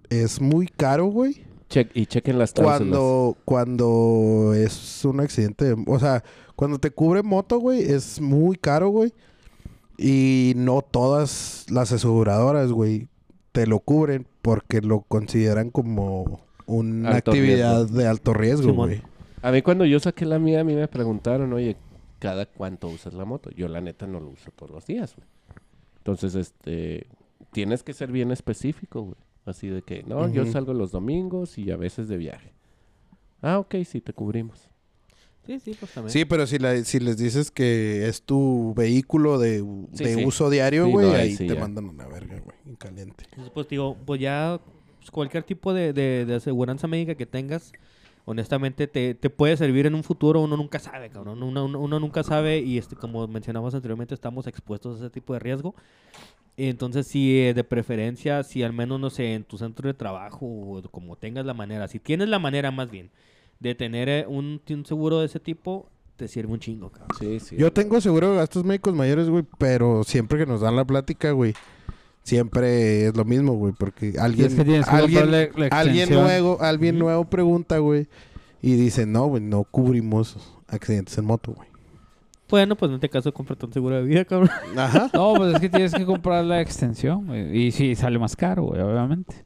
Speaker 3: es muy caro, güey.
Speaker 4: Che- y chequen las cláusulas.
Speaker 3: Cuando, cuando es un accidente, de- o sea, cuando te cubre moto, güey, es muy caro, güey. Y no todas las aseguradoras, güey, te lo cubren porque lo consideran como una
Speaker 4: Alto
Speaker 3: actividad de alto riesgo,
Speaker 5: Simón.
Speaker 3: güey.
Speaker 4: A mí cuando yo saqué la mía, a mí me preguntaron, oye, ¿cada cuánto usas la moto? Yo la neta no lo uso todos los días, güey. Entonces, este, tienes que ser bien específico, güey. Así de que, no, yo
Speaker 3: Ujú.
Speaker 4: salgo los domingos y a veces de viaje. Ah, ok, sí, te cubrimos.
Speaker 5: Sí, sí, pues también.
Speaker 3: Sí, pero si, la- si les dices que es tu vehículo de,
Speaker 4: Sí,
Speaker 3: de
Speaker 4: sí.
Speaker 3: uso diario,
Speaker 4: Sí,
Speaker 3: güey,
Speaker 4: no, ahí
Speaker 3: ahí
Speaker 4: sí
Speaker 3: te
Speaker 4: ya.
Speaker 3: mandan una verga, güey, en caliente.
Speaker 5: Entonces, pues digo, pues ya pues, cualquier tipo de, de, de aseguranza médica que tengas, honestamente te, te puede servir en un futuro, uno nunca sabe, cabrón. Uno, uno- uno nunca sabe y este, como mencionamos anteriormente, estamos expuestos a ese tipo de riesgo. Entonces, si eh, de preferencia, si al menos, no sé, en tu centro de trabajo o como tengas la manera, si tienes la manera más bien de tener eh, un, un seguro de ese tipo, te sirve un chingo, cabrón.
Speaker 4: Sí, sí.
Speaker 3: Yo tengo seguro de gastos médicos mayores, güey, pero siempre que nos dan la plática, güey, siempre es lo mismo, güey, porque alguien,
Speaker 2: es que tienes que
Speaker 3: alguien,
Speaker 2: comprarle la
Speaker 3: alguien
Speaker 2: extensión.
Speaker 3: nuevo, alguien nuevo pregunta, güey, y dice, no, güey, no cubrimos accidentes en moto, güey.
Speaker 5: Bueno, pues en este caso, cómprate un seguro de vida, cabrón.
Speaker 3: Ajá.
Speaker 2: No, pues es que tienes que comprar la extensión, güey. Y sí, sale más caro, güey, obviamente.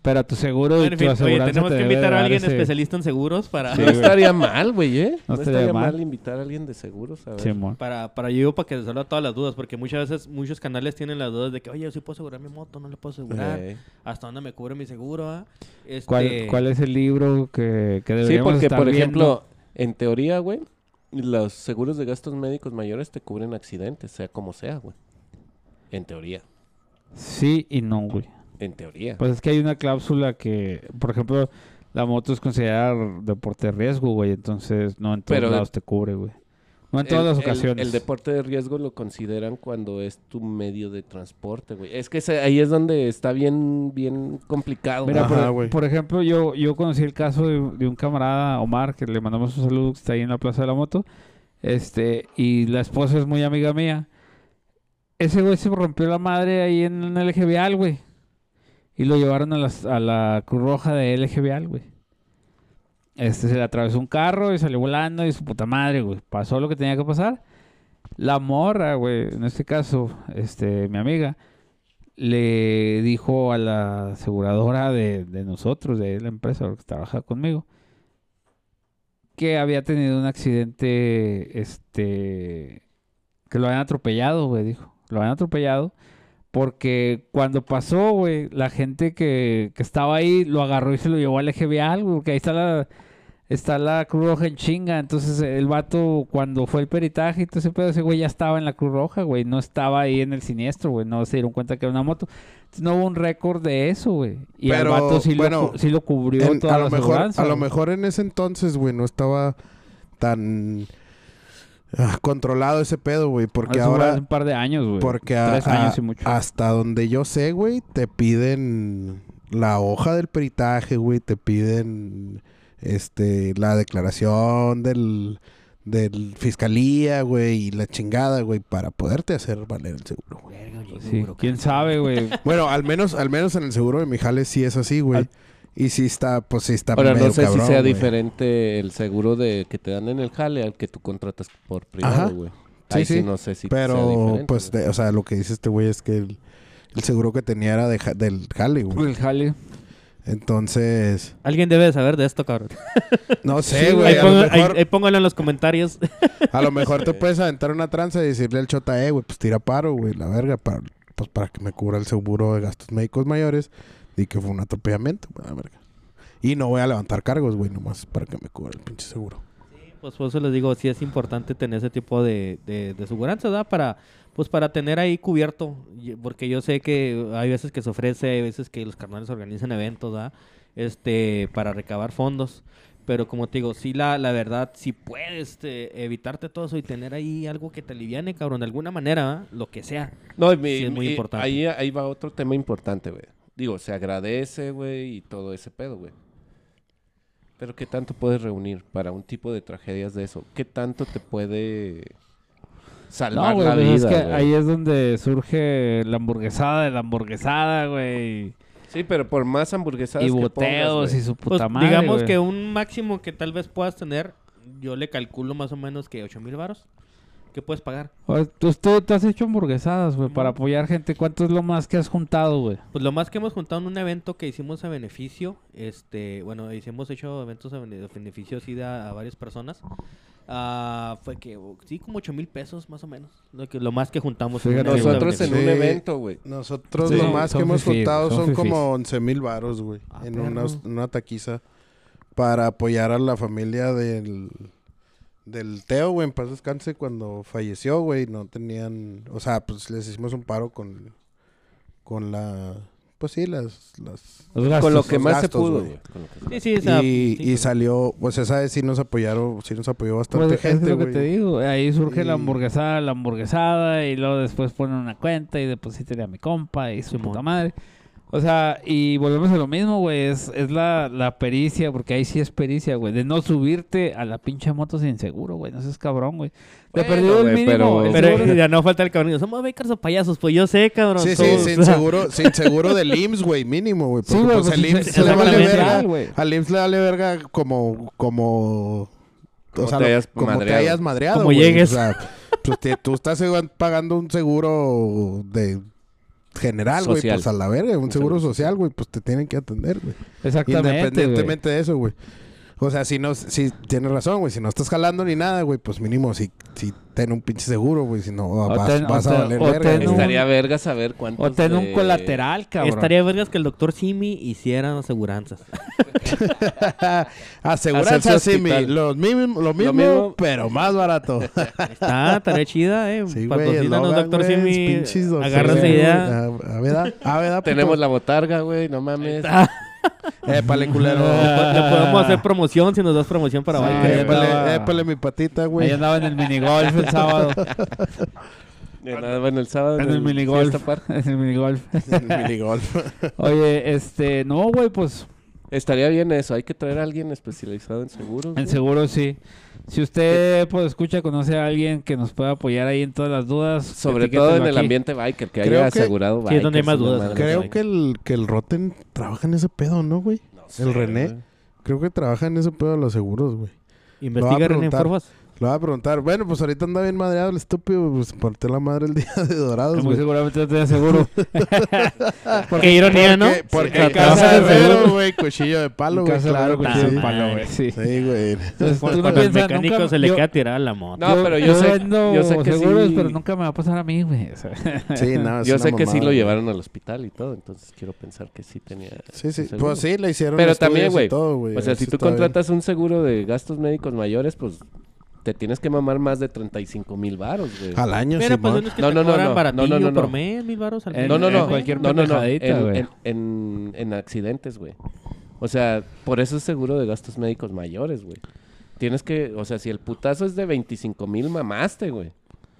Speaker 2: Pero tu seguro y
Speaker 5: Bueno, en
Speaker 2: tu
Speaker 5: fin, oye,
Speaker 2: aseguranza
Speaker 5: tenemos
Speaker 2: te
Speaker 5: que
Speaker 2: debe
Speaker 5: invitar a
Speaker 2: dar
Speaker 5: alguien
Speaker 2: ese-
Speaker 5: especialista en seguros para...
Speaker 2: Sí,
Speaker 4: No
Speaker 2: güey.
Speaker 4: estaría mal, güey, ¿eh?
Speaker 2: No
Speaker 4: No,
Speaker 2: estaría
Speaker 4: estaría,
Speaker 2: mal.
Speaker 4: mal invitar a alguien de seguros. A ver.
Speaker 2: Simón.
Speaker 5: Para, para yo, para que resuelva todas las dudas, porque muchas veces muchos canales tienen las dudas de que, oye, yo sí puedo asegurar mi moto, no le puedo asegurar,
Speaker 4: Eh.
Speaker 5: hasta dónde me cubre mi seguro, ah? Este,
Speaker 2: ¿Cuál, ¿Cuál es el libro que, que
Speaker 4: Sí,
Speaker 2: deberíamos
Speaker 4: porque,
Speaker 2: estar
Speaker 4: por
Speaker 2: viendo?
Speaker 4: ejemplo, en teoría, güey, los seguros de gastos médicos mayores te cubren accidentes, sea como sea, güey. En teoría.
Speaker 2: Sí y no, güey.
Speaker 4: En teoría.
Speaker 2: Pues es que hay una cláusula que, por ejemplo, la moto es considerada deporte de riesgo, güey. Entonces, no en todos
Speaker 4: Pero-
Speaker 2: lados te cubre, güey. No en todas
Speaker 4: El-
Speaker 2: las
Speaker 4: el-
Speaker 2: ocasiones.
Speaker 4: El, deporte de riesgo lo consideran cuando es tu medio de transporte, güey. Es que ese- ahí es donde está bien, bien complicado.
Speaker 2: Mira,
Speaker 4: güey.
Speaker 3: Ajá,
Speaker 2: por, e-,
Speaker 3: güey.
Speaker 2: por ejemplo, yo, yo conocí el caso de, de un camarada, Omar, que le mandamos un saludo, que está ahí en la Plaza de la Moto. Este, y la esposa es muy amiga mía. Ese güey se rompió la madre ahí en el eje vial, güey. Y lo llevaron a, las- a la Cruz Roja de LG Vial, güey. Este se le atravesó un carro y salió volando y su puta madre, güey. Pasó lo que tenía que pasar. La morra, güey, en este caso, este, mi amiga, le dijo a la aseguradora de, de nosotros, de la empresa que trabaja conmigo, que había tenido un accidente, este, que lo habían atropellado, güey, dijo. Lo habían atropellado porque cuando pasó, güey, la gente que, que estaba ahí lo agarró y se lo llevó al eje vial, güey, porque ahí está la... Está la Cruz Roja en chinga. Entonces, el vato, cuando fue el peritaje y todo ese pedo, ese güey ya estaba en la Cruz Roja, güey. No estaba ahí en el siniestro, güey. No se dieron cuenta que era una moto. Entonces, no hubo un récord de eso, güey. Y el
Speaker 3: Pero,
Speaker 2: vato sí, lo,
Speaker 3: bueno,
Speaker 2: cu- sí lo cubrió
Speaker 3: En-
Speaker 2: toda
Speaker 3: a lo
Speaker 2: la
Speaker 3: mejor,
Speaker 2: aseguranza,
Speaker 3: a lo
Speaker 2: güey.
Speaker 3: mejor en ese entonces, güey, no estaba tan ah, controlado ese pedo, güey, porque
Speaker 2: Hace un-
Speaker 3: ahora...
Speaker 2: hace un par de años, güey.
Speaker 3: Porque a-
Speaker 2: Tres
Speaker 3: a-
Speaker 2: años y mucho.
Speaker 3: hasta donde yo sé, güey, te piden la hoja del peritaje, güey, te piden este la declaración del del fiscalía, güey, y la chingada, güey, para poderte hacer valer el seguro, güey.
Speaker 5: Verga, oye,
Speaker 2: Sí,
Speaker 5: seguro,
Speaker 2: quién
Speaker 5: cabrón.
Speaker 2: sabe, güey.
Speaker 3: Bueno, al menos al menos en el seguro de Mijales sí es así, güey.
Speaker 2: Al-
Speaker 3: Y sí está, pues sí está
Speaker 4: Ahora, no
Speaker 3: medio
Speaker 4: sé
Speaker 3: cabrón,
Speaker 4: si sea
Speaker 3: güey.
Speaker 4: diferente el seguro de que te dan en el jale al que tú contratas por
Speaker 3: Ajá.
Speaker 4: privado, güey.
Speaker 3: Sí,
Speaker 4: Ahí sí,
Speaker 3: sí.
Speaker 4: no sé si sea
Speaker 3: Pero
Speaker 4: diferente,
Speaker 3: pues
Speaker 4: güey.
Speaker 3: de- o sea, lo que dice este güey es que el, el seguro que tenía era de ja- del jale, güey.
Speaker 2: El jale.
Speaker 3: Entonces,
Speaker 5: Alguien debe de saber de esto, cabrón.
Speaker 3: No sé,
Speaker 5: Sí,
Speaker 3: güey.
Speaker 5: ahí,
Speaker 3: a, lo
Speaker 5: pongan- ahí-
Speaker 3: mejor-
Speaker 5: ahí pónganlo en los comentarios.
Speaker 3: a lo mejor te puedes aventar una tranza y decirle al chota, eh, güey, pues tira paro, güey, la verga, para, pues para que me cubra el seguro de gastos médicos mayores. Y que fue un atropellamiento, güey, la verga. Y no voy a levantar cargos, güey, nomás para que me cubra el pinche seguro.
Speaker 5: Pues por eso les digo, sí es importante tener ese tipo de, de, de aseguranza, ¿verdad? Para, pues para tener ahí cubierto, y- porque yo sé que hay veces que se ofrece, hay veces que los carnales organizan eventos, ¿verdad? Este, para recabar fondos. Pero como te digo, sí la, la verdad, si puedes este, evitarte todo eso y tener ahí algo que te aliviane, cabrón, de alguna manera, ¿verdad? lo que sea.
Speaker 4: No, y mi-
Speaker 5: Sí, es muy
Speaker 4: y
Speaker 5: importante.
Speaker 4: Ahí, ahí va otro tema importante, güey. Digo, se agradece, güey, y todo ese pedo, güey. Pero ¿qué tanto puedes reunir para un tipo de tragedias de eso? ¿Qué tanto te puede salvar
Speaker 2: No, güey,
Speaker 4: la
Speaker 2: pues
Speaker 4: vida?
Speaker 2: es que
Speaker 4: güey?
Speaker 2: ahí es donde surge la hamburguesada de la hamburguesada, güey.
Speaker 4: Sí, pero por más hamburguesas
Speaker 2: Y
Speaker 4: que
Speaker 2: boteos
Speaker 4: pongas,
Speaker 2: y
Speaker 4: güey.
Speaker 2: su
Speaker 5: Pues
Speaker 2: puta madre.
Speaker 5: digamos
Speaker 2: güey.
Speaker 5: que un máximo que tal vez puedas tener, yo le calculo más o menos que 8 mil varos que puedes pagar.
Speaker 2: Oye, Tú, tú- tú has hecho hamburguesadas, güey,
Speaker 4: Mm.
Speaker 2: para apoyar gente. ¿Cuánto es lo más que has juntado, güey?
Speaker 5: Pues lo más que hemos juntado en un evento que hicimos a beneficio, este, bueno, hic- hemos hecho eventos a bene- a beneficio sí de a, a varias personas. Ah, fue que oh, sí como 8 mil pesos más o menos, lo que lo más que juntamos. un
Speaker 3: Fíjate,
Speaker 5: evento de
Speaker 4: Nosotros en
Speaker 5: beneficio.
Speaker 4: un
Speaker 3: Sí.
Speaker 4: evento, güey.
Speaker 3: Nosotros
Speaker 2: Sí,
Speaker 3: lo más
Speaker 2: son
Speaker 3: que hemos
Speaker 2: fifís,
Speaker 3: juntado
Speaker 2: son
Speaker 3: son,
Speaker 2: fifís.
Speaker 3: como 11 mil varos, güey.
Speaker 5: Ah,
Speaker 3: en
Speaker 5: perro.
Speaker 3: una, una taquiza para apoyar a la familia del, del Teo, güey. En paz descanse cuando falleció, güey. No tenían... O sea, pues les hicimos un paro con, con la... Pues sí, las... las
Speaker 2: Los gastos.
Speaker 4: Pues, Con lo que
Speaker 3: los
Speaker 4: más se
Speaker 3: gastos,
Speaker 4: pudo,
Speaker 3: güey.
Speaker 4: güey. Con lo que-
Speaker 5: Sí, sí, o sea,
Speaker 3: y,
Speaker 5: sí,
Speaker 3: y
Speaker 5: como-
Speaker 3: salió... Pues esa vez sí nos apoyaron, sí nos apoyó bastante
Speaker 2: Pues, es
Speaker 3: gente,
Speaker 2: lo que te
Speaker 3: güey.
Speaker 2: digo. Ahí surge la
Speaker 3: Y-
Speaker 2: hamburguesada, la hamburguesada, y luego después ponen una cuenta y deposítale a mi compa y su
Speaker 5: Simón.
Speaker 2: puta madre. O sea, y volvemos a lo mismo, güey. Es, es la, la pericia, porque ahí sí es pericia, güey. De no subirte a la pinche moto sin seguro, güey. No seas cabrón, güey. Te
Speaker 4: Bueno,
Speaker 2: perdió el
Speaker 4: güey,
Speaker 2: mínimo.
Speaker 4: pero-
Speaker 2: el
Speaker 5: pero
Speaker 2: seguro
Speaker 5: eh, ya no falta el cabrón, somos becas o payasos, pues yo sé, cabrón.
Speaker 3: Sí, sí,
Speaker 5: somos-
Speaker 3: sin seguro, sin seguro del IMSS, güey, mínimo, güey.
Speaker 2: Sí,
Speaker 3: porque,
Speaker 2: güey,
Speaker 3: pues,
Speaker 2: pues,
Speaker 3: el
Speaker 2: sí,
Speaker 3: IMSS
Speaker 2: sí,
Speaker 3: le vale
Speaker 2: exactamente.
Speaker 3: verga.
Speaker 2: güey.
Speaker 3: Al IMSS le vale verga como, como,
Speaker 4: Como
Speaker 3: o sea,
Speaker 4: te
Speaker 3: lo-
Speaker 4: hayas
Speaker 3: como te
Speaker 4: madreado.
Speaker 3: hayas madreado.
Speaker 5: Como
Speaker 3: güey.
Speaker 5: llegues.
Speaker 3: O sea, pues, te- tú estás eh, pagando un seguro de general, güey,
Speaker 4: Social.
Speaker 3: pues a la verga, un,
Speaker 4: Un
Speaker 3: seguro,
Speaker 4: seguro
Speaker 3: social, güey, pues te tienen que atender, güey.
Speaker 2: Exactamente, güey.
Speaker 3: Independientemente de eso, güey. O sea, si no, si tienes razón, güey, si no estás jalando ni nada, güey, pues mínimo si, si ten un pinche seguro, güey, si no vas,
Speaker 2: ten-
Speaker 3: vas
Speaker 2: o
Speaker 3: a
Speaker 2: ten-
Speaker 3: valer
Speaker 2: o
Speaker 3: verga.
Speaker 2: ten
Speaker 3: güey.
Speaker 2: un-
Speaker 4: Estaría verga saber cuántos
Speaker 2: O ten un
Speaker 4: de-
Speaker 2: colateral, cabrón.
Speaker 5: Estaría vergas que el doctor Simi hicieran aseguranzas.
Speaker 3: Aseguranza
Speaker 4: Hacer su
Speaker 3: sí, mi,
Speaker 4: hospital.
Speaker 3: lo, mismo, lo mismo,
Speaker 4: mismo.
Speaker 3: pero más barato.
Speaker 5: Está, estaría chida, eh.
Speaker 3: Sí, güey,
Speaker 5: Patrocínanos,
Speaker 3: eslogan,
Speaker 5: doctor
Speaker 3: güey,
Speaker 5: Simi.
Speaker 3: pinches doctores,
Speaker 5: Agarra esa
Speaker 3: güey. Ah,
Speaker 5: idea.
Speaker 3: A, a ver, a, a ver, a,
Speaker 4: Tenemos la botarga, güey, no mames.
Speaker 3: puto. Épale, culero.
Speaker 5: Le podemos hacer promoción si nos das promoción para
Speaker 2: Sí,
Speaker 5: bailar.
Speaker 2: ahí andaba.
Speaker 3: épale, épale mi patita,
Speaker 2: Ahí
Speaker 3: güey.
Speaker 2: andaba en el minigolf el sábado.
Speaker 4: Eh, nada, Bueno, el sábado
Speaker 2: en el
Speaker 4: Fiesta
Speaker 2: minigolf.
Speaker 4: Park.
Speaker 2: En el minigolf.
Speaker 3: Minigolf.
Speaker 2: Oye, este, no, güey, pues
Speaker 4: Estaría bien eso, hay que traer a alguien especializado en seguros.
Speaker 2: en
Speaker 4: güey.
Speaker 2: seguro sí. Si
Speaker 4: Eh.
Speaker 2: usted, pues, escucha, conoce a alguien que nos pueda apoyar ahí en todas las dudas.
Speaker 4: Sobre
Speaker 2: etiquételo
Speaker 4: todo en el
Speaker 2: aquí.
Speaker 4: ambiente biker, que
Speaker 3: Creo
Speaker 4: haya
Speaker 3: que-
Speaker 4: asegurado
Speaker 5: Sí, es donde hay
Speaker 4: bikers,
Speaker 5: más
Speaker 4: una
Speaker 5: dudas,
Speaker 4: madre
Speaker 3: Creo
Speaker 4: así.
Speaker 3: que el, que el Rotten trabaja en ese pedo, ¿no, güey? el René.
Speaker 4: güey.
Speaker 3: Creo que trabaja en ese pedo de los seguros, güey. Lo voy a
Speaker 5: Investiga René
Speaker 3: preguntar.
Speaker 5: Forfas.
Speaker 3: Lo voy a preguntar. Bueno, pues ahorita anda bien madreado el estúpido. Pues partió la madre el día de Dorados,
Speaker 2: Muy
Speaker 3: güey.
Speaker 2: seguramente no tenía seguro.
Speaker 5: Qué ironía, ¿no?
Speaker 3: Porque, porque
Speaker 5: Sí,
Speaker 3: en
Speaker 5: casa
Speaker 3: casa de
Speaker 5: de
Speaker 3: herrero,
Speaker 5: seguro.
Speaker 3: güey, cuchillo de palo, güey.
Speaker 2: Casa de
Speaker 3: Claro
Speaker 2: herrero,
Speaker 3: que
Speaker 2: cuchillo
Speaker 3: sí.
Speaker 2: de palo, güey, sí.
Speaker 3: Sí, güey.
Speaker 2: Entonces, tú no
Speaker 5: Cuando el
Speaker 2: piensas,
Speaker 5: mecánico
Speaker 2: nunca...
Speaker 5: se le
Speaker 2: yo-
Speaker 5: queda tirada la moto.
Speaker 4: No, pero yo sé-
Speaker 2: vendo
Speaker 4: yo sé que
Speaker 2: seguros,
Speaker 4: sí.
Speaker 2: pero nunca me va a pasar a mí, güey. O sea,
Speaker 3: Sí, no, es
Speaker 4: Yo
Speaker 3: una
Speaker 4: sé que sí
Speaker 3: mamada,
Speaker 4: lo
Speaker 3: güey.
Speaker 4: llevaron al hospital y todo, entonces quiero pensar que sí tenía.
Speaker 3: Sí, sí.
Speaker 4: seguro.
Speaker 3: Pues sí, le hicieron
Speaker 4: Pero
Speaker 3: estudios
Speaker 4: también,
Speaker 3: y
Speaker 4: güey,
Speaker 3: todo, güey.
Speaker 4: O sea, si
Speaker 3: Eso
Speaker 4: tú
Speaker 3: está bien.
Speaker 4: contratas un seguro de gastos médicos mayores, pues te tienes que mamar más de 35 mil varos, güey.
Speaker 3: Al año,
Speaker 5: Pero pues
Speaker 3: Simón.
Speaker 5: unos que
Speaker 4: No,
Speaker 5: te
Speaker 4: no, no,
Speaker 5: cobran
Speaker 4: no.
Speaker 5: baratillo
Speaker 4: No, no, no,
Speaker 5: por
Speaker 4: no. Eh,
Speaker 5: mes, mil baros al
Speaker 2: En-
Speaker 4: No, no,
Speaker 2: en
Speaker 4: no.
Speaker 2: cualquier
Speaker 4: no, no, no.
Speaker 2: pendejadita,
Speaker 4: En,
Speaker 2: güey.
Speaker 4: en- en- en accidentes, güey. O sea, por eso es seguro de gastos médicos mayores, güey. Tienes que, o sea, si el putazo es de 25 mil, mamaste, güey.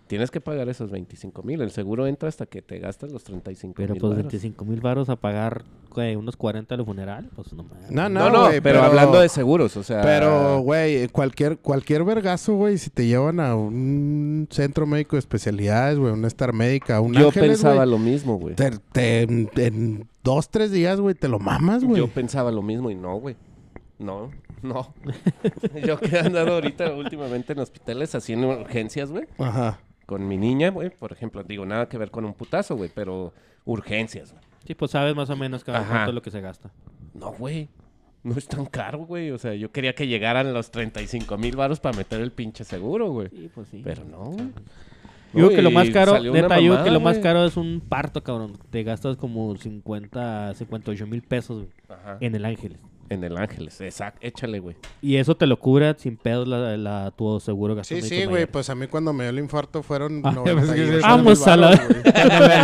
Speaker 4: Tienes que pagar esos 25 mil. El seguro entra hasta que te gastas los 35
Speaker 5: Pero
Speaker 4: mil.
Speaker 5: pues
Speaker 4: varos.
Speaker 5: 25 mil baros a pagar güey, unos 40 al funeral, pues no mames.
Speaker 3: No,
Speaker 4: No,
Speaker 3: no,
Speaker 4: no,
Speaker 3: güey,
Speaker 4: pero, hablando de Ah. seguros, o sea.
Speaker 3: Pero, güey, cualquier, cualquier vergazo, güey, si te llevan a un centro médico de especialidades, güey, una star médica, un
Speaker 4: yo
Speaker 3: Ángeles,
Speaker 4: pensaba
Speaker 3: güey,
Speaker 4: lo mismo, güey.
Speaker 3: te, te- en, en dos, tres días, güey, te lo mamas,
Speaker 4: Yo
Speaker 3: güey.
Speaker 4: pensaba lo mismo y no, güey. No, no. yo que he andado ahorita últimamente en hospitales haciendo urgencias, güey.
Speaker 3: Ajá.
Speaker 4: Con mi niña, güey, por ejemplo. Digo, nada que ver con un putazo, güey, pero urgencias, güey.
Speaker 5: Sí, pues sabes más o menos cada
Speaker 4: Ajá.
Speaker 5: cuánto es lo que se gasta.
Speaker 4: No, güey. No es tan caro, güey. O sea, yo quería que llegaran los 35 mil varos para meter el pinche seguro, güey.
Speaker 5: Sí, pues sí.
Speaker 4: Pero no, güey.
Speaker 5: Digo que
Speaker 4: No,
Speaker 5: lo
Speaker 4: y
Speaker 5: más caro,
Speaker 4: salió una
Speaker 5: neta, yo
Speaker 4: mamada,
Speaker 5: que lo más
Speaker 4: güey.
Speaker 5: caro es un parto, cabrón. Te gastas como 50, 58 mil pesos güey,
Speaker 4: Ajá.
Speaker 5: en el Ángeles.
Speaker 4: En el Ángeles, exacto. Échale, güey.
Speaker 5: Y eso te lo cubra sin pedos la, la- tu seguro
Speaker 3: Sí,
Speaker 5: gastronómico.
Speaker 3: sí, güey. Pues a mí cuando me dio el infarto fueron
Speaker 2: Ah, ya pensé que
Speaker 3: 98 mil
Speaker 5: Vamos a la-
Speaker 3: varos,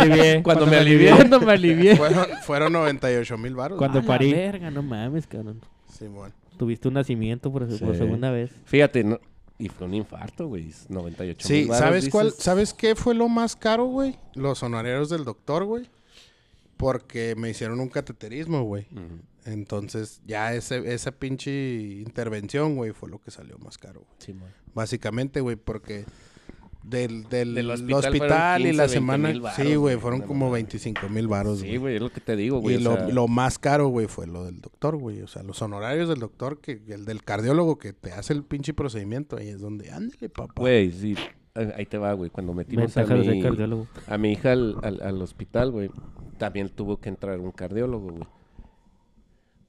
Speaker 3: güey.
Speaker 5: Eh, Cuando me alivié.
Speaker 4: Cuando
Speaker 5: Cuando
Speaker 4: me alivié.
Speaker 5: me alivié.
Speaker 3: Fueron, fueron 98 mil baros.
Speaker 2: Cuando
Speaker 5: A la
Speaker 2: parí.
Speaker 5: verga, no mames, cabrón.
Speaker 3: Simón.
Speaker 5: Tuviste un nacimiento por, por
Speaker 4: Sí.
Speaker 5: segunda vez.
Speaker 4: Fíjate, no- y fue un infarto, güey. 98
Speaker 3: Sí,
Speaker 4: mil varos,
Speaker 3: ¿sabes
Speaker 4: dices.
Speaker 3: cuál? ¿Sabes qué fue lo más caro, güey? Los honorarios del doctor, güey. Porque me hicieron un cateterismo, güey.
Speaker 4: Ujú.
Speaker 3: Entonces, ya ese, esa pinche intervención, güey, fue lo que salió más caro, güey.
Speaker 4: Sí, güey.
Speaker 3: Básicamente, güey, porque del, del,
Speaker 4: Del hospital
Speaker 3: hospital,
Speaker 4: fueron
Speaker 3: y
Speaker 4: 15,
Speaker 3: la
Speaker 4: 20
Speaker 3: semana.
Speaker 4: mil varos,
Speaker 3: sí, güey,
Speaker 4: güey,
Speaker 3: fueron
Speaker 4: una
Speaker 3: como
Speaker 4: mamada.
Speaker 3: 25 mil baros,
Speaker 4: Sí,
Speaker 3: güey.
Speaker 4: güey, es lo que te digo,
Speaker 3: Y
Speaker 4: güey. o
Speaker 3: lo,
Speaker 4: sea,
Speaker 3: lo más caro, güey, fue lo del doctor, güey. O sea, los honorarios del doctor, que el del cardiólogo que te hace el pinche procedimiento, ahí es donde, ándale, papá.
Speaker 4: Güey, sí. Ah, Ahí te va, güey. Cuando metimos a
Speaker 5: Ventaja de ser
Speaker 4: mi,
Speaker 5: cardiólogo.
Speaker 4: a mi hija al, al- al hospital, güey, también tuvo que entrar un cardiólogo, güey.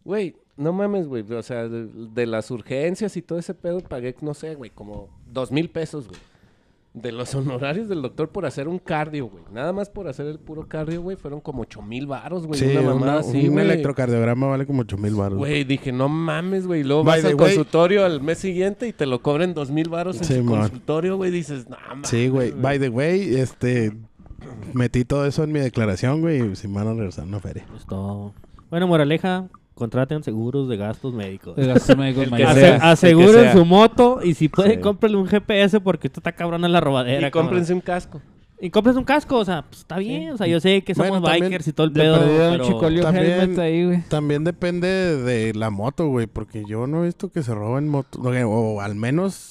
Speaker 4: Güey, no mames, güey. O sea, de, de las urgencias y todo ese pedo pagué, no sé, güey, como dos mil pesos, güey. De los honorarios del doctor por hacer un cardio, güey. Nada más por hacer el puro cardio, güey, fueron como ocho mil varos, güey.
Speaker 3: Sí,
Speaker 4: una mamada
Speaker 3: una-
Speaker 4: así,
Speaker 3: un
Speaker 4: güey.
Speaker 3: electrocardiograma vale como 8 mil baros.
Speaker 4: Güey, dije, no mames, güey. Luego
Speaker 3: By
Speaker 4: vas
Speaker 3: the
Speaker 4: al
Speaker 3: way-
Speaker 4: consultorio al mes siguiente y te lo cobren dos mil varos en
Speaker 3: Sí,
Speaker 4: el
Speaker 3: man.
Speaker 4: consultorio, güey. Dices, no mames.
Speaker 3: Sí, güey. By the way, este... Metí todo eso en mi declaración, güey, y si me van a regresar a una feria.
Speaker 2: Pues
Speaker 5: Es todo. Bueno, moraleja, contraten seguros de gastos médicos.
Speaker 2: De gastos médicos
Speaker 4: El que
Speaker 2: mayores.
Speaker 5: Ase-
Speaker 4: sea. el que
Speaker 5: aseguren
Speaker 4: sea.
Speaker 5: su moto y si pueden,
Speaker 4: Sí.
Speaker 5: cómprenle un GPS porque esto está cabrón en la robadera.
Speaker 4: Y cómprense un casco.
Speaker 5: cabrón. Y cómprense un casco, o sea, pues, está bien. O sea, yo sé que somos
Speaker 3: Bueno, también
Speaker 5: bikers y todo el
Speaker 2: De
Speaker 5: pedo.
Speaker 2: perdida un
Speaker 5: pero-
Speaker 2: chicolio
Speaker 3: también-
Speaker 2: helmet ahí, güey.
Speaker 3: También depende de la moto, güey, porque yo no he visto que se roben motos, o, o al menos...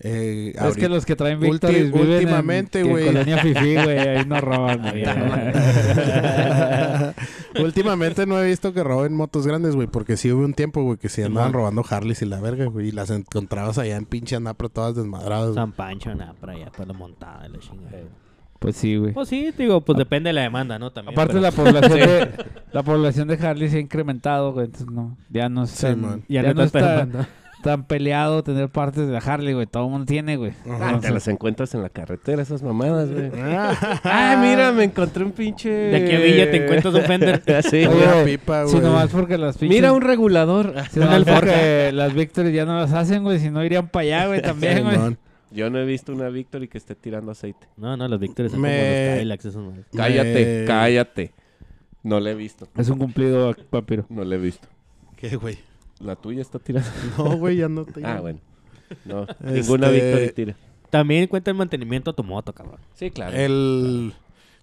Speaker 3: eh,
Speaker 2: Es que
Speaker 3: ahorita-
Speaker 2: los que traen
Speaker 3: Ulti-
Speaker 2: Victoris viven
Speaker 3: últimamente,
Speaker 2: en, en
Speaker 3: güey.
Speaker 2: Colonia Fifi, güey. Ahí no roban, güey.
Speaker 3: Últimamente no he visto que roben motos grandes, güey, porque sí hubo un tiempo, güey, que sí andaban robando Harleys y la verga, güey, y las encontrabas allá en pinche Anapro todas desmadradas. güey.
Speaker 5: San Pancho, nada, para allá, para la montada y la chingada.
Speaker 2: Pues sí, güey.
Speaker 5: Pues sí, digo, pues depende de la demanda, ¿no? También.
Speaker 2: Aparte
Speaker 5: pero-
Speaker 2: la población de la población de Harley se ha incrementado, güey, entonces no, ya no es
Speaker 3: Sí,
Speaker 2: tan,
Speaker 3: man.
Speaker 2: ya
Speaker 5: Ya
Speaker 2: no
Speaker 5: no
Speaker 2: está
Speaker 5: tanta demanda.
Speaker 2: tan peleado tener partes de la Harley, güey, todo el mundo tiene, güey.
Speaker 4: Ah, te
Speaker 2: Entonces,
Speaker 4: las encuentras en la carretera, esas mamadas, güey. ah, mira, me encontré un pinche. Ah,
Speaker 5: ¿De qué villa te encuentras un Fender?
Speaker 2: Oye,
Speaker 4: Sí, güey.
Speaker 3: Una
Speaker 2: güey,
Speaker 3: pipa,
Speaker 2: si
Speaker 3: güey.
Speaker 2: nomás porque las pinches
Speaker 4: Mira un regulador. Ah,
Speaker 2: si nomás porque las Victories ya no las hacen, güey, si no irían para allá, güey, también, güey.
Speaker 3: Simón.
Speaker 4: Yo no he visto una Victory que esté tirando aceite.
Speaker 5: No, no, los Victors son como
Speaker 3: Me-
Speaker 5: los Kylax, esos madres.
Speaker 4: Cállate,
Speaker 3: Me-
Speaker 4: cállate. No la he visto.
Speaker 2: Es un cumplido, papiro.
Speaker 4: No la he visto.
Speaker 3: ¿Qué, güey?
Speaker 4: La tuya está tirando.
Speaker 3: No, güey, ya no te
Speaker 4: Ah, bueno. No,
Speaker 3: Este-
Speaker 4: ninguna Victory tira.
Speaker 5: También cuenta el mantenimiento a tu moto, cabrón.
Speaker 4: Sí, claro.
Speaker 3: El...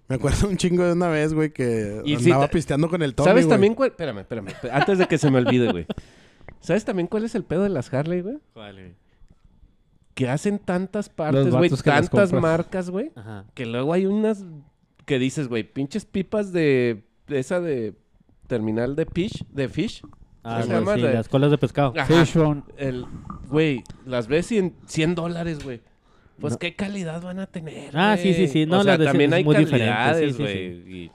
Speaker 3: Me acuerdo un chingo de una vez, güey, que
Speaker 4: Y sí,
Speaker 3: andaba
Speaker 4: ta-
Speaker 3: pisteando con el Tommy,
Speaker 4: ¿Sabes
Speaker 3: güey.
Speaker 4: también cuál? Espérame, espérame. espérame, Antes de que se me olvide, güey. ¿Sabes también cuál es el pedo de las Harley, güey? eh? Que hacen tantas partes, güey.
Speaker 2: vatos que las
Speaker 4: Tantas
Speaker 2: compras.
Speaker 4: marcas, güey.
Speaker 5: Ajá.
Speaker 4: Que luego hay unas que dices, güey, pinches pipas de de esa de terminal de fish, de fish.
Speaker 5: Ah,
Speaker 4: Se
Speaker 5: güey,
Speaker 4: llama
Speaker 5: sí,
Speaker 4: de- Ah,
Speaker 5: las colas de pescado.
Speaker 4: Ajá.
Speaker 2: Fishbone.
Speaker 4: El, güey, las ves y en 100 dólares, güey. Pues qué calidad van a tener.
Speaker 5: Ah, sí,
Speaker 4: güey?
Speaker 5: sí, sí, no,
Speaker 4: o sea,
Speaker 5: las de-
Speaker 4: también
Speaker 5: es
Speaker 4: hay
Speaker 5: muy diferente, sí,
Speaker 4: calidades,
Speaker 5: sí,
Speaker 4: güey.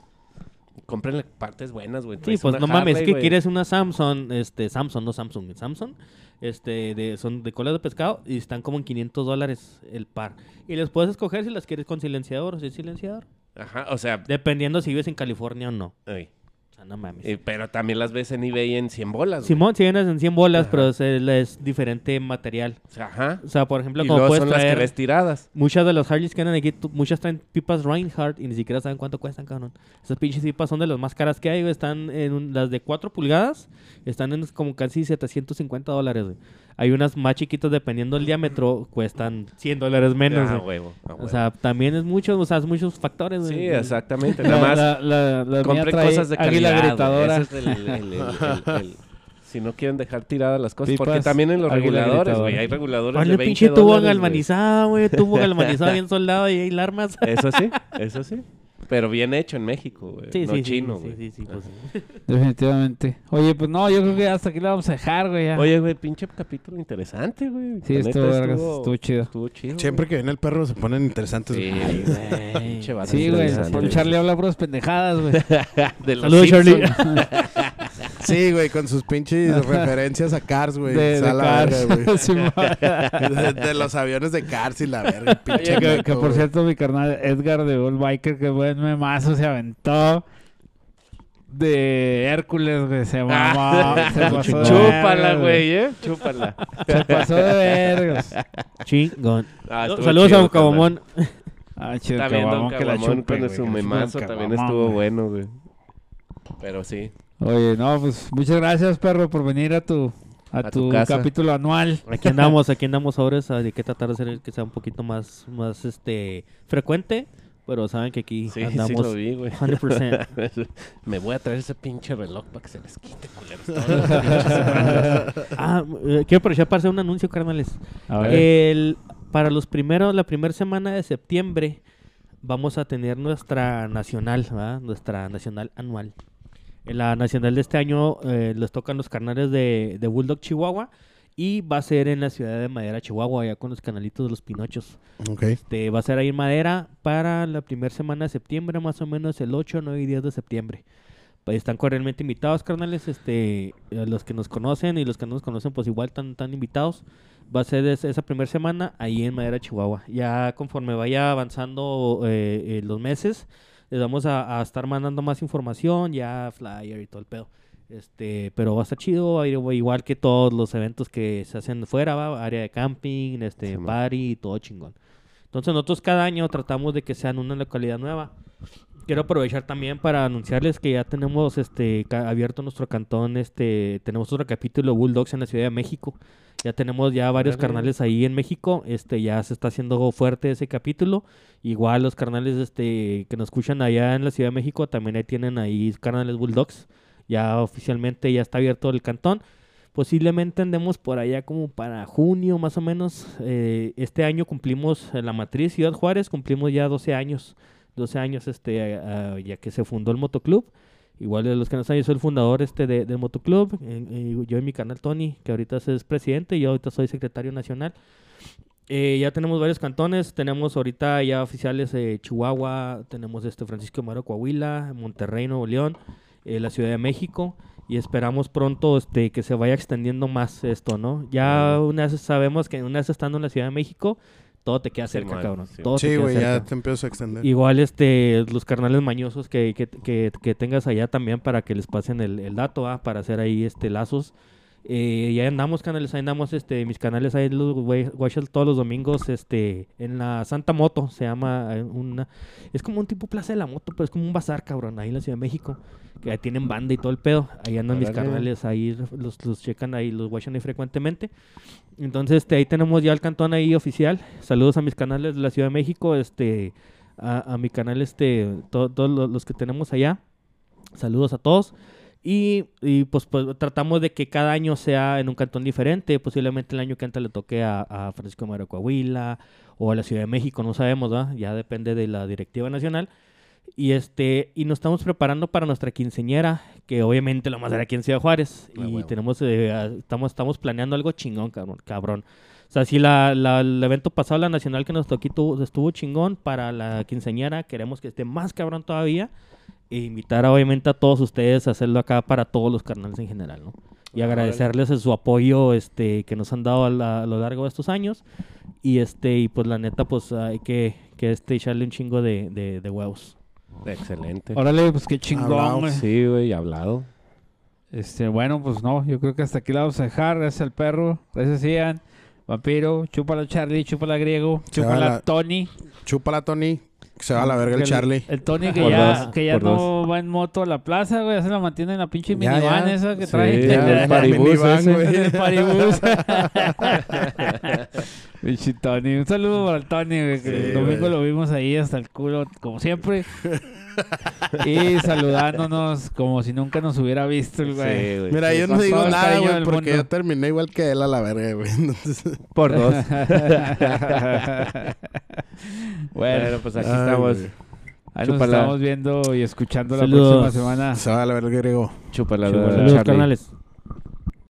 Speaker 4: Y cómprenle partes buenas, güey.
Speaker 5: Sí,
Speaker 4: Traes
Speaker 5: pues
Speaker 4: una
Speaker 5: no mames,
Speaker 4: Harley,
Speaker 5: que
Speaker 4: güey.
Speaker 5: quieres una Samsung, este, Samsung, no Samsung, Samsung, este, de, son de colas de pescado y están como en 500 dólares el par. Y les puedes escoger si las quieres con silenciador o sin silenciador,
Speaker 4: Ajá, o sea,
Speaker 5: dependiendo si vives en California o no.
Speaker 4: ay,
Speaker 5: O sea, no mames.
Speaker 4: eh, pero también las ves en eBay en 100 bolas, güey.
Speaker 5: Simón, si vienes en 100 bolas, pero es, el- es diferente material.
Speaker 4: O sea, ajá.
Speaker 5: O sea, por ejemplo,
Speaker 4: Y
Speaker 5: como
Speaker 4: luego
Speaker 5: puedes
Speaker 4: son las que
Speaker 5: traer...
Speaker 4: ves tiradas.
Speaker 5: Muchas de las Harleys que andan aquí, tú- muchas traen pipas Reinhardt y ni siquiera saben cuánto cuestan, cabrón. Esas pinches pipas son de las más caras que hay, güey. Están en un- las de 4 pulgadas, están en como casi 750 dólares, güey. Hay unas más chiquitas, dependiendo del diámetro, cuestan 100 dólares menos,
Speaker 4: Ah,
Speaker 5: güey.
Speaker 4: huevo, ah, huevo.
Speaker 5: O sea, también es mucho, o sea, es muchos factores, güey.
Speaker 4: sí,
Speaker 5: Güey.
Speaker 4: exactamente.
Speaker 2: La,
Speaker 4: Nada más
Speaker 2: la, la, la mía
Speaker 4: Compré
Speaker 2: trae
Speaker 4: cosas de
Speaker 2: águila
Speaker 4: calidad. güey.
Speaker 2: gritadora.
Speaker 4: Ese es el- el- el- el- el- si no quieren dejar tiradas las cosas.
Speaker 2: Pipas,
Speaker 4: porque también en los
Speaker 2: águila
Speaker 4: reguladores,
Speaker 2: gritadora.
Speaker 4: güey. Hay reguladores
Speaker 5: Ponle
Speaker 4: de
Speaker 5: un
Speaker 4: 20
Speaker 5: pinche tubo
Speaker 4: dólares,
Speaker 5: galvanizado, güey. Tubo galvanizado bien soldado y hay armas.
Speaker 4: güey. Eso sí, eso sí. Pero bien hecho en México, güey.
Speaker 5: Sí,
Speaker 4: no
Speaker 5: sí,
Speaker 4: chino,
Speaker 5: sí,
Speaker 4: güey.
Speaker 5: sí, sí, sí, pues,
Speaker 2: Definitivamente. Oye, pues no, yo creo que hasta aquí la vamos a dejar, güey. ya.
Speaker 4: Oye, güey, pinche capítulo interesante, güey.
Speaker 2: Sí,
Speaker 4: La neta,
Speaker 2: estuvo vergas, estuvo chido.
Speaker 4: Estuvo chido.
Speaker 3: Siempre que viene el perro se ponen interesantes,
Speaker 4: güey.
Speaker 3: güey.
Speaker 4: Sí, güey. Pinche vato
Speaker 2: Sí, güey.
Speaker 4: interesante,
Speaker 2: Por Charlie habla puras pendejadas, güey.
Speaker 4: De los
Speaker 5: Saludos, Charlie.
Speaker 4: Simpsons.
Speaker 3: Sí, güey, con sus pinches referencias a Cars, güey.
Speaker 2: de,
Speaker 3: Está
Speaker 2: de
Speaker 3: la
Speaker 2: Cars.
Speaker 3: verga, güey.
Speaker 2: Sí, mo-
Speaker 3: De, de los aviones de Cars y la verga, pinche
Speaker 2: Oye, que, que
Speaker 3: naco,
Speaker 2: por
Speaker 3: güey.
Speaker 2: cierto, mi carnal Edgar de Old Biker, que buen memazo se aventó. de Hércules, güey.
Speaker 4: Ah.
Speaker 2: Se mamó. se pasó
Speaker 5: ¿eh?
Speaker 2: de
Speaker 4: Chúpala,
Speaker 2: verga,
Speaker 4: güey, ¿eh? Chúpala.
Speaker 2: Se pasó de vergas.
Speaker 5: Chingón.
Speaker 4: Ah, estuvo
Speaker 5: Saludos
Speaker 4: chido,
Speaker 5: a
Speaker 4: carnal.
Speaker 5: Bocabomón.
Speaker 2: Ah, chido,
Speaker 4: Está bien, Don
Speaker 2: Caguamón, que la
Speaker 4: Caguamón
Speaker 2: chupen,
Speaker 4: con
Speaker 2: güey, que
Speaker 4: su
Speaker 2: la chupen,
Speaker 4: memazo también
Speaker 2: Caguamón,
Speaker 4: estuvo
Speaker 2: güey.
Speaker 4: bueno, güey. Pero sí,
Speaker 2: Oye, no, pues muchas gracias, perro, por venir a tu, a
Speaker 4: A
Speaker 2: tu,
Speaker 4: tu casa.
Speaker 2: capítulo anual.
Speaker 5: Aquí andamos, aquí andamos ahora. es- Hay que tratar de hacer que sea un poquito más, más este, frecuente. Pero saben que aquí
Speaker 4: sí, sí
Speaker 5: andamos
Speaker 4: lo vi, güey.
Speaker 5: 100%.
Speaker 4: Me voy a traer ese pinche reloj para que se les quite, culeros.
Speaker 5: ah, eh, quiero aprovechar para hacer un anuncio, carnales.
Speaker 2: A ver.
Speaker 5: El- para los primeros, la primera semana de septiembre, vamos a tener nuestra nacional, ¿verdad? nuestra nacional anual. En la nacional de este año eh, les tocan los carnales de, de Bulldog Chihuahua y va a ser en la ciudad de Madera, Chihuahua, allá con los canalitos de los Pinochos.
Speaker 3: Ok.
Speaker 5: Este, va a ser ahí en Madera para la primera semana de septiembre, más o menos el 8, 9 y 10 de septiembre. Pues están cordialmente invitados, carnales. Este, eh, los que nos conocen y los que no nos conocen, pues igual están, están invitados. Va a ser es- esa primera semana ahí en Madera, Chihuahua. Ya conforme vaya avanzando eh, eh, los meses, les vamos a, a estar mandando más información, ya flyer y todo el pedo. Este, pero va a estar chido, va a ir igual que todos los eventos que se hacen fuera, ¿va? área de camping, este,
Speaker 4: Simón.
Speaker 5: party, todo chingón. Entonces nosotros cada año tratamos de que sean una localidad nueva. Quiero aprovechar también para anunciarles que ya tenemos este ca- abierto nuestro cantón, este tenemos otro capítulo Bulldogs en la Ciudad de México. Ya tenemos ya varios
Speaker 4: Órale.
Speaker 5: carnales ahí en México, este ya se está haciendo fuerte ese capítulo. Igual los carnales este que nos escuchan allá en la Ciudad de México también ahí tienen ahí carnales Bulldogs. Ya oficialmente ya está abierto el cantón. Posiblemente andemos por allá como para junio más o menos. Eh, este año cumplimos en la matriz Ciudad Juárez, cumplimos ya 12 años. 12 años este, a- a- ya que se fundó el motoclub. Igual de los que no saben, yo soy el fundador este de- del motoclub. eh, eh, yo y mi canal Tony, que ahorita es presidente, y yo ahorita soy secretario nacional. Eh, ya tenemos varios cantones, tenemos ahorita ya oficiales eh, Chihuahua, tenemos este Francisco Maro Coahuila, Monterrey, Nuevo León, eh, la Ciudad de México y esperamos pronto este que se vaya extendiendo más esto, ¿no? Ya una vez sabemos que una vez estando en la Ciudad de México, todo te queda
Speaker 4: Sí,
Speaker 5: cerca,
Speaker 4: man,
Speaker 5: cabrón.
Speaker 4: sí.
Speaker 5: Todo te
Speaker 3: Sí,
Speaker 5: queda
Speaker 3: güey, ya
Speaker 5: cerca.
Speaker 3: te empiezas a extender.
Speaker 5: Igual este los carnales mañosos que, que, que- que tengas allá también para que les pasen el, el dato, ¿ah? para hacer ahí este lazos. Eh, y ahí andamos, canales, ahí andamos, este, mis canales ahí los güey- guachas todos los domingos, este, en la Santa Moto, se llama eh, una, es como un tipo plaza de la moto, pero es como un bazar, cabrón, ahí en la Ciudad de México, que ahí tienen banda y todo el pedo, ahí andan mis
Speaker 4: Órale.
Speaker 5: canales, ahí los, los checan ahí, los guachan ahí frecuentemente. Entonces, este, ahí tenemos ya el cantón ahí oficial. Saludos a mis canales de la Ciudad de México, este, a, a mi canal, este, to- todos lo- los que tenemos allá. Saludos a todos. Y, y, pues, pues, tratamos de que cada año sea en un cantón diferente. Posiblemente el año que antes le toque a, a Francisco Madero Coahuila o a la Ciudad de México, no sabemos, ¿verdad? Ya depende de la directiva nacional. Y este, y nos estamos preparando para nuestra quinceñera, que obviamente lo más era aquí en Ciudad Juárez.
Speaker 4: Ah,
Speaker 5: y
Speaker 4: huevo.
Speaker 5: tenemos, eh, a- estamos, estamos planeando algo chingón, cabrón. cabrón. O sea, si la, la- el evento pasado, la nacional que nos tocó estuvo, estuvo chingón para la quinceañera, queremos que esté más cabrón todavía. E invitar a, obviamente a todos ustedes a hacerlo acá para todos los carnales en general, ¿no? Y agradecerles el- su apoyo este, que nos han dado a, la- a lo largo de estos años. Y este, y pues la neta, pues hay que, que este echarle un chingo de, de, de huevos.
Speaker 4: Excelente.
Speaker 2: Órale, pues qué chingón,
Speaker 3: Hablado,
Speaker 2: güey.
Speaker 4: Sí, güey, hablado.
Speaker 2: Este, bueno, pues no, yo creo que hasta aquí la vamos a dejar. Gracias al perro, gracias Ian, vampiro, chúpala Charlie, chúpala Griego,
Speaker 3: Se va
Speaker 2: chúpala
Speaker 3: la-
Speaker 2: Tony.
Speaker 3: Chúpala, Tony. que se va a la verga el Charlie.
Speaker 2: El Tony que
Speaker 4: Por
Speaker 2: ya,
Speaker 4: dos,
Speaker 2: que ya
Speaker 4: por
Speaker 2: no va en moto a la plaza, güey, ya se la mantiene en la pinche
Speaker 3: Ya,
Speaker 2: minivan
Speaker 3: ya.
Speaker 2: esa que
Speaker 4: Sí,
Speaker 2: trae.
Speaker 4: ya, el paribús
Speaker 3: minivan,
Speaker 4: ese.
Speaker 3: güey.
Speaker 2: En el paribús. Pinche Tony. Un saludo para el Tony, güey, que
Speaker 3: Sí,
Speaker 2: el domingo
Speaker 3: güey.
Speaker 2: lo vimos ahí hasta el culo, como siempre. y saludándonos como si nunca nos hubiera visto el güey.
Speaker 4: Sí, güey.
Speaker 3: Mira, yo no
Speaker 2: con todo
Speaker 3: digo
Speaker 2: el
Speaker 3: nada,
Speaker 2: cariño del
Speaker 3: güey, porque
Speaker 2: mundo.
Speaker 3: yo terminé igual que él a la verga, güey. Entonces,
Speaker 4: Por dos.
Speaker 2: bueno,
Speaker 4: bueno, pues aquí
Speaker 3: Ay,
Speaker 4: estamos.
Speaker 3: güey.
Speaker 2: ahí nos
Speaker 4: chúpala.
Speaker 2: estamos viendo y escuchando
Speaker 5: Saludos.
Speaker 2: la próxima semana.
Speaker 3: se va a la verga, griego.
Speaker 4: Chúpala,
Speaker 2: Chúpala.
Speaker 4: Charlie.
Speaker 5: Saludos, carnales.